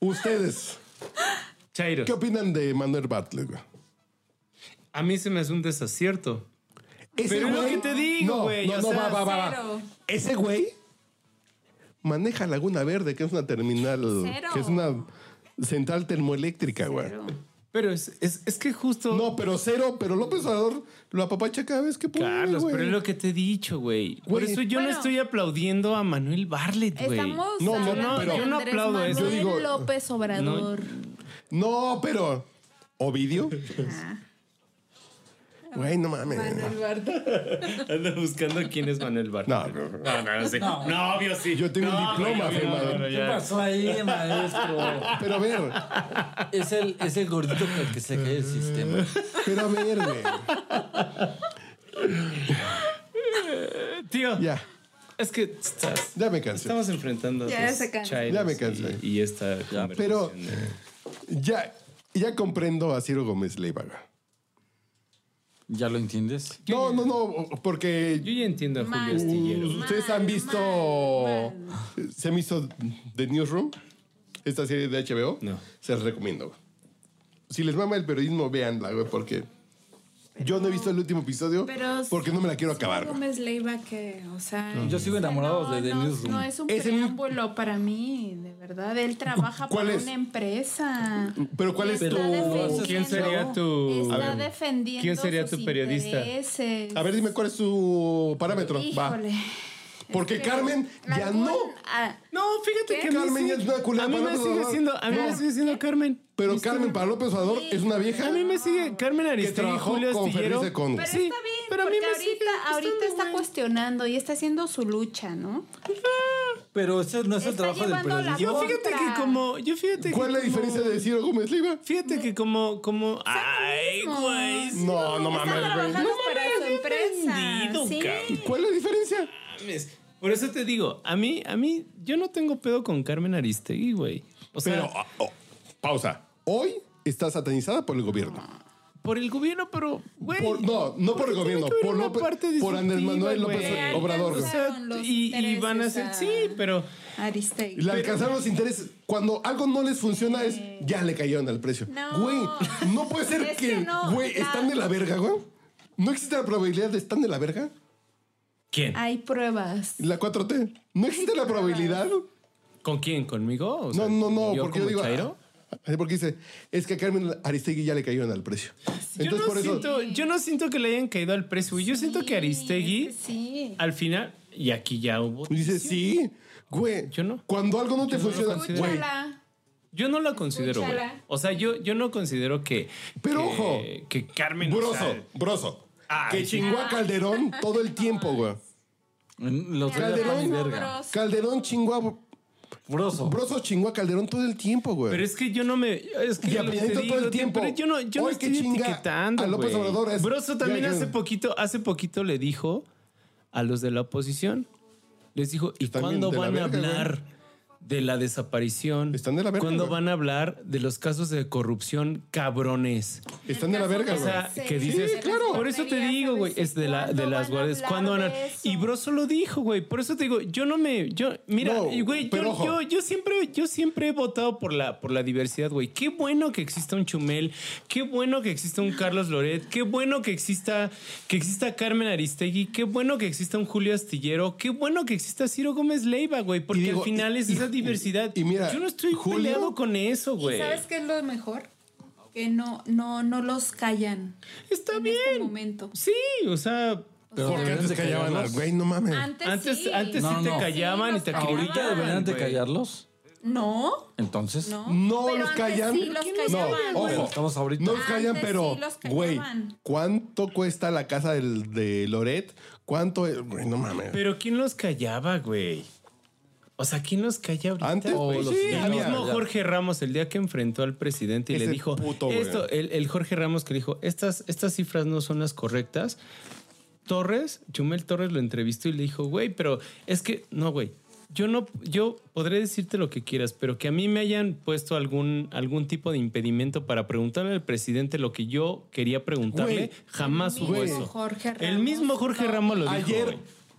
S1: Ustedes,
S3: Chairo,
S1: ¿qué opinan de Manuel Bartlett, güey?
S3: a mí se me hace un desacierto.
S1: Ese
S3: Pero es lo
S1: güey-
S3: que te digo,
S1: No,
S3: güey,
S1: No,
S3: o
S1: no,
S3: sea-
S1: va, va, va, va.
S5: Cero.
S1: Ese güey maneja Laguna Verde, que es una terminal,
S5: Cero.
S1: que es una central termoeléctrica, güey.
S5: Pero-
S3: Pero es, es, es que justo.
S1: No, pero cero, pero López Obrador lo apapacha cada vez que puede.
S3: Carlos,
S1: güey.
S3: pero es lo que te he dicho, güey. Por
S1: Güey.
S3: eso yo no
S5: Bueno.
S3: estoy aplaudiendo a Manuel Barlet, güey.
S5: Estamos
S1: No, no,
S5: hablando
S1: no, pero-
S5: de
S3: yo no
S5: Andrés
S3: aplaudo eso.
S5: Manuel
S1: Yo digo-
S5: López Obrador.
S1: No, pero. Ovidio. Güey, no mames.
S3: Ando buscando quién es Manuel Barlet.
S1: No, no, no.
S3: no, no, no sé. No. obvio sí.
S1: Yo tengo un
S3: No,
S1: diploma
S3: güey,
S1: firmado.
S3: no, no,
S4: ¿Qué
S3: ya.
S4: pasó ahí, maestro?
S1: Pero a ver,
S4: Es el, es el gordito con el que se cae el sistema.
S1: pero a ver, güey.
S3: Tío,
S1: Ya,
S3: es que estás-
S1: ya me cansé.
S3: estamos enfrentando
S5: Ya
S3: a dos
S5: se cansó.
S3: chairos
S1: Ya me cansé.
S3: Y, y esta conversación
S1: pero-
S3: de-
S1: Ya, ya comprendo a Ciro Gómez Leivaga.
S4: ¿Ya lo entiendes?
S1: No, no, no,
S3: Yo
S1: porque
S3: ya entiendo a
S5: Mal.
S3: Julio Astillero.
S1: ustedes han visto. ¿Se han visto The Newsroom? Esta serie de HBO.
S3: No.
S1: Se las recomiendo. Si les mama el periodismo, véanla, güey, porque yo no he visto el último episodio
S5: Pero
S1: porque no me la quiero
S5: sí,
S1: acabar. güey.
S5: Gómez Leiva que, o sea,
S4: Yo sigo enamorado
S5: no,
S4: de The
S5: no,
S4: Newsroom.
S5: No es un
S1: Es en-
S5: preámbulo para mí, de verdad. Él trabaja
S1: ¿Cuál
S5: para
S1: es?
S5: una empresa.
S1: Pero ¿cuál
S5: Y
S1: es
S5: está
S1: tu-
S5: defendiendo-
S3: ¿Quién sería tu-
S5: Está
S3: A ver,
S5: defendiendo
S3: ¿quién sería
S5: sus
S3: tu periodista?
S5: intereses.
S1: A ver, dime cuál es su parámetro. Va.
S5: Híjole.
S1: Porque
S5: Es que
S1: Carmen ya
S5: algún-
S1: no.
S5: ah,
S3: No, fíjate
S5: ¿Qué?
S3: que a mí
S1: Carmen
S3: sí-
S1: ya es una culera
S3: A mí
S1: para
S3: me
S1: López
S3: sigue
S1: Obrador.
S3: siendo, a mí me
S1: No.
S3: sigue siendo Carmen.
S1: Pero
S3: ¿Viste?
S1: Carmen para López Obrador es una vieja.
S3: A mí me sigue Carmen Aristegui,
S1: trabajó
S3: Julio
S1: con
S3: Astillero.
S1: Felice Conde.
S5: Pero
S1: Pero
S5: está bien, porque ahorita, ahorita está cuestionando y está haciendo su lucha, ¿no?
S4: Pero ese no es el
S5: Está
S4: trabajo del
S5: llevando la
S4: periodista.
S3: Yo fíjate
S5: Contra.
S3: que como, yo fíjate
S1: ¿Cuál es
S3: que
S1: la diferencia de Ciro Gómez Leiva?
S3: Fíjate que como, como, ay,
S5: mismo.
S3: güey. sí,
S1: No, no
S5: Está
S1: mames, güey.
S5: trabajando para
S3: mames,
S5: su
S3: bien
S5: empresa.
S3: vendido,
S5: Sí.
S3: cabrón.
S1: ¿Cuál es la diferencia?
S3: mames. Por eso te digo, a mí, a mí, yo no tengo pedo con Carmen Aristegui, güey. O sea,
S1: Pero, ah, oh, pausa. Hoy está satanizada por el gobierno.
S3: por el gobierno, pero, güey.
S1: Por- no, no por el
S3: tiene
S1: gobierno,
S3: que haber
S1: por
S3: una
S1: López-
S3: parte
S1: por Andrés
S3: disruptiva,
S1: Manuel López
S3: güey.
S1: Obrador.
S3: O sea,
S5: Alcanzaron los
S3: y, y van a ser,
S5: intereses
S3: sí,
S5: a-
S3: pero
S5: Aristegui.
S1: Le alcanzaron los intereses. Cuando algo no les funciona es ya le cayeron al precio.
S5: No.
S1: Güey, no puede ser
S5: Es que
S1: que,
S5: no,
S1: güey,
S5: la-
S1: están de la verga, güey. ¿No existe la probabilidad de están de la verga?
S3: ¿quién?
S5: Hay pruebas.
S1: La 4T. ¿No existe la probabilidad?
S3: ¿Con quién? ¿Conmigo? O sea,
S1: No, no, no, porque yo
S3: como
S1: digo.
S3: Chairo?
S1: ah, Porque dice, es que a Carmen Aristegui ya le cayeron al precio.
S3: yo, no
S1: Entonces, por eso.
S3: siento, yo no siento que le hayan caído al precio. güey. Yo siento que Aristegui,
S5: es que pues sí.
S3: al final, y aquí ya hubo.
S1: Dice, Pues sí, güey.
S3: Yo no.
S1: Cuando algo no te funciona, güey.
S5: Escúchala.
S3: Yo no la considero, güey.
S5: Escúchala.
S3: O sea, yo, yo no considero que.
S1: Pero
S3: que-
S1: ojo.
S3: Que Carmen. o
S1: Broso,
S3: sea,
S1: broso.
S3: Ay,
S1: que chingó
S5: Ah.
S1: a Calderón todo el tiempo, güey.
S4: Los de la pan y verga.
S1: Calderón, Calderón chingó a.
S4: Broso.
S1: Broso chingó a Calderón todo el tiempo, güey.
S3: pero es que yo no me. Es que
S1: Y a
S3: lo que
S1: Peñanito
S3: te
S1: todo el
S3: digo, te-
S1: tiempo.
S3: Pero yo no, yo no
S1: Hoy que
S3: estoy
S1: chinga
S3: etiquetando.
S1: a López
S3: güey.
S1: Obrador es-
S3: Broso también
S1: Ya, ya.
S3: hace poquito, hace poquito le dijo a los de la oposición. Les dijo, ¿y
S1: Están bien
S3: cuándo
S1: de la
S3: van a
S1: verga, güey.
S3: hablar de la desaparición?
S1: Están de la verga,
S3: ¿Cuándo
S1: güey.
S3: van a hablar de los casos de corrupción cabrones?
S1: Están de la verga,
S5: O
S3: O
S1: güey.
S3: sea,
S5: Sí.
S3: que dices,
S1: Sí, claro.
S3: Por eso te digo, güey, es de, la, de
S5: ¿Cuándo
S3: las
S5: van a
S3: guardias.
S5: hablar
S3: ¿Cuándo van a-
S5: de eso?
S3: Y Broso lo dijo, güey. Por eso te digo, yo no me. Yo, mira,
S1: No,
S3: y, güey,
S1: pero
S3: yo,
S1: ojo.
S3: yo, yo siempre, yo siempre he votado por la, por la diversidad, güey. Qué bueno que exista un Chumel, qué bueno que exista un Carlos Loret, qué bueno que exista, que exista Carmen Aristegui, qué bueno que exista un Julio Astillero, qué bueno que exista Ciro Gómez Leiva, güey. Porque
S1: digo,
S3: al final
S1: y-
S3: es
S1: y-
S3: esa diversidad.
S1: y mira,
S3: yo no estoy
S1: Julio-
S3: peleado con eso,
S5: ¿Y
S3: güey.
S5: sabes qué es lo mejor? Que no, no, no los callan
S3: Está
S5: en
S3: bien.
S5: este momento.
S3: Sí, o sea,
S1: Porque
S4: deberían
S1: antes
S4: de
S1: callaban al
S4: callarlos.
S1: güey, no mames.
S5: Antes,
S3: Antes-
S5: sí.
S3: antes
S4: sí No, te no.
S3: callaban
S5: los
S3: y te
S5: callaban.
S4: Ahorita deberían de
S3: güey.
S4: callarlos.
S5: No,
S4: Entonces.
S5: no.
S1: No
S5: Pero
S1: los
S5: antes
S1: callan.
S5: Sí, los callaban.
S1: No, ojo.
S4: Estamos ahorita.
S1: No los callan,
S5: Antes
S1: pero,
S5: sí los
S1: güey,
S5: callaban.
S1: ¿cuánto cuesta la casa del- de Loret? ¿Cuánto? Güey, no mames.
S3: Pero ¿quién los callaba, güey? O sea, ¿quién los calla ahorita?
S1: Antes,
S3: güey?
S1: güey,
S4: los
S1: sí,
S3: el
S4: dejaban
S1: había-
S3: mismo
S4: callar.
S3: Jorge Ramos, el día que enfrentó al presidente y
S1: Ese
S3: le dijo,
S1: puto, güey.
S3: esto, el, el Jorge Ramos que le dijo, estas, estas cifras no son las correctas. Torres, Chumel Torres lo entrevistó y le dijo, güey, pero es que, no, güey, yo no, yo podré decirte lo que quieras, pero que a mí me hayan puesto algún, algún tipo de impedimento para preguntarle al presidente lo que yo quería preguntarle,
S1: Güey.
S3: jamás hubo
S1: Güey.
S3: eso.
S5: Jorge
S3: el mismo
S5: Ramos
S3: Jorge
S5: lo
S3: Ramos lo dijo.
S1: Ayer,
S3: güey.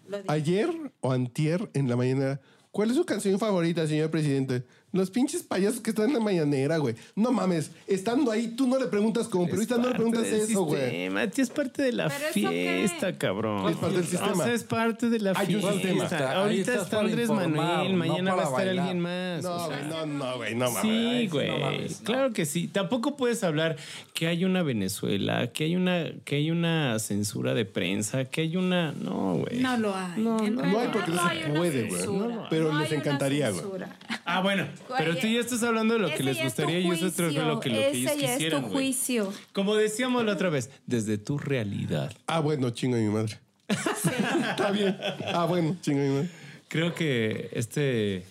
S5: Lo dijo.
S1: ayer o antier en la mañana, ¿cuál es su canción favorita, señor presidente? Los pinches payasos que están en la mañanera, güey. No mames, estando ahí, tú no le preguntas como periodista, no le preguntas eso, güey.
S3: A ti es parte de la
S5: Pero es ok.
S3: fiesta, cabrón.
S1: Es parte del
S3: O
S1: sistema.
S3: sea, es parte de la
S1: Hay un
S3: fiesta.
S1: sistema.
S4: Está- ahí
S3: Ahorita
S4: estás
S3: está
S4: para
S3: Andrés
S4: informar,
S3: Manuel,
S4: no
S3: mañana va
S4: para
S3: a estar
S4: bailar.
S3: alguien más. o
S1: No,
S3: sea,
S1: güey, no, no, güey, no mames.
S3: Sí, güey.
S4: mames, no.
S3: Claro que sí. Tampoco puedes hablar que hay una Venezuela, que hay una, que hay una censura de prensa, que hay una. No, güey.
S5: No lo hay.
S3: No,
S5: En
S3: no.
S5: realidad
S1: No hay porque no se
S5: una
S1: puede, güey.
S5: censura.
S1: No, pero les
S5: hay una
S1: encantaría, güey.
S5: censura.
S3: Ah, bueno.
S5: Güey,
S3: Pero tú ya estás hablando de lo que
S5: ese
S3: les
S5: ya es tu
S3: gustaría y eso es lo que,
S5: juicio,
S3: lo que ellos
S5: ese ya es tu
S3: quisieran. güey.
S5: juicio.
S3: Como decíamos la otra vez, desde tu realidad.
S1: Ah, bueno, chingo a mi madre. Está bien. Ah, bueno, chingo a mi madre.
S3: Creo que este,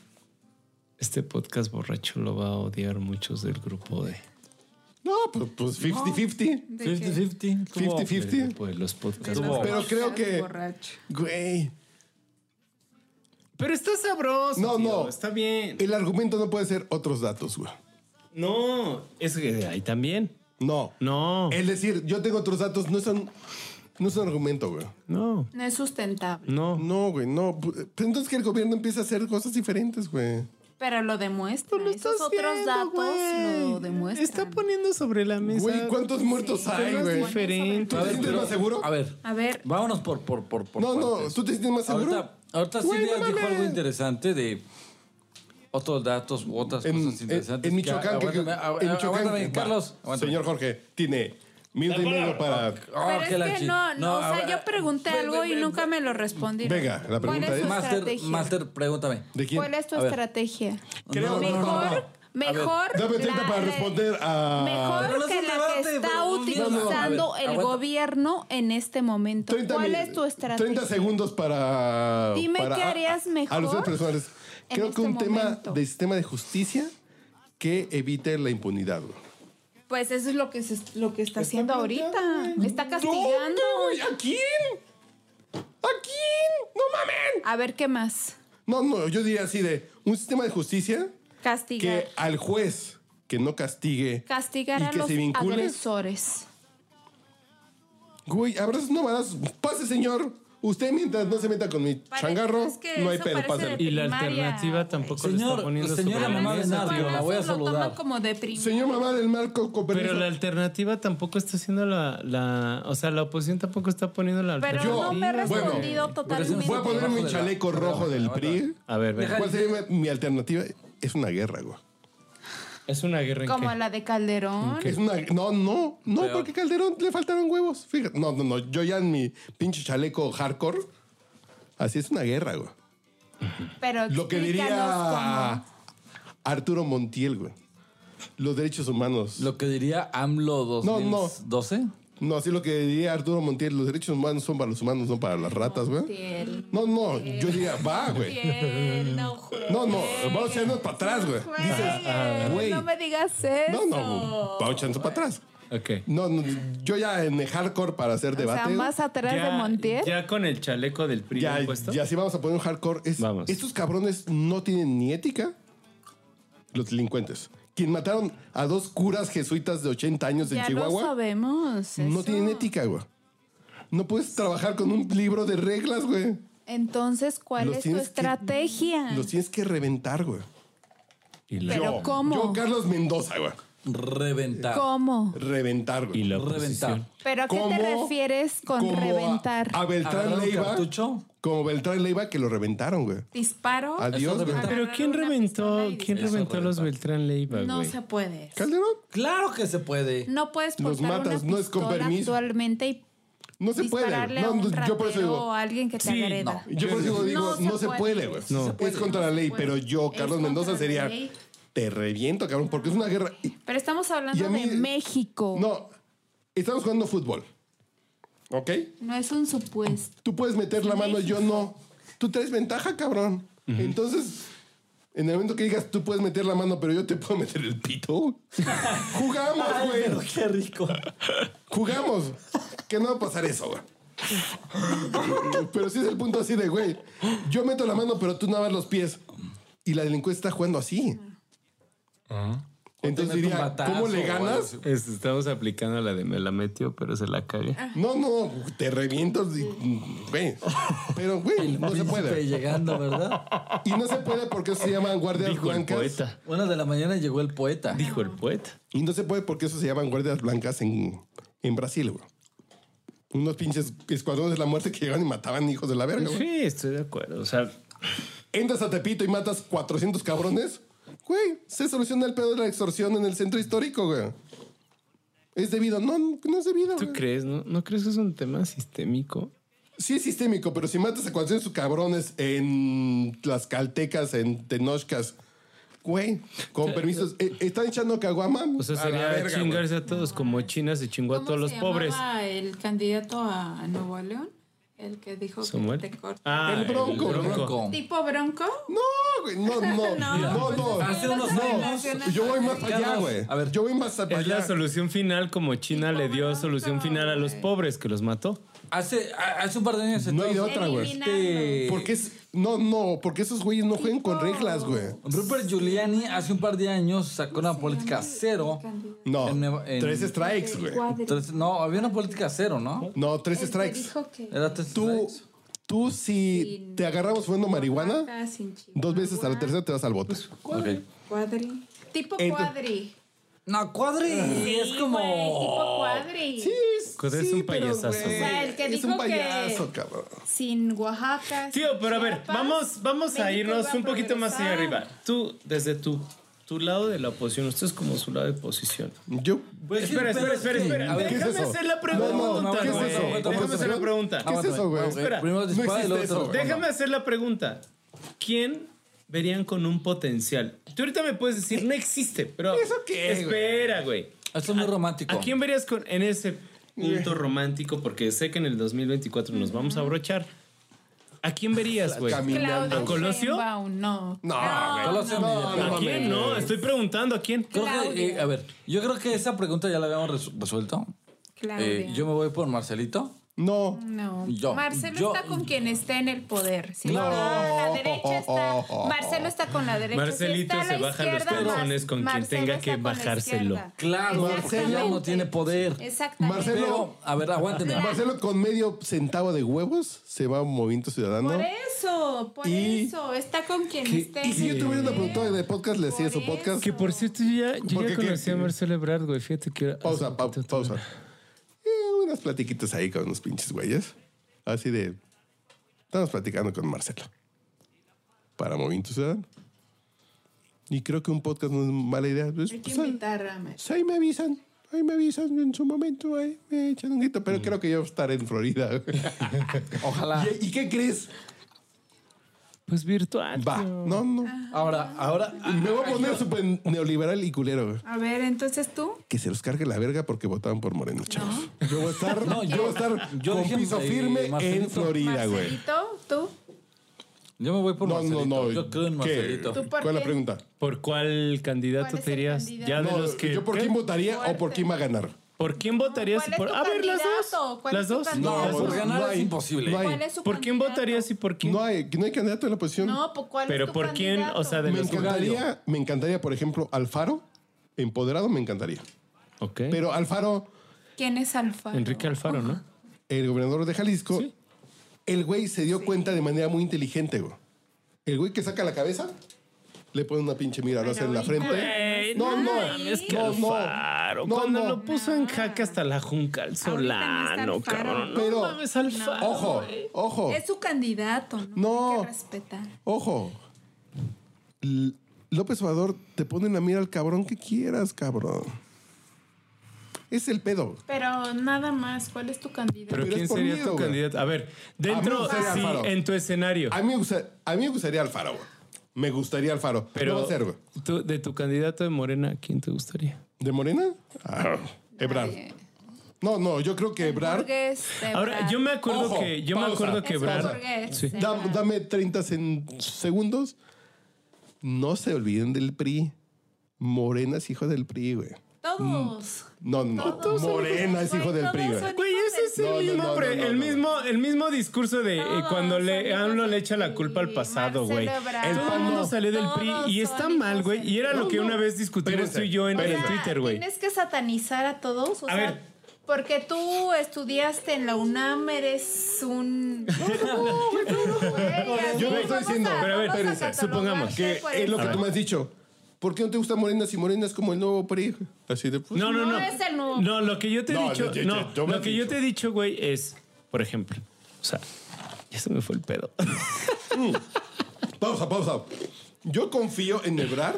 S3: este podcast borracho lo va a odiar muchos del grupo de,
S1: No, pues, pues 50-50.
S5: ¿De qué?
S4: 50-50. estuvo-
S1: 50-50.
S3: de los podcasts.
S5: Las
S1: Pero creo
S5: borrachas,
S1: que-
S5: borracho.
S1: Güey.
S3: Pero está sabroso.
S1: No,
S3: tío,
S1: no.
S3: Está bien.
S1: El argumento no puede ser otros datos, güey.
S3: No, es que ahí también.
S1: No.
S3: No.
S1: Es decir, yo tengo otros datos, no son. No es un argumento, güey.
S3: No,
S5: No es sustentable.
S3: no.
S1: No, güey, no. Pues Entonces que el gobierno empieza a hacer cosas diferentes, güey.
S5: Pero lo demuestra. Esos otros datos lo demuestran.
S3: Está poniendo sobre la mesa.
S1: Güey, ¿cuántos muertos hay,
S3: temas
S1: güey?
S5: diferentes.
S3: diferentes.
S1: ¿Tú te sientes
S4: pero-
S1: más seguro?
S4: A ver,
S5: A ver,
S4: vámonos por. por, por, por
S1: No, no,
S4: partes.
S1: ¿tú te sientes más seguro?
S4: Ahorita, ahorita
S1: Güey,
S4: Silvia
S1: no
S4: dijo
S1: mames.
S4: algo interesante de otros datos u otras
S1: En, eh,
S4: cosas
S1: en,
S4: interesantes.
S1: en Michoacán, que,
S4: aguántame, agu-
S1: en Michoacán,
S4: aguántame,
S1: que-
S4: Carlos. aguántame.
S1: Señor Jorge, tiene mil de dinero para.
S4: Ah,
S5: pero es
S4: la
S5: que
S4: chi-
S5: no, no, o sea,
S4: ahora-
S5: yo pregunté
S4: Ve,
S5: algo
S4: ve,
S5: y
S4: ve,
S5: nunca
S4: ve.
S5: me lo respondieron.
S1: Venga, la pregunta
S5: ¿Cuál es
S1: es-
S5: tu
S4: Master,
S5: estrategia?
S4: master, pregúntame.
S1: ¿De quién?
S5: ¿Cuál es tu
S4: A ver.
S5: estrategia?
S4: Creo-
S5: Pues mejor,
S4: no, no, no.
S5: mejor.
S1: Dame tiempo
S5: la-
S1: para responder a.
S4: Pero no
S5: Mejor
S4: es
S5: que
S4: un
S5: la que
S4: debate,
S5: está
S4: pero no, no, no.
S5: utilizando
S4: A ver,
S5: el
S4: aguanta.
S5: gobierno en este momento.
S1: 30
S5: ¿Cuál
S1: mil-
S5: es tu
S1: 30
S5: estrategia?
S1: segundos para.
S5: Dime
S1: para-
S5: qué harías
S1: A los
S5: mejor
S1: dos personales.
S5: en
S1: Creo
S5: este
S1: que un
S5: momento.
S1: tema de sistema de justicia que evite la impunidad. güey.
S5: Pues eso es lo que, se- lo que está haciendo ahorita. Está castigando.
S1: güey, ¿A quién? ¿A quién? ¡No mamen!
S5: A ver qué más.
S1: No, no, yo diría así de un sistema de justicia
S5: Castigar.
S1: que al juez que no castigue.
S5: Castigar
S1: y
S5: a
S1: que
S5: los
S1: se vincule.
S5: agresores.
S1: Güey, abrazos no balazos. Pase, señor. Usted mientras no se meta con mi
S5: Parece-
S1: changarro,
S5: es que
S1: no hay
S5: eso
S1: pedo,
S5: parece
S1: páselo.
S5: de-
S3: Y la
S5: Primaria.
S3: alternativa tampoco le
S4: Señor,
S3: está poniendo
S4: señora
S3: sobre
S4: mamá de
S3: la mesa.
S4: nadie.
S3: tío.
S4: la voy a
S5: Eso lo
S4: saludar.
S5: toman como deprimido.
S1: Señor mamá del marco, con permiso.
S3: Pero la alternativa tampoco está haciendo la, la. O sea, la oposición tampoco está poniendo la
S5: Pero
S3: alternativa.
S1: Yo-
S5: no me ha
S1: bueno,
S5: respondido totalmente.
S1: Voy a poner mi
S4: Abajo de la-
S1: chaleco
S4: abajo
S1: rojo
S4: de la
S1: del
S4: bata.
S1: PRI.
S3: A ver, ven.
S4: Deja-
S1: ¿Cuál sería mi, mi alternativa? Es una guerra, güey.
S3: Es una guerra en
S5: Como
S3: qué?
S5: la de Calderón.
S1: Es una, no, no, no, porque Calderón le faltaron huevos. Fíjate. No, no, no. Yo ya en mi pinche chaleco hardcore. Así es una guerra, güey.
S5: Pero
S1: Lo que
S5: explícanos
S1: diría
S5: cómo.
S1: Arturo Montiel, güey. Los derechos humanos.
S4: Lo que diría AMLO
S1: No, no.
S4: 2012.
S1: No, así lo que diría Arturo Montiel. Los derechos humanos son para los humanos, no para las ratas, güey.
S5: Montiel.
S1: No, no. Yo diría, va, güey.
S5: Montiel, no juegues.
S1: No, no. Vamos a echarnos para atrás, güey.
S5: Juegues,
S1: güey.
S5: No me digas eso.
S1: No, no. Vamos a echarnos para atrás.
S3: Ok.
S1: No, no, yo ya en el hardcore para hacer
S5: O
S1: debate.
S5: sea, más atrás de Montiel.
S3: ya con el chaleco del PRI
S1: ya,
S3: puesto.
S1: ya si vamos a poner un hardcore, es,
S3: Vamos.
S1: estos cabrones no tienen ni ética. Los delincuentes. Quien mataron a dos curas jesuitas de 80 años en
S5: Ya lo
S1: Chihuahua,
S5: sabemos.
S1: no
S5: eso.
S1: tienen ética, güey. No puedes trabajar con un libro de reglas, güey.
S5: Entonces, ¿cuál
S1: Los
S5: es tu
S1: tienes que-
S5: estrategia?
S1: Los tienes que reventar, güey.
S3: Y la,
S5: Pero ¿cómo?
S1: Yo, Carlos Mendoza, güey.
S4: Reventar.
S5: ¿Cómo?
S1: Reventar,
S3: y
S1: güey.
S3: la
S4: Reventar.
S3: oposición.
S5: ¿Pero a qué
S1: ¿Cómo-
S5: te refieres con
S1: como a-
S5: reventar?
S1: A, Beltrán
S4: Agarrar un
S1: Leiva.
S4: cartucho.
S1: Como Beltrán Leiva que lo reventaron, güey.
S5: ¿Disparo?
S1: Adiós, güey.
S4: reventar.
S3: Pero ¿quién
S5: Agarrar una pistola
S3: reventó,
S5: y
S3: ¿quién
S4: disparar.
S3: reventó a los
S4: Eso
S3: Beltrán Leiva,
S5: No
S3: güey?
S5: se puede.
S1: Calderón.
S4: Claro que se puede.
S5: No puedes
S1: Los
S5: portar una
S1: matas, no es con
S5: pistola
S1: permiso.
S5: actualmente y
S1: No se puede.
S5: dispararle
S1: No,
S5: a un
S1: yo por eso
S5: ratero o
S1: digo.
S5: a alguien que te
S3: Sí,
S5: agreda.
S1: Yo por eso digo,
S5: No
S1: no,
S5: se
S1: se
S5: puede,
S1: puede, güey.
S5: sí se puede,
S1: Es contra
S5: no
S1: la
S5: se
S1: ley,
S5: puede.
S1: pero yo,
S5: Es
S1: Carlos
S5: contra
S1: Mendoza,
S5: la
S1: sería.
S5: ley.
S1: Te reviento, cabrón, porque es una guerra. Y-
S5: Pero estamos
S1: Y
S5: hablando
S1: a mí-
S5: de México. No.
S1: No, estamos jugando fútbol. ¿Ok?
S5: es un supuesto.
S1: Tú puedes meter la mano, yo no. Tú traes ventaja, cabrón. Entonces, en el momento que digas, tú puedes meter la mano, pero yo te puedo meter el pito. Jugamos, güey.
S12: Pero qué rico.
S1: Jugamos. Que no va a pasar eso, güey. Pero sí es el punto así de, güey, yo meto la mano, pero tú no vas los pies. Y la delincuencia está jugando así. Entonces
S4: tenerte
S1: diría,
S4: un batazo
S1: ¿cómo le
S4: o algo
S1: ganas?
S4: así.
S6: Es- estamos aplicando la de me la metió, pero se la cagué.
S5: Ah.
S1: No, no, te revientas y, güey. Pero, güey, no se
S12: Príncipe
S1: puede.
S12: llegando, ¿verdad?
S1: Y no se puede porque eso se llaman guardias
S3: Dijo el
S1: blancas.
S3: poeta.
S12: Una de la mañana llegó el poeta.
S3: Dijo el poeta.
S1: Y no se puede porque eso se llaman guardias blancas en, en Brasil, güey. Unos pinches escuadrones de la muerte que llegaban y mataban hijos de la verga, güey.
S3: Sí, estoy de acuerdo. O sea,
S1: Entras a Tepito y matas 400 cabrones. Güey, se soluciona el pedo de la extorsión en el centro histórico, güey. Es debido. No, no es debido.
S3: ¿tú
S1: güey.
S3: crees, no? ¿No crees que es un tema sistémico?
S1: Sí es sistémico, pero si matas a 400 cabrones en las caltecas, en Tenochcas, güey, con permisos, eh, están echando caguama.
S3: O sea,
S1: a la
S3: sería
S1: verga, güey.
S3: chingarse a todos como China se chingó a
S5: ¿Cómo
S3: todos los
S5: se
S3: pobres.
S5: llamaba el candidato a Nuevo León? El que dijo
S3: Samuel.
S5: que te corta.
S3: Ah,
S1: El bronco,
S4: Bronco.
S5: ¿Tipo Bronco?
S1: No, güey, no, no, no, no.
S5: Hace unos años.
S1: Yo voy más para allá,
S4: Carlos,
S1: güey.
S4: a ver.
S1: yo voy más para
S3: Es
S1: allá.
S3: la solución final como China le dio
S5: bronco,
S3: solución final a los pobres que los mató.
S4: Hace, a- hace un par de años
S1: No hay de
S4: entonces,
S1: otra, güey.
S5: Eliminando.
S4: este,
S1: Porque es, no, no, porque esos güeyes no juegan con reglas, güey.
S4: Rupert Giuliani hace un par de años sacó una política cero.
S1: No,
S4: En Nueva- en-
S1: tres strikes, güey.
S4: Entonces, no, había una política cero, ¿no?
S1: No, tres strikes.
S5: Dijo que
S4: Era tres
S1: Tú,
S4: strikes.
S1: tú si
S5: Sin-
S1: te agarramos fumando marihuana,
S5: Oaxaca, sin Chihuahua,
S1: dos veces a la tercera te vas al bote.
S5: Pues,
S4: Ok.
S5: Cuadri. Tipo
S1: Ento-
S5: cuadri.
S4: No, cuadri. es como.
S5: Güey, tipo cuadri.
S1: Sí,
S3: Cuadra es
S1: sí,
S3: un
S1: pero,
S3: payasazo,
S5: O
S1: güey,
S5: sea, el que
S1: es
S5: dijo
S1: un payaso,
S5: que
S1: cabrón.
S5: sin Oaxaca.
S3: Tío,
S5: sin
S3: pero a ver,
S5: Chiapas,
S3: vamos, vamos a
S5: México
S3: irnos
S5: iba a
S3: un poquito más allá
S5: progresar.
S3: arriba. Tú, desde tu, tu lado de la oposición, usted es como su lado de oposición.
S1: Yo,
S4: Sí,
S3: espera, espera,
S4: pero es
S3: espera,
S4: que-
S3: espera.
S4: a ver,
S1: ¿qué Pues es
S3: Déjame
S1: eso?
S3: hacer la pregunta.
S1: No, no, ¿qué es
S3: güey.
S1: eso?
S3: Déjame hacer la pregunta.
S1: ¿Qué es eso, güey?
S3: Espera.
S4: Primero
S1: No
S4: dispara y
S1: existe
S4: luego te
S1: eso, güey.
S4: respondo.
S3: Déjame hacer la pregunta. ¿Quién verían con un potencial? Tú ahorita me puedes decir, no existe, pero.
S1: ¿Eso qué, güey?
S3: Espera, güey.
S4: Esto es muy
S3: ¿A-
S4: romántico.
S3: ¿A quién verías con, en ese punto romántico? Porque sé que en el 2024 nos vamos a abrochar. ¿A quién verías, güey?
S5: Claudia
S3: ¿A Colosio?
S5: Sheinbaum, No.
S1: No, güey.
S4: Colosio Miller.
S3: ¿A quién? No, estoy preguntando a quién.
S4: Creo que,
S5: Claudia.
S4: eh, a ver, yo creo que esa pregunta ya la habíamos resu- resuelto.
S5: Claudia.
S4: Eh, yo me voy por Marcelito.
S1: No.
S5: No.
S4: Yo.
S5: Marcelo
S4: Yo-
S5: está con quien esté en el poder. Si
S4: No.
S5: no, la derecha está. Marcelo está con la derecha.
S3: Marcelito
S5: si está a la
S3: se baja los
S5: izquierda,
S3: calzones
S5: Mar-
S3: con quien
S5: Marcelo
S3: tenga
S5: está
S3: que
S5: con la
S3: bajárselo.
S5: izquierda.
S4: Claro,
S5: Exactamente.
S4: Marcelo no tiene poder.
S5: Exactamente.
S1: Marcelo-
S4: Pero, a ver, aguánteme.
S1: Marcelo con medio centavo de huevos se va a Movimiento Ciudadano.
S5: Por eso, por
S1: Y-
S5: eso. Está con quien esté.
S1: Y si yo tuviera una productora de podcast, le hacía
S5: Por este.
S1: su podcast.
S5: eso.
S3: Que por cierto, yo ya, yo
S1: Porque
S3: ya
S1: qué-
S3: conocí a Marcelo Ebrard, güey. Fíjate que era-
S1: Pausa, pa- pausa. Eh, unas platiquitas ahí con unos pinches güeyes. Así de. Estamos platicando con Marcelo. Para Movimiento Ciudadano. Y creo que un podcast no es mala idea. Pues,
S5: Hay que
S1: pues, ahí-
S5: invitar a Marcelo.
S1: pues ahí me avisan. Ahí me avisan en su momento. Ahí me echan un grito. Pero creo que yo estaré en Florida.
S4: Mm. Ojalá.
S1: ¿Y, y qué crees?
S3: Pues virtual.
S1: Va. No, no.
S4: Ahora, ahora. ah,
S1: Me voy a poner súper neoliberal y culero. güey.
S5: A ver, entonces tú.
S1: Que se los cargue la verga porque votaron por Moreno, chavos. Yo voy a estar,
S4: No,
S1: yo voy a estar
S4: yo
S1: con
S4: dije,
S1: piso
S4: eh,
S1: firme en
S4: Marcelito.
S1: Florida, güey.
S5: Marcelito, tú.
S4: Yo me voy por
S1: No, no,
S4: Marcelito.
S1: no.
S4: Yo creo en
S1: ¿Qué?
S4: Marcelito.
S5: Tú- por
S1: ¿Cuál es la
S5: qué?
S1: pregunta?
S3: ¿Por cuál candidato
S5: ¿Cuál es
S3: te
S5: el
S3: irías?
S5: candidato?
S3: Ya
S1: No,
S3: de los que.
S1: ¿Yo por
S3: ¿qué?
S1: quién votaría o por
S5: Fuerte.
S1: quién va a ganar?
S3: ¿Por quién votarías?
S5: ¿Cuál
S3: y
S5: es
S3: por...
S5: tu
S3: A ver, las dos.
S5: candidato? ¿Cuál
S3: Las
S5: es tu
S3: dos.
S1: No,
S3: Las
S4: Pues por
S3: dos.
S1: no
S4: ganar es
S1: hay-
S4: imposible.
S1: No hay,
S5: ¿Cuál es su
S3: ¿Por quién
S5: candidato?
S3: votarías y por quién?
S1: no, hay, no hay candidato en la oposición.
S5: No, pues, ¿cuál es
S3: Pero
S5: tu
S3: por quién,
S5: candidato?
S3: o sea, de
S1: me,
S3: los
S1: encantaría, me encantaría, por ejemplo, Alfaro, empoderado, me encantaría.
S4: ¿Eh?
S3: Ok.
S1: Pero Alfaro,
S5: ¿Quién es Alfaro?
S3: Enrique Alfaro, ¿no?
S1: el gobernador de Jalisco, el güey se dio cuenta de manera muy inteligente, güey. El güey que saca la cabeza, le pone una pinche mirarosa
S5: Pero
S1: en la
S5: ahorita-
S1: frente. no, no,
S3: Es que
S1: no, no,
S3: Alfaro.
S1: no,
S3: cuando
S1: no.
S3: lo puso en jaque hasta la junca al
S5: Ahorita
S3: solano,
S5: no está Alfaro.
S3: cabrón.
S1: Pero-
S3: no mames, Alfaro.
S1: Ojo, ojo.
S5: Es su candidato, ¿no?
S1: No.
S5: Hay que respetar.
S1: Ojo. L- López Obrador te pone en la mira al cabrón que quieras, cabrón. Es el pedo.
S5: Pero nada más, ¿cuál es tu candidato?
S3: Pero,
S1: Pero es
S3: ¿quién
S1: por
S3: sería
S1: miedo,
S3: tu
S1: güey.
S3: candidato? A ver,
S1: A mí me
S3: dentro,
S1: gustaría
S3: sí,
S1: Alfaro.
S3: en tu escenario.
S1: A mí me, gusta- a mí me gustaría Alfaro, güey. Me gustaría Alfaro.
S3: Pero
S1: No va a ser, güey.
S3: tú- de tu candidato de Morena, ¿quién te gustaría?
S1: ¿De Morena? Ah, Ebrard. No, no, yo creo que Ebrard.
S5: Burgués,
S3: Ahora,
S5: Ebrard.
S3: yo me acuerdo
S1: Ojo,
S3: que. Yo me
S1: pausa.
S3: acuerdo que
S5: Es un
S3: Ebrard-
S5: burgués,
S3: Sí.
S1: Da-
S5: Ebrard.
S1: dame 30 sen- segundos. No se olviden del PRI. Morena es hijo del PRI, güey.
S5: Todos.
S1: No, no.
S5: Todos son
S1: Morena
S5: hijos-
S1: es hijo
S5: güey,
S1: del
S5: todos
S1: PRI, güey.
S5: son
S3: Güey,
S5: hijos
S3: ese
S5: del
S3: es es el
S1: No, no,
S3: mismo,
S1: no, no,
S3: pre-
S1: no,
S3: el
S1: no.
S3: mismo, el mismo discurso de eh, cuando le AMLO le echa la culpa al pasado, güey.
S5: Marcelo Ebrard.
S3: Todo el mundo salió del PRI y está mal, güey. Y era lo que una vez discutimos tú y yo en, en
S5: O sea,
S3: Twitter, güey.
S5: Tienes que satanizar a todos. O
S3: A
S5: sea,
S3: ver.
S5: Porque tú estudiaste en la UNAM, eres un. Uh,
S1: Yo no estoy diciendo,
S5: Pero a ver,
S1: espérense,
S3: supongamos
S1: que es lo que tú me has dicho. ¿Por qué no te gusta Morena si Morena es como el nuevo PRI? Así de pues,
S3: No, no,
S5: No
S3: no.
S5: es el nuevo.
S3: No, lo que yo te he
S1: No,
S3: dicho,
S1: yo- yo-
S3: no,
S1: yo me
S3: lo
S1: he
S3: que yo
S1: dicho.
S3: te he dicho, güey, es, por ejemplo, o sea, ya se me fue el pedo.
S1: Pausa, pausa. Yo confío en Ebrar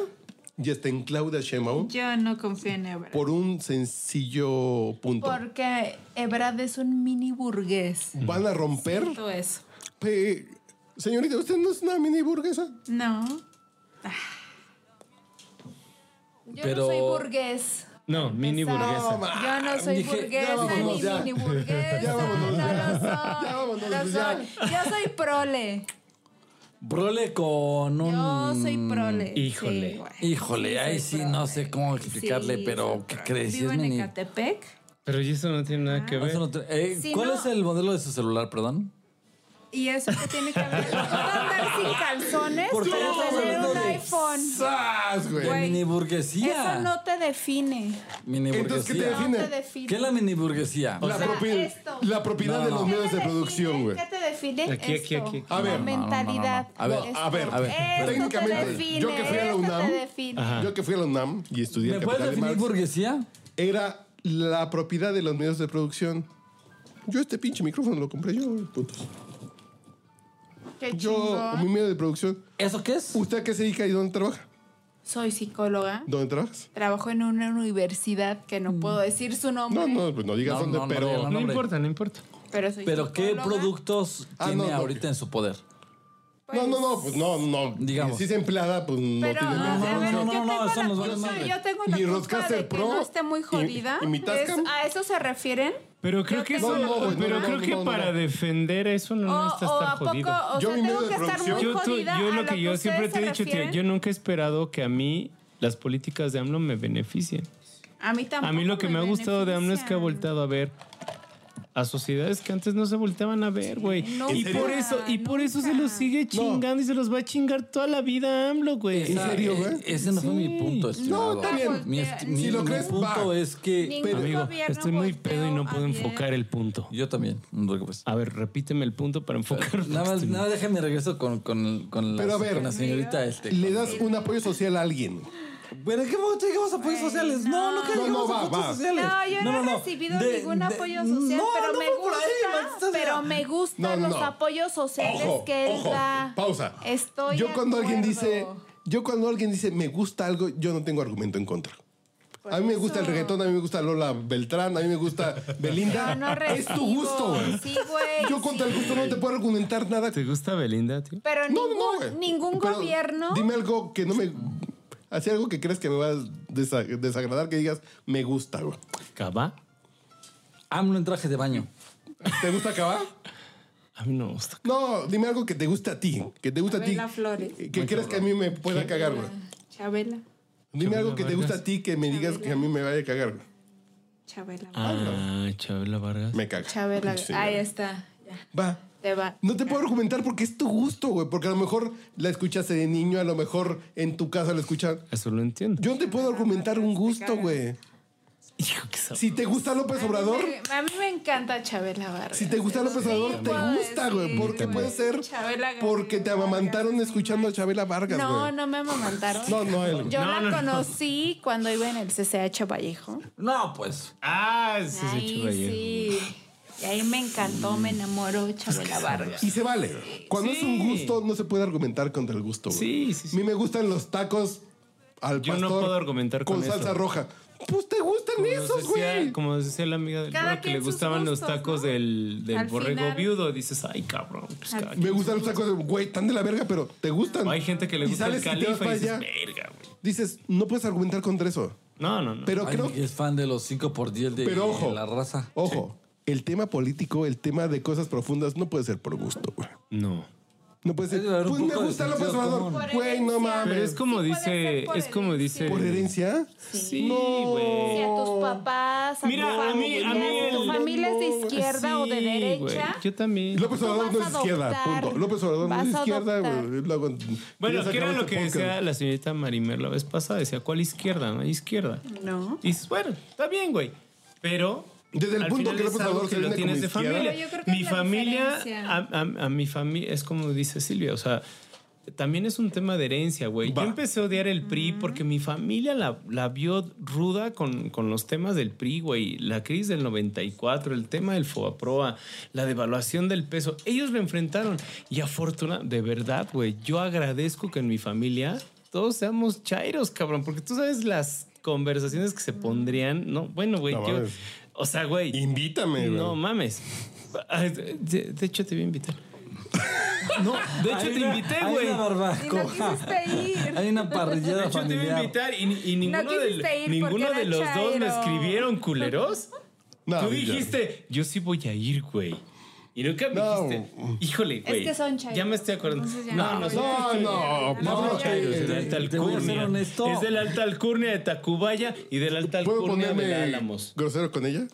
S1: y hasta en Claudia Sheinbaum
S5: Yo no confío en Ebrard.
S1: por un sencillo punto.
S5: Porque Ebrard es un mini burgués.
S1: Van a romper.
S5: Todo eso.
S1: Pe- Señorita, ¿usted no es una mini burguesa?
S5: No. Ah. Yo
S4: Pero-
S5: no soy burgués. Ah,
S3: No, mini
S5: Pensaba-
S3: burguesa.
S5: Yo no soy
S4: Dije,
S5: burguesa
S1: ya vámonos,
S5: ni
S1: ya.
S5: mini burguesa.
S1: Ya vámonos,
S5: no
S1: ya.
S5: lo soy.
S1: Ya vámonos,
S5: no
S1: pues, ya.
S5: soy. Yo soy prole.
S4: Brole con un.
S5: Yo soy prole.
S3: Híjole.
S5: Sí, güey.
S4: Mm, Híjole, ahí sí
S5: prole.
S4: no sé cómo explicarle,
S5: Sí, soy
S4: pero ¿qué
S5: prole.
S4: crees?
S5: Vivo
S4: Es
S5: en
S4: mini-
S5: Ecatepec.
S3: Pero y eso no tiene nada que ver.
S4: Eso no te- eh,
S5: Si
S4: ¿Cuál
S5: no-
S4: es el modelo de su celular, perdón?
S5: Y eso que tiene que ver. Puedo andar sin calzones
S4: Porque
S5: para
S4: estamos
S5: tener
S4: hablando
S5: un
S4: de
S5: iPhone.
S1: ¡Sas, güey!
S5: Güey,
S4: Mini burguesía.
S5: Eso no te define.
S4: Mini
S1: Entonces, ¿qué te
S4: burguesía.
S5: No
S1: define?
S5: te define.
S4: ¿Qué es la mini burguesía?
S1: La,
S5: sea,
S1: propi-
S5: esto.
S1: la propiedad
S4: No,
S1: de
S4: no.
S1: los
S5: ¿Qué
S1: medios
S5: te
S1: de
S5: define?
S1: producción, güey.
S5: ¿Qué te define?
S3: Aquí, aquí,
S5: Esto.
S3: aquí, aquí.
S1: A ver.
S5: La
S1: No, no,
S4: no, no, no.
S5: mentalidad.
S4: A ver,
S5: Esto.
S1: a ver,
S4: a ver.
S5: Esto
S1: técnicamente,
S5: te define,
S1: yo que fui a la
S5: esto
S1: UNAM,
S5: te define.
S1: Yo que fui a la UNAM y estudié
S4: ¿Me
S1: el Capital
S4: puedes
S1: de
S4: definir
S1: Marx,
S4: burguesía?
S1: era la propiedad de los medios de producción. Yo este pinche micrófono lo compré yo, güey, putos.
S5: Qué
S1: Yo,
S5: chingón.
S1: mi medio de producción.
S4: ¿Eso qué es?
S1: ¿Usted a qué se dedica y dónde trabaja?
S5: Soy psicóloga.
S1: ¿Dónde trabajas?
S5: Trabajo en una universidad que
S4: Mm.
S5: no puedo decir su nombre,
S1: No, no, pues no digas
S4: No,
S1: dónde,
S4: no, no
S1: pero...
S4: digas,
S3: No
S4: hombre.
S3: importa, no importa.
S5: pero soy
S4: ¿Pero qué
S5: psicóloga.
S4: productos
S1: Ah,
S4: tiene
S1: no, no.
S4: ahorita en su poder?
S1: No, no, no, pues no, no.
S4: Digamos.
S1: Si es empleada, pues no
S5: Pero,
S1: tiene
S5: a
S1: nada.
S4: no,
S5: ver,
S4: no, no,
S5: yo
S4: no, eso
S5: tengo
S4: nos
S5: la
S4: vale
S5: culpa,
S4: madre.
S5: yo tengo
S1: Ni
S5: la culpa
S1: Roadcaster
S5: de que
S1: Pro,
S5: no esté muy
S1: y-
S5: jodida.
S1: y mi Tascam.
S5: Es- ¿A eso se refieren?
S3: Pero creo
S5: Yo
S3: que
S5: tengo
S3: eso,
S5: la
S1: No, no, güey,
S5: culpa.
S3: pero
S1: no,
S3: creo
S1: no,
S3: que
S1: no,
S3: para
S1: no.
S3: defender eso
S5: O,
S3: no necesita
S5: o
S3: estar
S5: a
S3: jodido.
S5: poco, o
S1: Yo
S5: sea,
S1: mi medio
S5: tengo
S1: de
S5: que estar
S1: producción-
S5: muy
S3: yo, tú-
S5: jodida.
S3: yo
S5: a
S3: lo que yo
S5: ustedes
S3: siempre te
S5: se
S3: he dicho, tío,
S5: refieren.
S3: yo nunca he esperado que a mí las políticas de AMLO me beneficien.
S5: A mí tampoco.
S3: A mí lo que me ha gustado de AMLO es que ha
S5: benefician.
S3: volteado a ver a sociedades que antes no se volteaban a ver, güey.
S5: nunca,
S3: y por eso, y por eso se
S5: nunca.
S3: los sigue chingando y se los va a chingar toda la vida AMLO, güey.
S4: Esa-
S1: serio, güey?
S4: e- Ese no fue mi punto, estimado.
S1: está bien.
S4: Mi, est-
S5: Si
S4: mi-
S1: lo
S4: mi
S1: crees, va.
S4: punto es que...
S5: Ningún
S3: Amigo,
S5: gobierno
S3: estoy muy
S5: volteó
S3: pedo y no puedo
S5: a ver.
S3: enfocar el punto.
S4: Yo también, no te preocupes.
S3: A ver, repíteme el punto para enfocar.
S4: Nada más, nada, déjame regreso con, con, con, la,
S1: Pero a ver,
S4: con la señorita este.
S1: Le das un apoyo social a alguien.
S4: Bueno, ¿qué momento llegamos a apoyos sociales? No, no, que
S1: No,
S4: llegamos
S1: no,
S4: a
S1: va,
S4: apoyos
S1: va.
S4: sociales.
S5: No, yo no, he recibido
S4: de-
S5: ningún
S4: de-
S5: apoyo social,
S4: no,
S5: pero,
S4: no
S5: me
S4: fue por ahí,
S5: gusta,
S4: maldita sea.
S5: pero me
S1: No,
S5: gustan
S1: no,
S5: los
S1: no.
S5: apoyos sociales
S1: Ojo,
S5: que él
S1: ojo,
S5: da.
S1: pausa.
S5: Estoy
S1: yo
S5: de
S1: cuando alguien
S5: acuerdo.
S1: dice, yo cuando alguien dice me gusta algo, yo no tengo argumento en contra. a mí me gusta el reggaetón, a mí me gusta Lola Beltrán, a mí me gusta Belinda.
S5: Yo no
S1: es tu
S5: recibo.
S1: gusto. güey.
S5: Sí, güey,
S1: Yo contra
S5: sí.
S1: el gusto no te puedo argumentar nada.
S3: ¿Te gusta Belinda, tío?
S5: Pero
S1: No, no,
S5: ningún,
S1: güey.
S5: ningún
S1: Pero
S5: gobierno.
S1: Dime algo que no me. Hace algo que creas que me va a desa- desagradar, que digas, me gusta, güey.
S3: ¿Cava?
S4: AMLO en traje de baño.
S1: ¿Te gusta acabar?
S3: A mí no me gusta.
S1: No, dime algo que te gusta a ti. Que te gusta a ti.
S5: Chabela Flores.
S1: Que creas que a mí me pueda cagar, güey.
S5: Chabela,
S1: Dime
S3: Chabela
S1: algo que te gusta
S3: Vargas.
S1: a ti que me digas que a mí me vaya a cagar. güey.
S5: Chabela.
S3: Ah, Chabela Vargas.
S1: Me caga.
S5: Chabela,
S1: Sí,
S5: ahí
S1: güey.
S5: está. Ya,
S1: Va.
S5: te va.
S1: No te puedo argumentar porque es tu gusto, güey. Porque a lo mejor la escuchaste de niño, a lo mejor en tu casa la escuchan.
S3: Eso lo entiendo.
S1: Yo no te puedo argumentar un gusto, güey.
S3: Hijo, qué sabor.
S1: Si te gusta López Obrador,
S5: Me- Eh, A mí me encanta Chabela Vargas.
S1: si te gusta López Obrador, te
S5: puedo
S1: gusta, güey.
S5: decir,
S1: Porque
S5: güey.
S1: puede ser
S5: Chabela Vargas.
S1: porque te amamantaron escuchando a Chabela Vargas,
S5: No,
S1: güey.
S5: no me amamantaron.
S1: No, no, él, güey.
S5: Yo
S3: No,
S5: la
S3: no, no.
S5: conocí cuando iba en el CCH Vallejo.
S4: No, pues.
S3: Ah, sí, sí,
S5: Ahí
S3: Chevalier.
S5: sí. Y ahí me encantó, me enamoró Chabela Vargas.
S1: Y se vale. Cuando es un gusto, no se puede argumentar contra el gusto, güey.
S3: Sí, sí, sí.
S1: A mí me gustan los tacos al
S3: Yo no
S1: pastor
S3: puedo argumentar con eso.
S1: salsa roja. Pues te gustan esos,
S3: Como decía-
S1: güey.
S3: Como decía la amiga del
S5: Cada
S3: Roa, que
S5: quien
S3: le
S5: sus
S3: gustaban los
S5: gustos,
S3: tacos
S5: ¿no?
S3: del, del
S5: Al
S3: borrego
S5: final.
S3: viudo. Dices, ay, cabrón. pues, cada
S1: Me
S3: quien
S1: gustan los tacos de, güey, están de la verga, pero te gustan.
S3: su- Hay gente que le
S1: Y
S3: gusta
S1: sales
S3: el
S1: y te vas
S3: califa y
S1: para
S3: dices,
S1: allá.
S3: verga, güey.
S1: Dices, no puedes argumentar contra eso.
S3: No, no, no.
S1: Pero
S4: Ay,
S1: creo
S4: Es fan de los 5x10 de,
S1: Pero ojo. Oh,
S4: de la raza.
S1: Ojo, el tema político, el tema de cosas profundas no puede ser por gusto, güey.
S3: no.
S1: No puedes decir,
S4: Debe haber un
S1: pues me
S4: poco de
S1: gusta López
S4: sentido
S1: Obrador.
S4: común.
S5: Por
S1: Güey, no
S5: herencia.
S1: mames.
S3: Pero es como
S5: Sí puede
S3: dice,
S5: ser por
S3: es como
S5: herencia.
S3: dice.
S1: ¿Por herencia?
S3: Sí,
S1: No.
S3: güey.
S5: Si a tus papás, a
S3: Mira,
S5: tu
S3: a mí-
S5: familia,
S3: a mí
S5: si tu
S3: el-
S5: familia es de izquierda o
S3: Sí,
S5: de
S3: güey.
S5: derecha.
S3: Yo también.
S1: López
S5: Tú
S1: Obrador
S5: vas
S1: no
S5: a
S1: es izquierda,
S5: adoptar.
S1: punto. López Obrador no
S5: Vas
S1: es
S5: a
S1: izquierda.
S5: adoptar.
S1: güey. Luego- ya
S3: Bueno,
S1: se
S3: que era
S1: acabó
S3: lo
S1: este
S3: que
S1: podcast.
S3: decía la señorita Marimer la vez pasada. Decía, ¿cuál izquierda? No hay izquierda.
S5: No.
S3: Y dices, bueno, está bien, güey. Pero.
S1: Desde el
S3: al
S1: punto
S3: final
S1: que
S3: es
S1: López
S3: algo
S1: Obrador
S3: que
S1: se
S3: lo
S1: vende
S3: tienes
S1: como
S3: de
S1: izquierda.
S3: familia.
S5: Pero yo creo que
S3: Mi
S5: es la
S3: familia,
S5: diferencia.
S3: a, a- a mi familia, es como dice Silvia, o sea, también es un tema de herencia, güey. Yo
S1: Va.
S3: empecé a odiar el PRI porque mi familia la, la vio ruda con, con los temas del PRI, güey. La crisis del 94, el tema del FOAPROA, la devaluación del peso. Ellos lo enfrentaron. Y afortuna, de verdad, güey, yo agradezco que en mi familia todos seamos chairos, cabrón, porque tú sabes las conversaciones que se pondrían, ¿no? Bueno, güey,
S1: No
S3: yo...
S1: mames.
S3: O sea, güey.
S1: Invítame, güey.
S3: No mames. De, de hecho, te voy a invitar. No, de hecho,
S4: Hay
S3: te
S4: una-
S3: invité,
S4: hay
S3: güey.
S4: una
S7: Y no
S4: barbacoa.
S7: quisiste ir.
S4: Hay una
S3: De
S4: parrillada
S3: hecho, te iba a
S4: familiar.
S3: invitar y, y ninguno,
S7: quisiste
S3: de,
S7: ir
S3: ninguno
S7: porque
S3: de
S7: era
S3: los dos me
S7: chairo.
S3: escribieron culeros.
S1: No,
S3: Tú
S1: ya.
S3: dijiste, yo sí voy a ir, güey. Y nunca me
S1: No.
S3: dijiste, híjole, güey.
S5: que son chairos.
S3: Ya me estoy acordando.
S5: Entonces ya
S3: No, no,
S5: no voy.
S1: No, no,
S5: No,
S1: Pablo,
S5: no,
S1: eh,
S3: Es de la alta
S4: Te- te voy a ser
S3: alcurnia.
S4: honesto.
S3: Es de la alta alcurnia de Tacubaya y de la alta
S1: ¿Puedo
S3: alcurnia de
S1: ponerme
S3: Álamos.
S1: grosero con ella?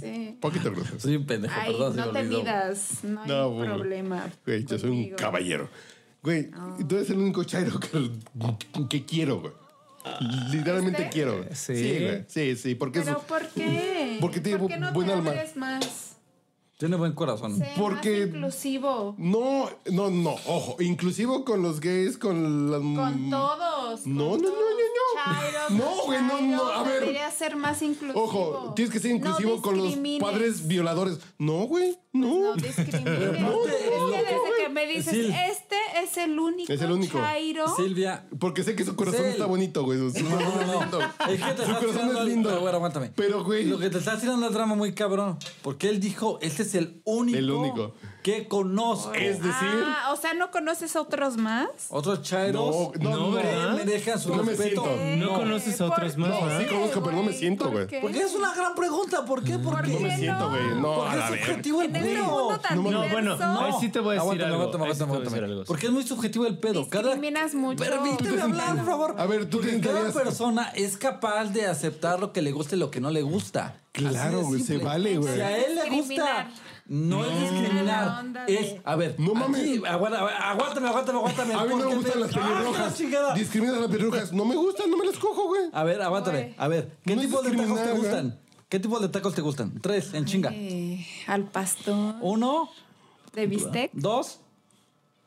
S5: Sí.
S1: Poquito grosero.
S4: Soy un pendejo,
S5: Ay,
S4: perdón. se
S5: no
S4: me
S5: te
S4: olvidó.
S5: midas. No hay
S1: No, güey.
S5: problema.
S1: Güey, yo soy un
S5: conmigo.
S1: caballero. Güey,
S5: Ah.
S1: tú eres el único chairo que, que quiero, güey. Literalmente
S5: ¿Usted?
S1: quiero.
S3: Sí.
S1: Sí, güey. Sí, sí, porque
S5: ¿Pero
S1: eso-
S5: por qué?
S1: Porque tiene
S5: ¿Por qué no
S1: buen
S5: te
S1: alma.
S5: abres más?
S4: Tiene buen corazón.
S5: Sé
S1: Porque-
S5: más inclusivo.
S1: No, no, no, ojo. Inclusivo con los gays, con las...
S5: Con todos. con
S1: Mm. No, no, no, no,
S5: todos.
S1: no.
S5: Chairos,
S1: No, güey, no, no, a ver.
S5: Debería ser más inclusivo.
S1: Ojo, tienes que ser
S5: No
S1: inclusivo con los
S5: discrimines. Pues
S1: padres violadores. No, güey,
S5: No
S1: no.
S5: discrimines.
S4: No,
S5: Es que
S4: no,
S5: desde que me dices,
S4: Sil-
S5: este es el único,
S1: Es el único.
S5: chairo.
S4: Silvia.
S1: Porque sé que su corazón
S4: Sí.
S1: está bonito, güey. Su
S4: No,
S1: corazón
S4: no,
S1: es
S4: no.
S1: lindo.
S4: Es que te
S1: Su
S4: estás
S1: corazón
S4: tirando
S1: es
S4: al-
S1: lindo.
S4: Pero bueno, aguántame.
S1: Pero, güey.
S4: Lo que te estás tirando al drama muy cabrón. Porque él dijo, este es el único.
S1: El único.
S4: Que conozco.
S1: Es decir,
S5: Ah, o sea, ¿no conoces otros más?
S4: Otros chairos.
S1: No, no,
S4: que
S1: ¿verdad?
S4: Me dejan su
S1: No me
S4: respeto.
S1: siento.
S3: No
S5: Eh,
S3: conoces a
S5: ¿por
S3: otros más,
S5: qué,
S1: No, sí
S5: güey?
S1: conozco, pero no me siento,
S5: ¿Por
S1: güey.
S5: qué?
S4: Porque es una gran pregunta. ¿Por qué? Porque
S1: no me siento, güey. No,
S4: Porque
S1: a la
S4: es
S1: ver.
S4: subjetivo el
S5: En este
S4: pedo.
S5: mundo tan
S1: No,
S3: no, bueno,
S5: diverso,
S3: ahí sí te voy a decir
S4: aguántame,
S3: algo, ahí sí te voy a
S4: aguántame, aguántame,
S3: decir
S4: aguántame.
S3: algo, sí.
S4: Porque es muy subjetivo el pedo. Cada-
S5: discriminas mucho.
S4: Permíteme hablar, por favor.
S1: A ver, tú
S4: Porque
S1: te
S4: Cada
S1: enteras-
S4: persona es capaz de aceptar lo que le gusta y lo que no le gusta. Así
S1: Claro,
S4: de
S1: güey, se
S4: simple.
S1: vale, güey.
S4: Si a él le gusta,
S5: Discriminar.
S4: no es
S5: la
S4: discriminar.
S5: onda de-
S4: Es, a ver,
S1: No
S4: aquí,
S1: mames.
S4: aguanta- aguántame, aguántame, aguántame.
S1: A mí no
S4: ¿Por
S1: me
S4: qué
S1: gustan
S4: te-
S1: las
S4: ¡Ah, la
S1: pelirrojas.
S4: chingada! Ah,
S1: Discriminas a las pelirrojas. No me gustan, no me las cojo, güey.
S4: A ver, aguántame.
S5: Güey.
S4: A ver, ¿qué
S1: No es
S4: tipo de tacos te
S1: discriminar, ¿eh? güey.
S4: gustan? ¿Qué tipo de tacos te gustan? Tres, en chinga.
S5: Eh, al pastor
S4: Uno,
S5: de bistec
S4: dos.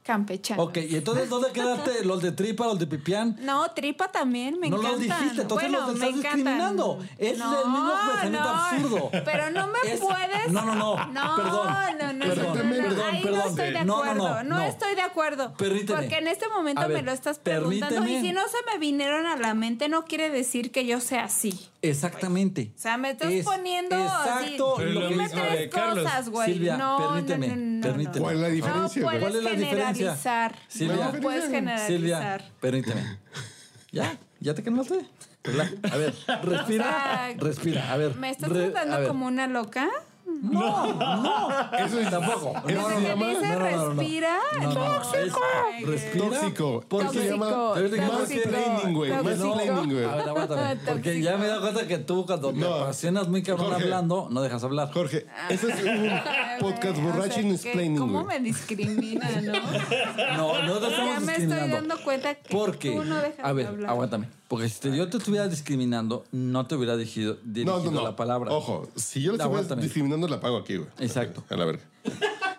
S5: campechano.
S4: Ok, y entonces, ¿dónde quedaste los de tripa, los de pipián?
S5: No, tripa también, me
S4: no
S5: encantan.
S4: los dijiste, entonces
S5: bueno,
S4: los
S5: me
S4: estás
S5: encantan.
S4: discriminando. Es
S5: No,
S4: el mismo pensamiento
S5: no,
S4: absurdo.
S5: Pero no me
S4: Es-
S5: puedes...
S4: No, no, no.
S5: No,
S4: perdón.
S5: no, no,
S4: perdón,
S5: no, no, no, no,
S4: perdón,
S5: ahí
S4: perdón.
S5: no estoy
S4: No,
S5: de
S4: no,
S5: acuerdo.
S4: no,
S5: No,
S4: no.
S5: estoy de acuerdo.
S4: Permíteme.
S5: Porque en este
S4: A
S5: momento
S4: ver,
S5: me lo estás preguntando
S4: permíteme.
S5: y si no se me vinieron a la mente, no quiere decir que yo sea así.
S4: Exactamente.
S5: O sea, me estás
S4: Es
S5: poniendo
S4: Exacto.
S5: así.
S3: Pero
S4: lo
S3: lo
S5: Dime
S4: mismo.
S3: mismo de
S5: tres
S3: Carlos.
S5: cosas, güey.
S4: Silvia,
S5: no,
S4: permíteme,
S5: no, no, no,
S4: permíteme.
S1: ¿Cuál es la diferencia,
S5: No
S1: güey?
S5: puedes
S4: ¿Cuál es la diferencia?
S5: generalizar.
S4: Silvia. ¿Cuál es
S5: no
S4: la
S5: puedes
S1: diferencia?
S5: generalizar.
S4: Silvia, permíteme. Ya, ya te calmaste. Relaja. A ver, respira.
S5: O sea,
S4: respira, a ver.
S5: ¿Me estás
S4: re- a
S5: tratando
S4: ver.
S5: como una loca?
S4: No, no.
S1: Eso es
S4: Tampoco.
S1: Eso
S5: No,
S1: se
S5: no,
S1: llama
S5: no,
S4: No, no, no, no.
S5: respira.
S4: No, no, no. Es-
S5: Ay, güey.
S4: Respira.
S1: Tóxico.
S4: ¿Por
S1: Eso se
S4: qué?
S1: llama
S4: Yo digo,
S1: más
S4: tóxico,
S1: planning, güey. Más
S5: tóxico.
S1: planning, güey.
S4: A ver, aguántame. Porque ya me he dado cuenta que tú cuando te
S1: No.
S4: apasionas muy cabrón
S1: Jorge.
S4: hablando, no dejas hablar.
S1: Jorge, ese es un
S5: Ay, güey,
S1: podcast
S5: o sea,
S1: borracho
S5: que-
S1: explaining,
S5: ¿Cómo
S1: güey.
S5: me discrimina, no?
S4: No, no te estamos
S5: Ya me estoy
S4: discriminando.
S5: dando cuenta que
S4: porque,
S5: tú no dejas
S4: a ver,
S5: de hablar.
S4: aguántame. Porque si te- yo te estuviera discriminando, no te hubiera dirigido,
S1: No, no,
S4: dirigido
S1: no.
S4: la palabra.
S1: Ojo, si yo la estuviera
S4: Aguántame.
S1: discriminando, la pago aquí, güey.
S4: Exacto.
S1: A la verga.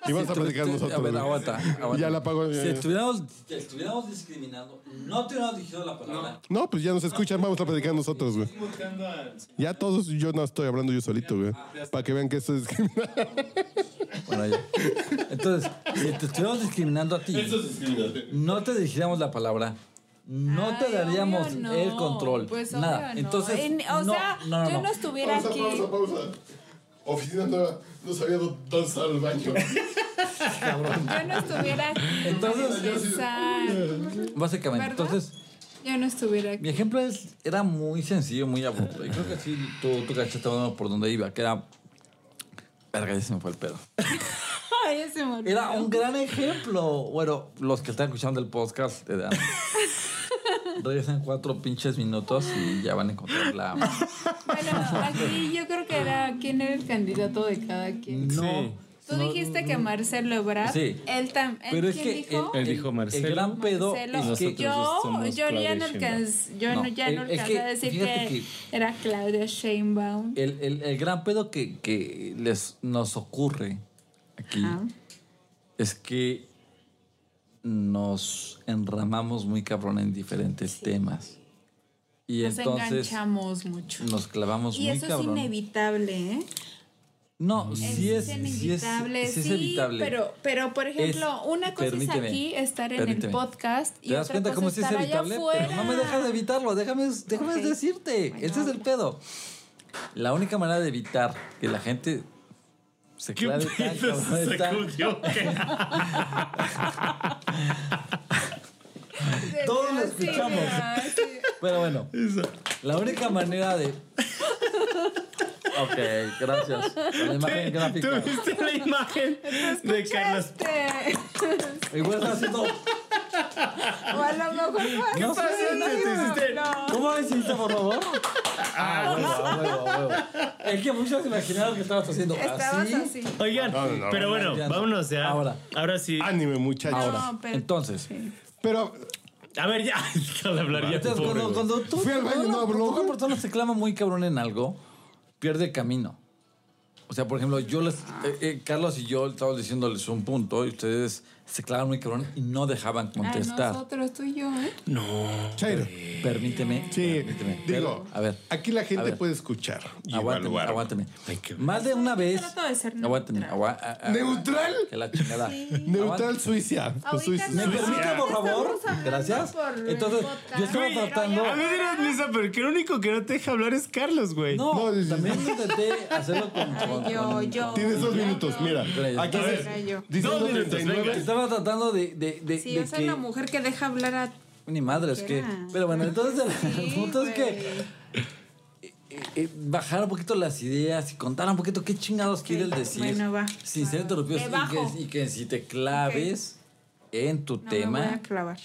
S1: Y vamos
S4: Si
S1: a platicar
S4: tú-
S1: nosotros.
S4: A ver,
S1: güey.
S4: aguanta, aguanta.
S1: Ya la pago.
S4: Si
S1: eh.
S4: estuviéramos, te estuviéramos discriminando, no te hubiéramos dirigido la palabra.
S1: No, pues ya nos escuchan, vamos a platicar nosotros, güey. Ya todos, yo no estoy hablando yo solito, güey. Para que vean que esto es discriminado.
S4: Bueno, ya. Entonces, si te estuviéramos discriminando a ti, no te dirigiríamos la palabra. No te
S5: Ay,
S4: daríamos
S5: obvio no.
S4: el control.
S5: Pues obvio
S4: nada.
S5: no.
S4: Entonces,
S5: En- o
S4: no,
S5: sea,
S4: no, no,
S5: yo
S4: no.
S5: no estuviera aquí.
S1: pausa. Oficina nueva, no sabía dónde estar el baño.
S5: Yo no estuviera aquí.
S4: Entonces-
S5: Exacto.
S4: Básicamente,
S5: ¿Verdad?
S4: entonces,
S5: Yo no estuviera
S4: mi
S5: aquí.
S4: ejemplo es, era muy sencillo, muy aburrido. Y creo que sí, tú, tú cachaste bueno, por donde iba, que era... Verga, ya se me fue el pedo.
S5: ya se me olvidó.
S4: Era un gran ejemplo. Bueno, los que están escuchando el podcast, te dan. Regresan cuatro pinches minutos y ya van a encontrar la.
S5: Bueno, aquí yo creo que era quién era el candidato de cada quien.
S4: No.
S5: Tú dijiste que Marcelo Ebrard.
S4: Sí.
S5: Él también.
S4: Pero es que
S5: dijo?
S4: el-
S3: Él dijo
S4: el
S3: Marcelo.
S4: gran pedo
S5: Marcelo.
S4: es que-
S5: yo,
S3: somos
S5: yo ya no,
S3: Claudia
S5: alcanz- yo
S4: No,
S5: no- ya no
S4: eh, es
S5: alcancé
S4: que
S5: a decir
S4: fíjate
S5: que, era Claudia Sheinbaum.
S4: El, el- el gran pedo que, que les, nos ocurre aquí
S5: Ajá.
S4: es que nos enramamos muy cabrón en diferentes temas. Y
S5: Nos
S4: entonces
S5: enganchamos mucho.
S4: nos clavamos
S5: Y
S4: muy
S5: eso
S4: cabrón.
S5: es inevitable, ¿eh?
S4: no, sí es, sí es,
S5: es inevitable,
S4: sí
S5: sí,
S4: es evitable.
S5: Pero, pero por ejemplo,
S4: Es-
S5: una cosa
S4: permíteme,
S5: es aquí estar en
S4: permíteme.
S5: el podcast y
S4: ¿Te das
S5: otra
S4: cuenta
S5: cosa
S4: cómo sí es
S5: estar allá
S4: evitable? Pero no me
S5: afuera.
S4: dejas de evitarlo, déjame, déjame
S5: Ok.
S4: decirte.
S5: Bueno,
S4: este es el
S5: habla.
S4: pedo. La única manera de evitar que la gente se
S13: ¿Qué
S4: clave tan
S13: pedo
S4: cabrón
S13: se
S4: está-
S13: sacudió? ¿Qué?
S12: Todos lo
S5: Este, Sí,
S12: escuchamos.
S5: ah, sí.
S4: Pero bueno, la única manera de. Ok, gracias. Con La imagen gráfica.
S3: ¿Tuviste la imagen de Carlos?
S5: este,
S4: Igual está haciendo.
S5: O a lo mejor fue
S4: No este, sé,
S5: así. No,
S12: ¿Cómo me hiciste, por favor?
S5: Ah,
S4: Es que muchos se imaginaron que estabas haciendo
S5: Estabas así.
S3: Oigan,
S1: No, no, no.
S3: pero bueno,
S4: Ya.
S3: vámonos ya.
S4: Ahora.
S3: Ahora. sí.
S1: Ánime, muchachos.
S5: No, pero-
S4: Entonces,
S1: Pero
S3: A ver, ya. Deja de hablar ya.
S4: entonces,
S3: pobre,
S4: cuando,
S3: güey.
S4: cuando tú.
S1: Fui al baño,
S4: cuando
S1: no
S4: una-
S1: habló.
S4: cuando Una persona se clama muy cabrón en algo, pierde el camino. O sea, por ejemplo, yo les.
S5: Ah.
S4: eh, eh, Carlos y yo estábamos diciéndoles un punto y ustedes se clavan muy cabrón y no dejaban
S5: a
S4: contestar.
S5: nosotros, tú y yo, ¿eh?
S1: Chairo.
S4: Permíteme.
S1: Sí,
S4: permíteme.
S1: digo,
S4: a ver.
S1: aquí la gente
S4: a ver.
S1: puede escuchar y
S4: Aguántame,
S1: evaluar.
S4: aguántame. Más de una vez.
S5: trato de ser
S4: aguántame.
S5: neutral.
S4: agua- a- a-
S1: ¿Neutral?
S4: Que la chingada.
S1: Neutral Suiza. Suiza.
S5: no,
S1: Suiza.
S4: permite, por
S5: ahorita
S4: favor?
S5: estamos hablando
S4: Gracias.
S5: por el
S4: Entonces,
S5: podcast,
S4: yo estaba
S5: pero
S4: tratando-
S5: ya-
S3: A mí dirás, Lisa, pero que el único que no te deja hablar es Carlos, güey.
S4: No,
S1: No, sí, sí,
S4: también intenté hacerlo con. con-
S5: Ay, yo,
S4: con-
S5: yo.
S3: Oh,
S1: Tienes dos minutos, mira.
S4: Gracias.
S1: Aquí
S4: A
S1: es
S5: Era yo.
S1: 1939.
S4: Estaba tratando de. de, de,
S5: Sí,
S4: de
S5: yo soy
S4: que-
S5: la mujer que deja hablar a.
S4: Ni madre, es que.
S5: Era.
S4: Pero bueno, entonces el
S5: Sí,
S4: punto es que.
S5: güey.
S4: eh, eh, bajar un poquito las ideas y contar un poquito qué chingados quieres decir.
S5: bueno, va.
S4: Sin ser interrumpidos
S5: Le
S4: y
S5: bajo.
S4: que, y que si te claves en tu
S5: No
S4: tema.
S5: me voy a clavar.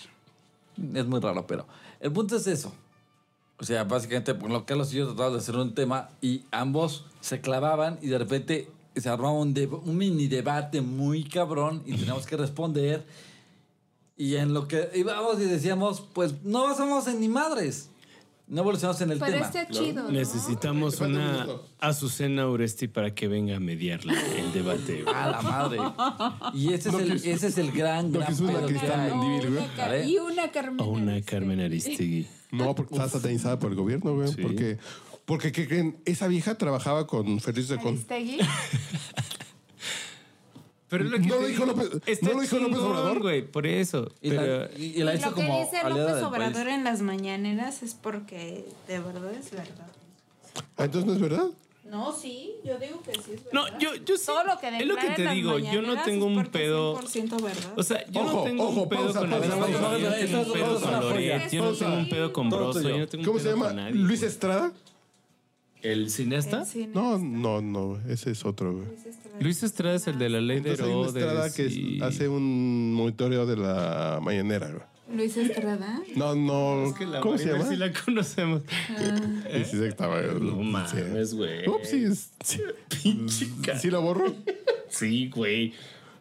S4: Es muy raro, pero el punto es eso. O sea, básicamente, por lo que Carlos y yo tratábamos de hacer un tema y ambos se clavaban y de repente se armaba un, deb- un mini debate muy cabrón y teníamos que responder. Y en lo que íbamos y decíamos, pues no avanzamos en ni madres. No evolucionamos en el
S5: Pero este
S4: tema.
S5: está chido. ¿no?
S3: Necesitamos
S1: Te falta un
S3: una
S1: minuto.
S3: Azucena Uresti para que venga a mediar la- el debate. güey.
S4: A la madre. Y ese, es, el, ese es el gran,
S1: Lo que
S4: gran
S1: es una
S4: pedo que
S1: Cristal
S4: hay.
S1: Mendívil, güey.
S5: Ca-
S4: ¿Vale?
S5: Y una Carmen.
S3: O Oh, una
S5: Aristegui.
S3: Carmen Aristegui.
S1: No, porque está satanizada por el gobierno, güey.
S3: Sí.
S1: Porque, porque, ¿qué creen? Esa vieja trabajaba con Feliz de Con.
S5: Aristegui.
S3: Pero lo
S1: No lo dijo López-
S3: está
S1: no lo dijo López
S3: chingón,
S1: Obrador.
S3: güey, por eso.
S4: Y
S3: Pero
S4: la, y- y la
S5: Y
S4: hizo
S5: lo que
S4: como
S5: dice
S4: aliada
S5: López
S4: del país.
S5: Obrador en las mañaneras es porque de verdad es verdad.
S1: Ah, entonces no es verdad.
S5: No, sí, yo digo que sí es verdad.
S3: No, yo, yo sí.
S5: Todo lo que
S3: es lo que
S5: declara en
S3: te
S5: las
S3: digo, yo no
S5: mañaneras
S3: tengo
S5: es
S3: un
S5: porque
S3: pedo.
S5: Es 100% verdad.
S3: O sea, yo
S1: Ojo,
S3: no tengo
S1: ojo,
S3: un pedo
S1: pausa,
S3: con
S1: pausa,
S3: Adela
S1: pausa,
S3: Vallejo,
S4: pausa,
S3: yo no tengo un
S4: pausa,
S3: pedo
S4: pausa,
S3: con Loret, yo no
S1: pausa.
S3: tengo un pedo con
S4: Todo
S3: Broso,
S4: tuyo.
S3: yo no tengo un
S1: ¿Cómo se
S3: pedo
S1: llama?
S3: con nadie,
S1: ¿Luis
S3: güey.
S1: Estrada?
S3: ¿El cineasta?
S5: Sí,
S1: No, no, no. Ese es otro, güey.
S3: Luis Estrada es el de la ley de
S1: Entonces hay una
S3: Herodes.
S1: Estrada que
S3: y-
S1: es- hace un monitoreo de la mañanera, güey.
S5: Luis Estrada.
S1: No, no.
S3: que la
S1: ¿Cómo se
S3: Maribel
S1: llama?
S3: Sí la conocemos.
S1: Y sí se estaba-
S3: ¿Eh?
S1: sí.
S3: No mames, güey.
S1: Ups, sí, es- sí. Mm,
S3: Pinche ca-
S1: ¿Sí la borro?
S3: Sí, güey.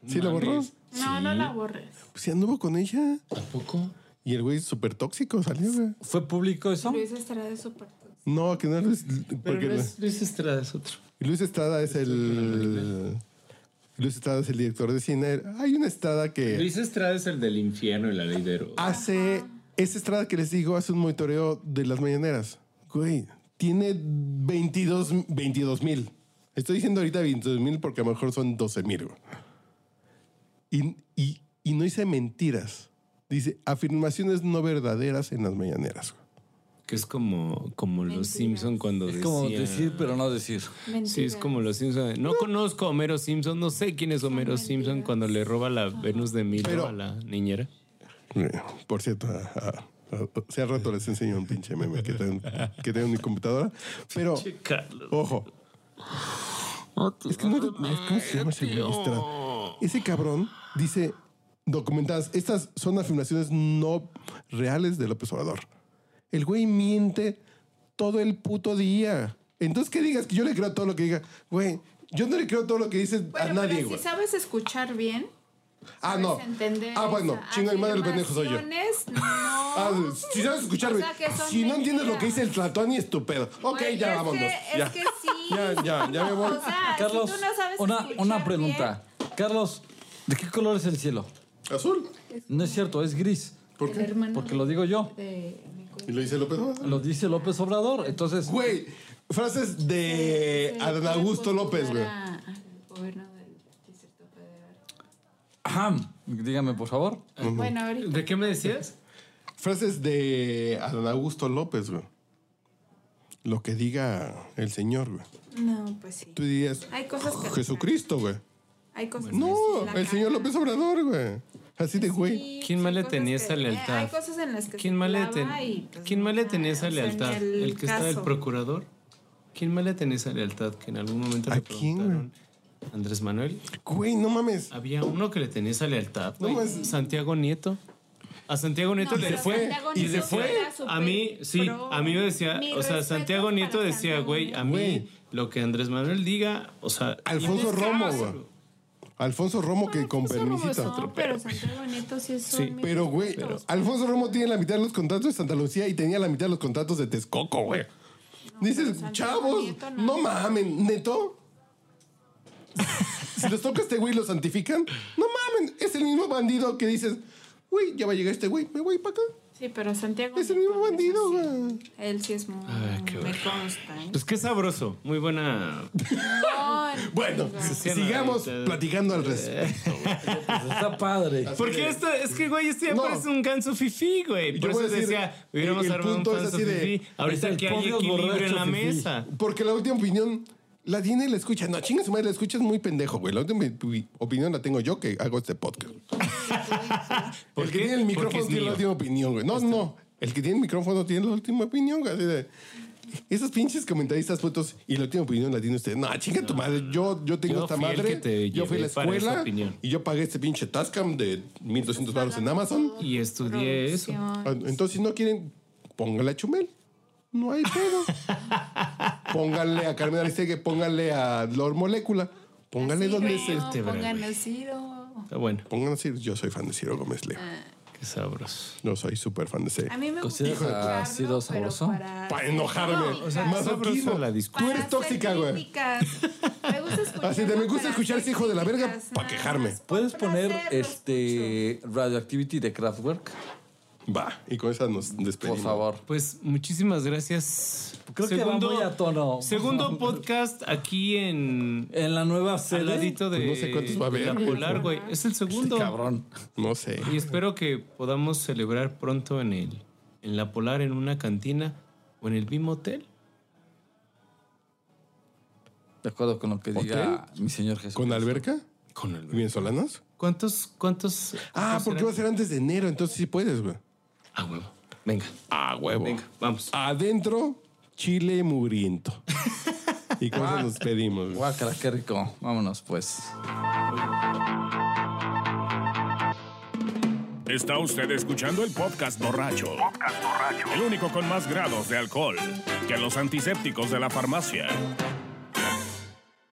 S1: ¿Sí la borró?
S3: Mames.
S5: No, no la borres.
S1: Pues sí anduvo con ella.
S3: ¿Poco?
S1: Y el güey súper tóxico salió, güey.
S4: ¿Fue público eso?
S5: Luis Estrada es súper tonto.
S1: No, que no es Luis.
S3: Pero
S1: Porque
S3: no es Luis Estrada, es otro.
S1: Luis Estrada es el. Luis Estrada es el director de cine. Hay una Estrada que
S3: Luis Estrada es el del infierno y la ley de Herodes.
S1: hace. Esa Estrada que les digo hace un monitoreo de las mañaneras. Güey, tiene 22 mil. Estoy diciendo ahorita 22 mil porque a lo mejor son 12 mil. Y, y- y no dice mentiras. Dice afirmaciones no verdaderas en las mañaneras. güey.
S3: Que es como, como los Simpson cuando
S4: Es
S3: decían...
S4: como decir, pero no decir.
S5: Mentira.
S3: Sí, es como los Simpson. No conozco a Homero Simpson, no sé quién es Homero Simpson cuando le roba la Venus de Milo
S1: Pero-
S3: a la niñera.
S1: Eh, Por cierto, a- a- a- si al rato les enseño un pinche meme que tengo, que tengo en mi computadora. Pero, ojo. Es que no, es- ¿cómo se llama ese güey? Estrada? ese cabrón dice documentadas. Estas son afirmaciones no reales de López Obrador. El güey miente todo el puto día. Entonces, ¿qué digas? Que yo le creo todo lo que diga. Güey, yo no le creo todo lo que dice a
S5: Bueno,
S1: nadie,
S5: pero
S1: güey.
S5: si sabes escuchar bien,
S1: Ah, no.
S5: sabes entender
S1: Ah, bueno,
S5: esas
S1: chinga el madre del pendejo soy yo.
S5: afirmaciones,
S1: Ah,
S5: No.
S1: si sabes escuchar,
S5: Oh, O
S1: güey.
S5: sea, que son
S1: si no entiendes lo
S5: mentiras.
S1: que dice el Tlatuani, estupendo. Ok,
S5: Güey,
S1: ya
S5: es
S1: vámonos.
S5: que-
S1: ya.
S5: Es que sí.
S1: Ya, ya, ya me voy.
S5: O sea,
S4: Carlos,
S5: Ah, si tú no sabes
S4: una,
S5: escuchar
S4: una pregunta. Carlos, ¿de qué color es el cielo?
S1: Azul.
S4: No es cierto, es gris.
S1: ¿Por
S5: El
S1: qué?
S5: hermano
S4: Porque lo digo yo.
S5: de mi
S1: Y lo dice López Obrador.
S4: Lo dice López Obrador. Entonces,
S1: Güey, frases de Eh, Adán Augusto López, güey.
S5: pues, Para el gobernador del Distrito Federal.
S4: ajam, dígame por favor.
S5: Bueno, ahorita.
S3: ¿De qué me decías?
S1: Frases de Adán Augusto López, güey. Lo que diga el señor, güey.
S5: No, pues sí.
S1: Tú dirías, "Oh,
S5: Hay cosas que.
S1: Jesucristo, güey.
S5: Hay cosas que sí
S1: No,
S5: la
S1: el señor
S5: cagan.
S1: López Obrador, güey. Así de güey.
S5: Sí,
S3: ¿Quién
S5: sí,
S3: más le
S5: cosas
S3: tenía
S5: que-
S3: esa lealtad?
S5: eh, Hay cosas en las que.
S3: ¿Quién
S5: se
S3: más le,
S5: clava
S3: ten-
S5: y, pues,
S3: ¿Quién
S5: no
S3: más le
S5: da,
S3: tenía esa
S5: o sea, en
S3: lealtad? ¿El, que está el
S5: caso.
S3: procurador? ¿Quién más le tenía esa lealtad? Que en algún momento
S1: ¿A
S3: le
S1: quién,
S3: preguntaron. Andrés Manuel.
S1: Güey, no mames.
S3: Había uno que le tenía esa lealtad,
S1: No,
S3: güey.
S1: pues-
S3: Santiago Nieto. A Santiago Nieto
S5: No,
S3: le
S5: pero
S3: fue.
S5: Santiago
S3: Y se
S5: Nieto
S3: fue.
S5: era súper
S3: A mí, sí,
S5: pro.
S3: a mí me decía,
S5: Mis
S3: o sea,
S5: respetos
S3: Santiago
S5: para
S3: Nieto decía,
S5: Santiago
S3: güey,
S5: Nieto.
S3: a mí
S1: Güey.
S3: lo que Andrés Manuel diga, o sea.
S1: Alfonso Romo, güey. Alfonso Romo que con
S5: Ah, Alfonso Romo es
S1: permisita.
S5: otro, pero Santiago Nieto sí es
S3: Sí,
S5: un
S1: Pero, güey, Alfonso Romo tiene la mitad de los contratos de Santa Lucía y tenía la mitad de los contratos de Texcoco, güey. Dices,
S5: Santiago
S1: chavos,
S5: Nieto no.
S1: no mamen, neto. si los toca este güey, lo santifican. No mamen, es el mismo bandido que dices, güey, ya va a llegar este güey, me voy para acá.
S5: Sí, pero Santiago
S1: Es el
S5: Nieto
S1: mismo
S5: no
S1: bandido,
S5: así.
S1: güey.
S5: Él sí es muy.
S3: Ah, qué
S5: me
S3: horror.
S5: consta, ¿eh?
S3: Pues qué sabroso. Muy buena.
S5: No,
S1: Bueno,
S3: Sí,
S1: sigamos
S3: no,
S1: platicando al respecto.
S4: Pues está padre.
S3: Porque esto, es que, güey, esto ya
S1: No.
S3: parece un ganso fifí, güey.
S1: Yo
S3: Por eso
S1: voy a decir,
S3: decía, hubiéramos
S1: el- el
S3: armado un
S1: punto es
S3: ganso
S1: así de-
S3: fifí.
S4: es el
S3: Ahorita que hay
S4: pobre
S3: equilibrio en la
S4: borracho fifí.
S3: mesa.
S1: Porque la última opinión la tiene y la escucha. No, chinga su madre, la escucha es muy pendejo, güey. La última opi- opinión la tengo yo que hago este podcast.
S3: ¿Por
S1: el
S3: qué?
S1: que tiene el
S3: Porque
S1: micrófono
S3: es
S1: tiene la
S3: mío. Este.
S1: última opinión, güey. No, no. El que tiene el micrófono tiene la última opinión, güey. Así de, esos pinches comentaristas putos y la última opinión la tiene usted. No, chinga tu madre. Yo, yo tengo
S3: Yo
S1: esta
S3: fui el
S1: madre.
S3: que te
S1: yo fui a la
S3: llevé para esa
S1: escuela
S3: opinión.
S1: y yo pagué este pinche Tascam de 1200 baros en Amazon.
S3: Y estudié eso.
S1: Ah, Entonces, si no quieren, póngale a Chumel. No hay pedo. póngale a Carmen Aristegui, póngale a Lord Molécula. Póngale donde se.
S3: Te verá,
S5: Pongan
S3: güey.
S5: el Ciro.
S3: Está bueno.
S1: Pónganle así. Yo soy fan de Ciro Gómez Leo.
S3: Qué sabroso.
S1: Yo soy súper fan de Ciro.
S5: A mí me gusta.
S4: ¿Consideras a
S5: escucharlo,
S4: Ciro
S5: pero
S4: sabroso?
S5: Para,
S1: Para enojarme.
S5: No,
S1: O sea, más
S3: sabroso la
S1: Tú
S3: discusión.
S1: eres
S5: hacer
S1: tóxica, güey.
S5: críticas. Me gusta escuchar.
S1: Así de, me gusta escuchar ese hijo de la verga pa' quejarme.
S4: ¿Puedes poner este Radioactivity de Kraftwerk?
S1: Va. Y con esa nos despedimos.
S4: Por favor.
S3: Pues muchísimas gracias.
S4: Creo que va muy a tono.
S3: Segundo podcast aquí en.
S4: En la nueva
S3: Al
S4: sede.
S3: ladito de,
S1: Pues no sé cuántos va a haber,
S3: de la
S1: güey. Este
S3: Polar, güey. Es el segundo.
S4: Este Cabrón.
S1: No sé.
S3: Y espero que podamos celebrar pronto en el en la Polar, en una cantina o en el BIM Hotel.
S4: De acuerdo con lo que diga mi señor Jesús.
S1: ¿Con alberca?
S3: Con el
S1: ¿Venezolanos?
S3: ¿Cuántos cuántos
S1: Ah, porque va a ser antes de enero. Entonces sí puedes, güey.
S3: Ah, huevo. Venga.
S1: A huevo.
S3: Venga, vamos.
S1: Adentro, chile mugriento. y con
S4: Ah.
S1: eso nos pedimos. güey.
S4: Guácala, qué rico. Vámonos, pues.
S13: Está usted escuchando el podcast borracho. El único con más grados de alcohol que los antisépticos de la farmacia.